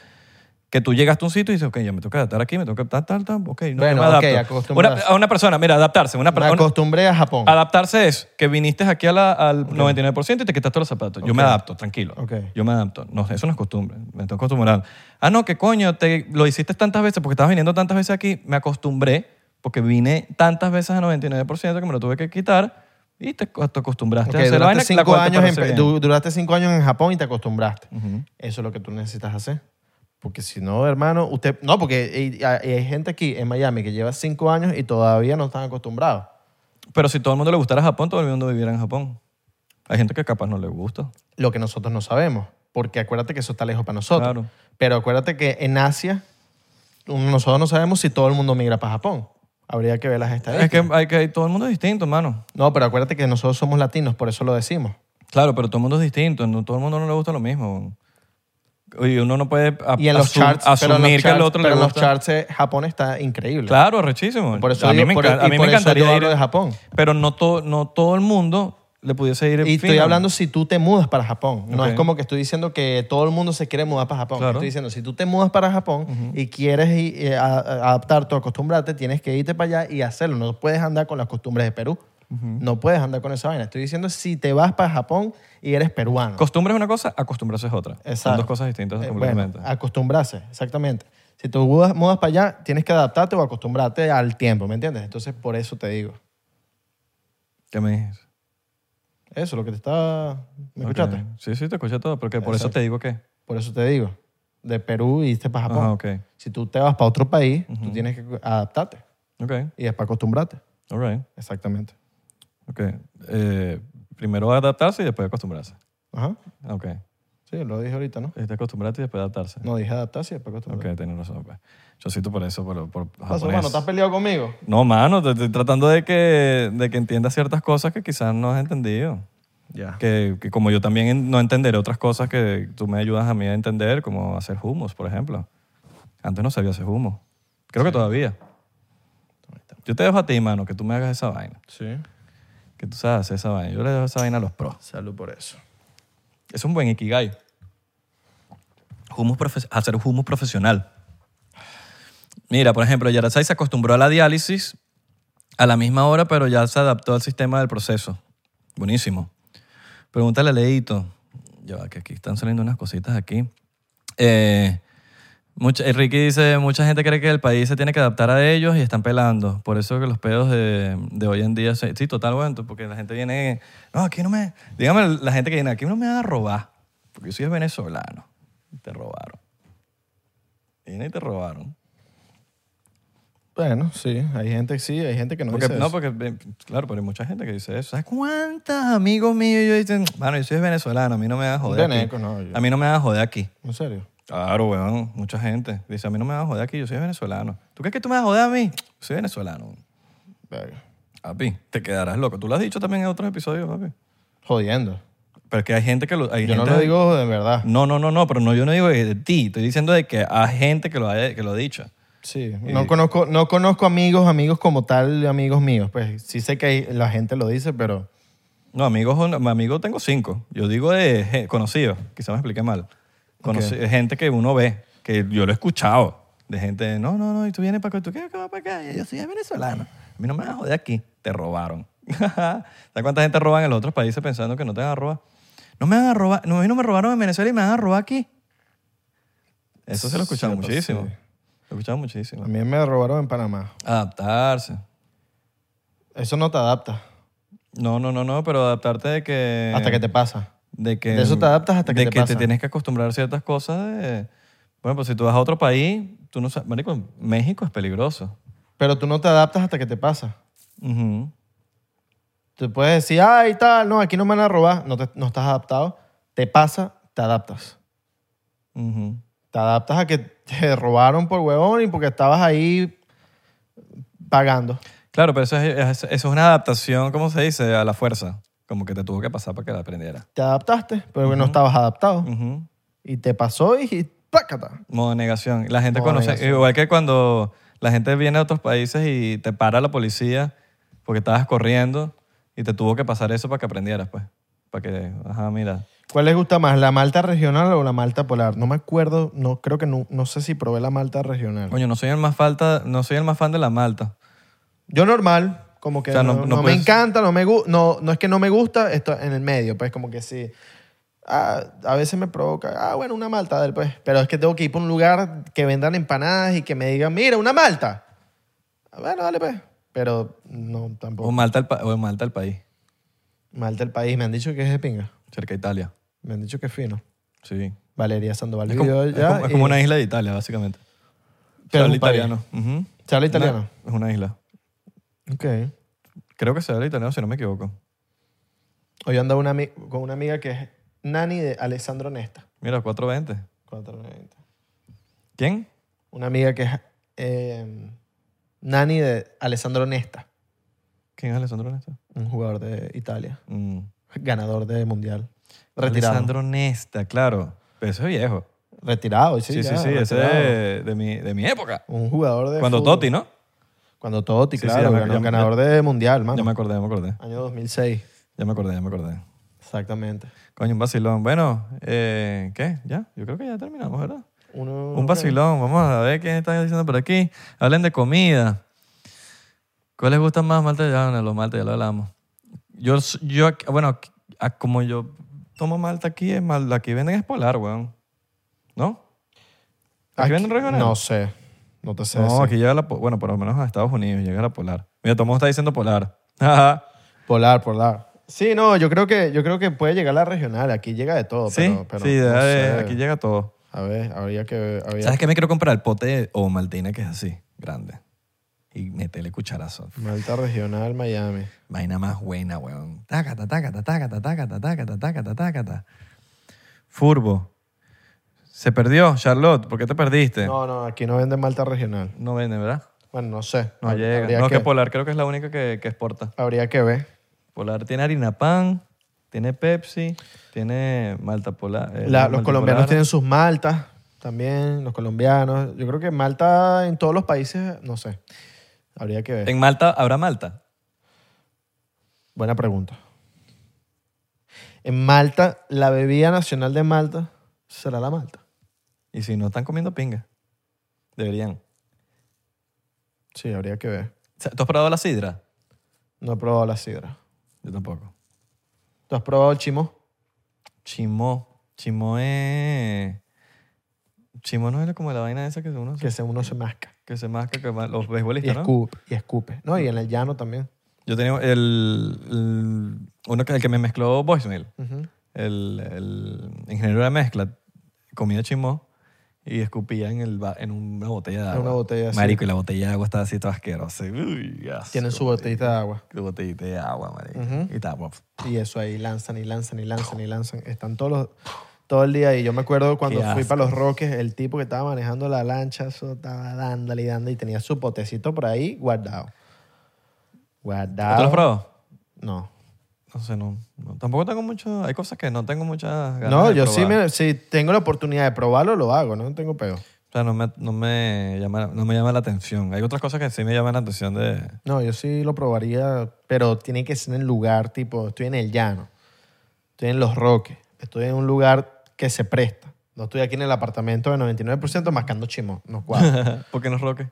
Speaker 1: que tú llegaste a un sitio y dices, ok, ya me tengo que adaptar aquí, me tengo que tal, tal, tal, ok, no yo
Speaker 2: Bueno,
Speaker 1: me
Speaker 2: ok,
Speaker 1: adapto. una,
Speaker 2: acostumbrarse.
Speaker 1: a una persona, mira, adaptarse. Una,
Speaker 2: Me
Speaker 1: persona
Speaker 2: acostumbré a Japón.
Speaker 1: Ah, Adaptarse es que viniste aquí a la- al 99% y te quitaste los zapatos. Yo me adapto, tranquilo.
Speaker 2: Ok.
Speaker 1: Yo me adapto. No, eso no es costumbre. Me tengo que acostumbrar. Ah, no, que coño, te, lo hiciste tantas veces porque estabas viniendo tantas veces aquí. Me acostumbré porque vine tantas veces a 99% que me lo tuve que quitar y te, te acostumbraste
Speaker 2: Ok,
Speaker 1: a hacer la vaina
Speaker 2: duraste,
Speaker 1: la
Speaker 2: cinco
Speaker 1: cual te
Speaker 2: años en,
Speaker 1: parece bien.
Speaker 2: du- duraste cinco años en Japón y te acostumbraste.
Speaker 1: Ujú.
Speaker 2: Eso es lo que tú necesitas hacer. Porque si no, hermano, usted... No, porque hay, hay- hay gente aquí en Miami que lleva cinco años y todavía no están acostumbrados.
Speaker 1: Pero si todo el mundo le gustara Japón, todo el mundo viviera en Japón. Hay gente que capaz no le gusta.
Speaker 2: Lo que nosotros no sabemos. Porque acuérdate que eso está lejos para nosotros.
Speaker 1: Claro.
Speaker 2: Pero acuérdate que en Asia nosotros no sabemos si todo el mundo migra para Japón. Habría que ver las
Speaker 1: Es
Speaker 2: estadísticas.
Speaker 1: que, hay que todo el mundo es distinto, hermano.
Speaker 2: No, pero acuérdate que nosotros somos latinos, por eso lo decimos.
Speaker 1: Claro, pero todo el mundo es distinto, no, todo el mundo no le gusta lo mismo. Y uno no puede a-
Speaker 2: Y en los
Speaker 1: asu-
Speaker 2: charts, pero en los
Speaker 1: asumir que
Speaker 2: charts-
Speaker 1: al otro le
Speaker 2: pero en los
Speaker 1: gusta.
Speaker 2: charts eh, Japón está increíble.
Speaker 1: Claro, rechísimo.
Speaker 2: Por eso
Speaker 1: a mí
Speaker 2: yo-
Speaker 1: me,
Speaker 2: por-
Speaker 1: encan- a
Speaker 2: y
Speaker 1: mí
Speaker 2: por
Speaker 1: me
Speaker 2: eso yo
Speaker 1: encantaría ir.
Speaker 2: hablo de Japón.
Speaker 1: Pero no, to- no todo el mundo le pudiese ir.
Speaker 2: Y estoy
Speaker 1: eh, fino.
Speaker 2: hablando si tú te mudas para Japón. No
Speaker 1: Ok.
Speaker 2: es como que estoy diciendo que todo el mundo se quiere mudar para Japón.
Speaker 1: Claro.
Speaker 2: Estoy diciendo, si tú te mudas para Japón y quieres i- eh, a- a- adaptarte o acostumbrarte, tienes que irte para allá y hacerlo. No puedes andar con las costumbres de Perú. No puedes andar con esa vaina. Estoy diciendo si te vas para Japón y eres peruano.
Speaker 1: Costumbre es una cosa, acostumbrarse es otra. Son
Speaker 2: Exacto.
Speaker 1: dos cosas distintas
Speaker 2: Eh,
Speaker 1: completamente.
Speaker 2: bueno, acostumbrarse, exactamente. Si te mudas, mudas para allá, tienes que adaptarte o acostumbrarte al tiempo, ¿me entiendes? Entonces, por eso te digo.
Speaker 1: ¿Qué me dices?
Speaker 2: Eso es lo que te está... ¿Me
Speaker 1: Ok.
Speaker 2: escuchaste?
Speaker 1: Sí, sí, te escuché todo. Porque por eso
Speaker 2: Exacto.
Speaker 1: te digo que.
Speaker 2: Por eso te digo. De Perú y irte para Japón.
Speaker 1: Ajá, ok.
Speaker 2: Si tú te vas para otro país, tú tienes que adaptarte
Speaker 1: Ok,
Speaker 2: y después acostumbrarte.
Speaker 1: all right.
Speaker 2: Exactamente.
Speaker 1: Ok. Eh, primero adaptarse y después acostumbrarse.
Speaker 2: Ajá.
Speaker 1: Ok.
Speaker 2: Sí, lo dije ahorita, ¿no?
Speaker 1: Este acostumbrarte y después adaptarse.
Speaker 2: No, dije adaptarse y después
Speaker 1: Ok,
Speaker 2: acostumbrarte.
Speaker 1: tienes razón. pues. Yo siento por eso, por, por
Speaker 2: ¿Qué pasó,
Speaker 1: japonés.
Speaker 2: mano? ¿Estás peleado conmigo?
Speaker 1: No, mano, te estoy tratando de que, de que entiendas ciertas cosas que quizás no has entendido.
Speaker 2: Ya.
Speaker 1: Que, que como yo también en- no entenderé otras cosas que tú me ayudas a mí a entender, como hacer humos, por ejemplo. Antes no sabía hacer humos. Creo que todavía. Yo te dejo a ti, mano, que tú me hagas esa vaina.
Speaker 2: Sí.
Speaker 1: Que tú sabes hacer esa vaina. Yo le dejo esa vaina a los pros.
Speaker 2: Salud por eso.
Speaker 1: Es un buen ikigai. Humus profe- hacer humus profesional. Mira, por ejemplo, Yarasai se acostumbró a la diálisis a la misma hora, pero ya se adaptó al sistema del proceso. Buenísimo. Pregúntale a Leito. Ya va, que aquí están saliendo unas cositas aquí. Eh, mucha- eh, Ricky dice, mucha gente cree que el país se tiene que adaptar a ellos y están pelando. Por eso que los pedos de, de hoy en día... se- sí, total, bueno, porque la gente viene... No, aquí no me... Dígame la gente que viene, aquí no me van a robar. Porque yo soy venezolano. Y Te robaron. Vienen y te robaron.
Speaker 2: Bueno, sí. Hay gente que sí, hay gente que no
Speaker 1: Porque-
Speaker 2: dice
Speaker 1: no,
Speaker 2: eso.
Speaker 1: porque, eh, claro, pero hay mucha gente que dice eso. ¿Sabes cuántos amigos míos yo dicen, bueno, yo soy venezolano, a mí no me van a joder
Speaker 2: Veneco,
Speaker 1: aquí.
Speaker 2: no, yo-
Speaker 1: A mí no me van a joder aquí.
Speaker 2: ¿En serio?
Speaker 1: Claro, weón, mucha gente. Dice, a mí no me van a joder aquí, yo soy venezolano. ¿Tú crees que tú me vas a joder a mí? Soy venezolano.
Speaker 2: Verga.
Speaker 1: Papi, te quedarás loco. Tú lo has dicho también en otros episodios, papi.
Speaker 2: Jodiendo.
Speaker 1: Pero es que hay gente que lo... Hay
Speaker 2: Yo no
Speaker 1: gente-
Speaker 2: lo digo de verdad.
Speaker 1: No, no, no, no, pero no, yo no digo de ti. Estoy diciendo de que hay gente que lo ha, que lo ha dicho.
Speaker 2: Sí, no conozco, no conozco amigos, amigos como tal, amigos míos. Pues sí sé que hay- la gente lo dice, pero
Speaker 1: No, amigos, amigos tengo cinco. Yo digo de gen- conocidos, quizá me expliqué mal. Conoci- Gente que uno ve, que yo lo he escuchado. De gente, no, no, no, y tú vienes para acá, ¿tú qué, qué vas para acá? Yo soy venezolano. A mí no me vas a joder aquí. Te robaron. ¿Sabes cuánta gente roban en los otros países pensando que no te van a robar? No me van a robar, no, a mí no me robaron en Venezuela y me van a robar aquí. Eso se lo he escuchado
Speaker 2: Sí, pues,
Speaker 1: muchísimo.
Speaker 2: sí.
Speaker 1: Lo he escuchado muchísimo.
Speaker 2: a mí me robaron en Panamá.
Speaker 1: Adaptarse.
Speaker 2: Eso no te adapta
Speaker 1: No, no, no, no, pero adaptarte de que...
Speaker 2: hasta que te pasa.
Speaker 1: De que,
Speaker 2: De eso te adaptas hasta que
Speaker 1: de
Speaker 2: te
Speaker 1: que
Speaker 2: pasa.
Speaker 1: tienes que acostumbrar a ciertas cosas. de- bueno, pues si tú vas a otro país, tú no sabes. Marico, México es peligroso.
Speaker 2: Pero tú no te adaptas hasta que te pasa.
Speaker 1: Ujú.
Speaker 2: Tú puedes decir, ay, tal, no, aquí no me van a robar. No, te- no estás adaptado. Te pasa, te adaptas.
Speaker 1: Ujú.
Speaker 2: Te adaptas a que te robaron por huevón y porque estabas ahí pagando.
Speaker 1: Claro, pero eso es, es- eso es una adaptación, ¿cómo se dice? A la fuerza. Como que te tuvo que pasar para que la aprendiera.
Speaker 2: Te adaptaste, pero no estabas adaptado.
Speaker 1: Ujú.
Speaker 2: Y te pasó y, y ¡plácata!
Speaker 1: Modo negación. La gente
Speaker 2: Modo
Speaker 1: conoce.
Speaker 2: negación.
Speaker 1: Igual que cuando la gente viene a otros países y te para la policía porque estabas corriendo y te tuvo que pasar eso para que aprendieras, pues. Para que, ajá, mira.
Speaker 2: ¿Cuál les gusta más, la malta regional o la malta polar? No me acuerdo, no creo que no, no sé si probé la malta regional.
Speaker 1: Coño, no soy el más falta, no soy el más fan de la malta.
Speaker 2: Yo normal, como que
Speaker 1: O sea, no-
Speaker 2: no,
Speaker 1: no
Speaker 2: no
Speaker 1: puedes-
Speaker 2: me encanta, no me gu- no, no es que no me gusta, esto en el medio, pues como que sí. Ah, a veces me provoca, ah, bueno, una malta, dale, pues. Pero es que tengo que ir por un lugar que vendan empanadas y que me digan, mira, una malta. Ah, Bueno, dale, pues. Pero no,
Speaker 1: O
Speaker 2: tampoco.
Speaker 1: Malta, el pa- o Malta el país,
Speaker 2: Malta el país, me han dicho que es de pinga.
Speaker 1: cerca de Italia.
Speaker 2: Me han dicho que es fino.
Speaker 1: Sí.
Speaker 2: Valeria Sandoval
Speaker 1: Es como,
Speaker 2: vivió
Speaker 1: es
Speaker 2: allá
Speaker 1: como- es
Speaker 2: y-
Speaker 1: como una isla de Italia, básicamente. Se
Speaker 2: Pero es
Speaker 1: habla
Speaker 2: un país.
Speaker 1: italiano. Ujú.
Speaker 2: ¿Se habla italiano?
Speaker 1: Una- es una isla.
Speaker 2: Ok.
Speaker 1: Creo que se habla italiano, si no me equivoco.
Speaker 2: Hoy andaba una, ami- con una amiga que es nani de Alessandro Nesta.
Speaker 1: Mira, 420.
Speaker 2: 490.
Speaker 1: ¿Quién?
Speaker 2: Una amiga que es eh, nani de Alessandro Nesta,
Speaker 1: ¿Quién es Alessandro Nesta?
Speaker 2: un jugador de Italia,
Speaker 1: Mm.
Speaker 2: ganador de mundial, retirado.
Speaker 1: Alessandro Nesta, claro. Pero eso es viejo.
Speaker 2: Retirado, sí.
Speaker 1: Sí, sí,
Speaker 2: ya,
Speaker 1: sí, ese
Speaker 2: retirado.
Speaker 1: de, de mi, de mi época.
Speaker 2: Un jugador de.
Speaker 1: Cuando
Speaker 2: fútbol.
Speaker 1: Totti, ¿no?
Speaker 2: Cuando Totti,
Speaker 1: Sí, sí, ya
Speaker 2: claro.
Speaker 1: me-
Speaker 2: ganó-
Speaker 1: ya me-
Speaker 2: ganador de mundial,
Speaker 1: Ya
Speaker 2: mano.
Speaker 1: me acordé, ya me acordé.
Speaker 2: Año 2006.
Speaker 1: Ya me acordé, ya me acordé.
Speaker 2: Exactamente.
Speaker 1: Coño, un vacilón. Bueno, eh, ¿qué? Ya, yo creo que ya terminamos, ¿verdad?
Speaker 2: Uno-
Speaker 1: Un vacilón. Vamos a ver qué están diciendo por aquí. Hablen de comida. ¿Cuál les gusta más? Malta, ya, bueno, los malta ya lo hablamos. Yo, s- yo ac- bueno, ac- ah, como yo tomo malta aquí, es mal- la que venden es polar, weón. ¿No? ¿Aquí, venden regional?
Speaker 2: No sé. No te sé.
Speaker 1: No,
Speaker 2: decir.
Speaker 1: aquí llega la... po- Bueno, por lo menos a Estados Unidos llega la polar. Mira, Tomás está diciendo polar. Ajá.
Speaker 2: Polar, polar. Sí, no, yo creo que, yo creo que puede llegar la regional. Aquí llega de todo.
Speaker 1: sí,
Speaker 2: pero, pero
Speaker 1: sí,
Speaker 2: no
Speaker 1: ya, eh,
Speaker 2: sé.
Speaker 1: aquí llega todo.
Speaker 2: A ver, habría que. habría-
Speaker 1: ¿Sabes qué me quiero comprar? El pote o maltina que es así, grande. Y meterle cucharazo.
Speaker 2: Malta regional, Miami.
Speaker 1: Vaina más buena, weón. Tácata, tácata, tácata, tácata, tácata, tácata, tácata. Furbo. Se perdió, Charlotte. ¿Por qué te perdiste? No,
Speaker 2: No, no, aquí no venden Malta regional.
Speaker 1: vende, ¿verdad?
Speaker 2: Bueno, no sé.
Speaker 1: No
Speaker 2: Hab-
Speaker 1: llega.
Speaker 2: Habría,
Speaker 1: no, que...
Speaker 2: que,
Speaker 1: Polar creo que es la única que, que exporta.
Speaker 2: habría que ver.
Speaker 1: Polar tiene harina pan, tiene Pepsi, tiene Malta Polar. eh,
Speaker 2: La-
Speaker 1: Malta
Speaker 2: los colombianos
Speaker 1: Polar.
Speaker 2: tienen sus maltas también, los colombianos. Yo creo que Malta en todos los países, no sé. Habría que ver.
Speaker 1: ¿En Malta habrá Malta?
Speaker 2: Buena pregunta. En Malta, la bebida nacional de Malta será la Malta.
Speaker 1: Y si no están comiendo pinga, deberían.
Speaker 2: Sí, habría que ver.
Speaker 1: O sea, ¿Tú has probado la sidra?
Speaker 2: No he probado la sidra.
Speaker 1: Yo tampoco.
Speaker 2: ¿Tú has probado el chimó?
Speaker 1: Chimó. Chimó es... Chimó no es como la vaina esa que uno se,
Speaker 2: Que se- uno se masca.
Speaker 1: que se masca que va- los
Speaker 2: Y
Speaker 1: beisbolistas, ¿no?
Speaker 2: escupe. Y escupe. No, y en el llano también.
Speaker 1: Yo tenía el, el- uno que, el que me mezcló voicemail,
Speaker 2: Ujú.
Speaker 1: el, el ingeniero de mezcla, comía chimó y escupía en, el, ba- en una botella de
Speaker 2: En
Speaker 1: agua.
Speaker 2: una botella así.
Speaker 1: Marico, y la botella de agua estaba así toda asquerosa. Uy, asco,
Speaker 2: Tienen su botellita de agua.
Speaker 1: Tu botellita de agua, marico.
Speaker 2: Ujú.
Speaker 1: Y estaba...
Speaker 2: Y eso ahí lanzan y lanzan y lanzan y lanzan. Están todos los, todo el día ahí. Yo me acuerdo cuando
Speaker 1: Qué
Speaker 2: fui
Speaker 1: asco.
Speaker 2: para los Roques, el tipo que estaba manejando la lancha, eso estaba dándole y dándole y tenía su potecito por ahí guardado.
Speaker 1: ¿Tú lo has
Speaker 2: Guardado.
Speaker 1: probado?
Speaker 2: No.
Speaker 1: No sé, no, no. Tampoco tengo mucho... Hay cosas que no tengo muchas ganas
Speaker 2: No,
Speaker 1: de
Speaker 2: yo sí,
Speaker 1: probar.
Speaker 2: me, si tengo la oportunidad de probarlo, lo hago, no tengo peo.
Speaker 1: O sea, no me, no, me llama, no me llama la atención. Hay otras cosas que sí me llaman la atención de...
Speaker 2: No, yo sí lo probaría, pero tiene que ser en el lugar tipo, estoy en el llano, estoy en los Roques, estoy en un lugar que se presta. No estoy aquí en el apartamento de 99% mascando chimón, no cuadra.
Speaker 1: Porque no es roque.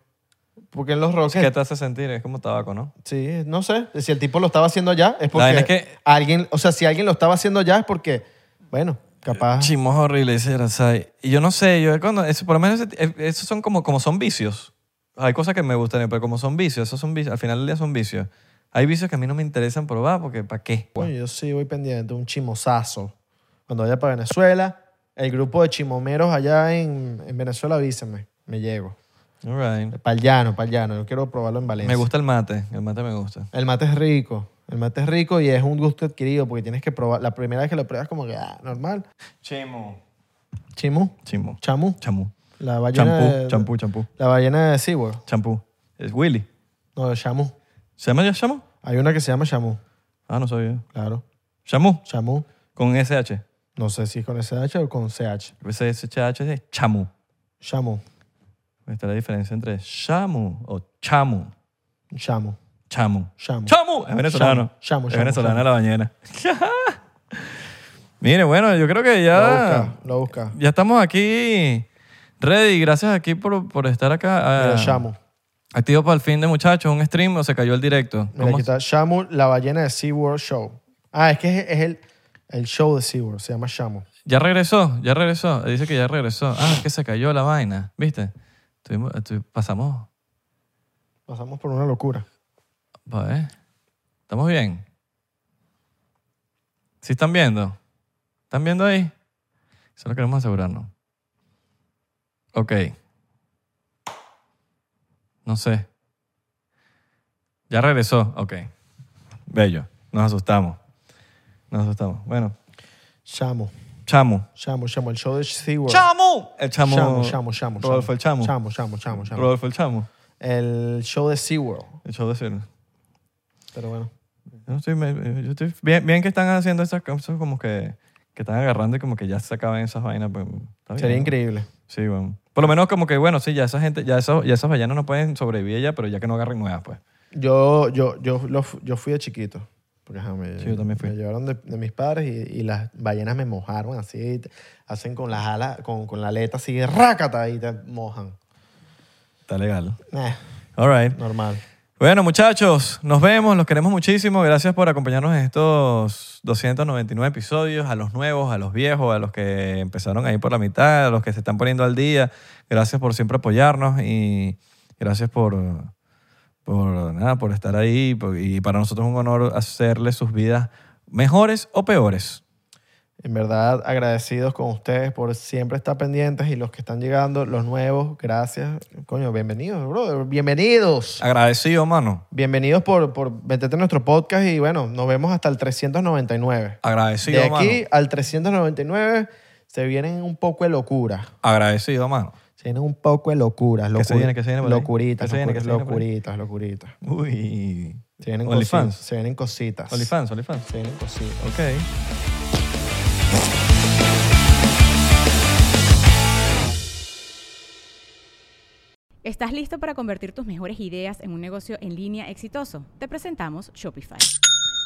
Speaker 2: Porque en los
Speaker 1: ¿Qué
Speaker 2: Roques.
Speaker 1: te hace sentir? Es como tabaco, ¿no?
Speaker 2: Sí, no sé. Si el tipo lo estaba haciendo allá, es
Speaker 1: vaina
Speaker 2: porque
Speaker 1: es que-
Speaker 2: alguien, o sea, si alguien lo estaba haciendo allá es porque, bueno, capaz.
Speaker 1: Chimos horrible, dice Rasai. Y yo no sé, yo cuando... Eso, por lo menos ese- eh, esos son como, como son vicios. Hay cosas que me gustan, pero como son vicios, esos son vicios. Al final del día son vicios. Hay vicios que a mí no me interesan probar porque ¿para qué?
Speaker 2: Coño, yo sí voy pendiente, un chimosazo. Cuando vaya para Venezuela, el grupo de chimomeros allá en, en Venezuela, avísenme, me llego.
Speaker 1: All right.
Speaker 2: Para el llano, para el llano, yo quiero probarlo en Valencia.
Speaker 1: Me gusta el mate. El mate me gusta.
Speaker 2: El mate es rico, el mate es rico y es un gusto adquirido porque tienes que probar. La primera vez que lo pruebas, como que, ah, normal.
Speaker 1: Chimo.
Speaker 2: Chimú,
Speaker 1: Chimo.
Speaker 2: chamú,
Speaker 1: Chamú.
Speaker 2: la ballena.
Speaker 1: Champú,
Speaker 2: de-
Speaker 1: champú, champú.
Speaker 2: La ballena de sí, güey.
Speaker 1: Champú. Es Willy.
Speaker 2: No, chamú.
Speaker 1: ¿Se llama ya chamú?
Speaker 2: Hay una que se llama Shamu,
Speaker 1: Ah, no sabía.
Speaker 2: claro.
Speaker 1: Chamú.
Speaker 2: Shamu,
Speaker 1: Con SH.
Speaker 2: no sé si es con SH o con CH.
Speaker 1: Ese SH es chamu.
Speaker 2: Shamu,
Speaker 1: Esta es la diferencia entre chamu o chamu.
Speaker 2: Shamu,
Speaker 1: Chamu.
Speaker 2: Shamu.
Speaker 1: ¡Chamu! Es venezolano.
Speaker 2: Chamu, chamu,
Speaker 1: es
Speaker 2: chamu,
Speaker 1: venezolana la bañera. Mire, bueno, yo creo que
Speaker 2: Lo
Speaker 1: ya,
Speaker 2: busca, lo busca.
Speaker 1: ya estamos aquí ready. Gracias aquí por, por estar acá.
Speaker 2: Mira,
Speaker 1: ah,
Speaker 2: Shamu.
Speaker 1: activo para el fin de muchachos. Un stream o se cayó el directo.
Speaker 2: Mira,
Speaker 1: ¿Cómo
Speaker 2: aquí
Speaker 1: se-
Speaker 2: está Shamu, la ballena de SeaWorld Show. Ah, es que es, es el, el show de SeaWorld, se llama Shamu.
Speaker 1: Ya regresó, ya regresó. Dice que ya regresó. Ah, es que se cayó la vaina. ¿Viste? Tuvimos- tu- pasamos.
Speaker 2: Pasamos por una locura.
Speaker 1: Pa' ver. ¿Estamos bien? ¿Sí están viendo? ¿Están viendo ahí? Solo queremos asegurarnos. Ok. No sé. Ya regresó. Ok. Bello. Nos asustamos. Nos asustamos. Bueno.
Speaker 2: Shamu,
Speaker 1: Chamo.
Speaker 2: Shamu, Shamu, el show de SeaWorld.
Speaker 1: ¡Chamo! El chamo.
Speaker 2: Shamu, Shamu, Shamu.
Speaker 1: Rodolfo el chamo.
Speaker 2: Shamu, Shamu, Shamu, Shamu.
Speaker 1: Rodolfo el chamo.
Speaker 2: El show de SeaWorld.
Speaker 1: El show de cero.
Speaker 2: Pero bueno.
Speaker 1: eh, Yo estoy, me- yo estoy- bien, bien que están haciendo esas cosas como que, que están agarrando y como que ya se acaban esas vainas. pues, está bien,
Speaker 2: Sería
Speaker 1: ¿no?
Speaker 2: increíble.
Speaker 1: Sí, bueno. Por lo menos como que, bueno, sí, ya esa gente, ya, esos, ya esas vallanas no pueden sobrevivir ya, pero ya que no agarren nuevas, pues.
Speaker 2: Yo, yo, yo, lo fu- yo fui de chiquito. Porque, ajá, me,
Speaker 1: Sí, yo también fui.
Speaker 2: me llevaron de, de mis padres y, y las ballenas me mojaron así. te- Hacen con las alas, con, con la aleta así, rácata y te mojan.
Speaker 1: Está legal.
Speaker 2: Eh,
Speaker 1: All right.
Speaker 2: normal.
Speaker 1: Bueno, muchachos, nos vemos, los queremos muchísimo. Gracias por acompañarnos en estos 299 episodios, a los nuevos, a los viejos, a los que empezaron ahí por la mitad, a los que se están poniendo al día. Gracias por siempre apoyarnos y gracias por, por, nada, por estar ahí. por- Y para nosotros es un honor hacerles sus vidas mejores o peores.
Speaker 2: En verdad, agradecidos con ustedes por siempre estar pendientes y los que están llegando, los nuevos, gracias. Coño, bienvenidos, brother. Bienvenidos.
Speaker 1: Agradecido, mano.
Speaker 2: Bienvenidos por, por meterte en nuestro podcast y bueno, nos vemos hasta el 399.
Speaker 1: Agradecido,
Speaker 2: de
Speaker 1: mano.
Speaker 2: aquí al 399 se vienen un poco de locura.
Speaker 1: Agradecido, mano.
Speaker 2: Se vienen un poco de locuras.
Speaker 1: ¿Qué
Speaker 2: locuritas
Speaker 1: se viene? ¿Qué se viene por ahí?
Speaker 2: Locuritas,
Speaker 1: ¿Qué se viene? ¿Qué se viene por ahí?
Speaker 2: locuritas, locuritas.
Speaker 1: Uy.
Speaker 2: Se vienen,
Speaker 1: OnlyFans.
Speaker 2: cosi- se vienen cositas.
Speaker 1: OnlyFans, OnlyFans.
Speaker 2: Se vienen cositas.
Speaker 1: Ok.
Speaker 3: ¿Estás listo para convertir tus mejores ideas en un negocio en línea exitoso? Te presentamos Shopify.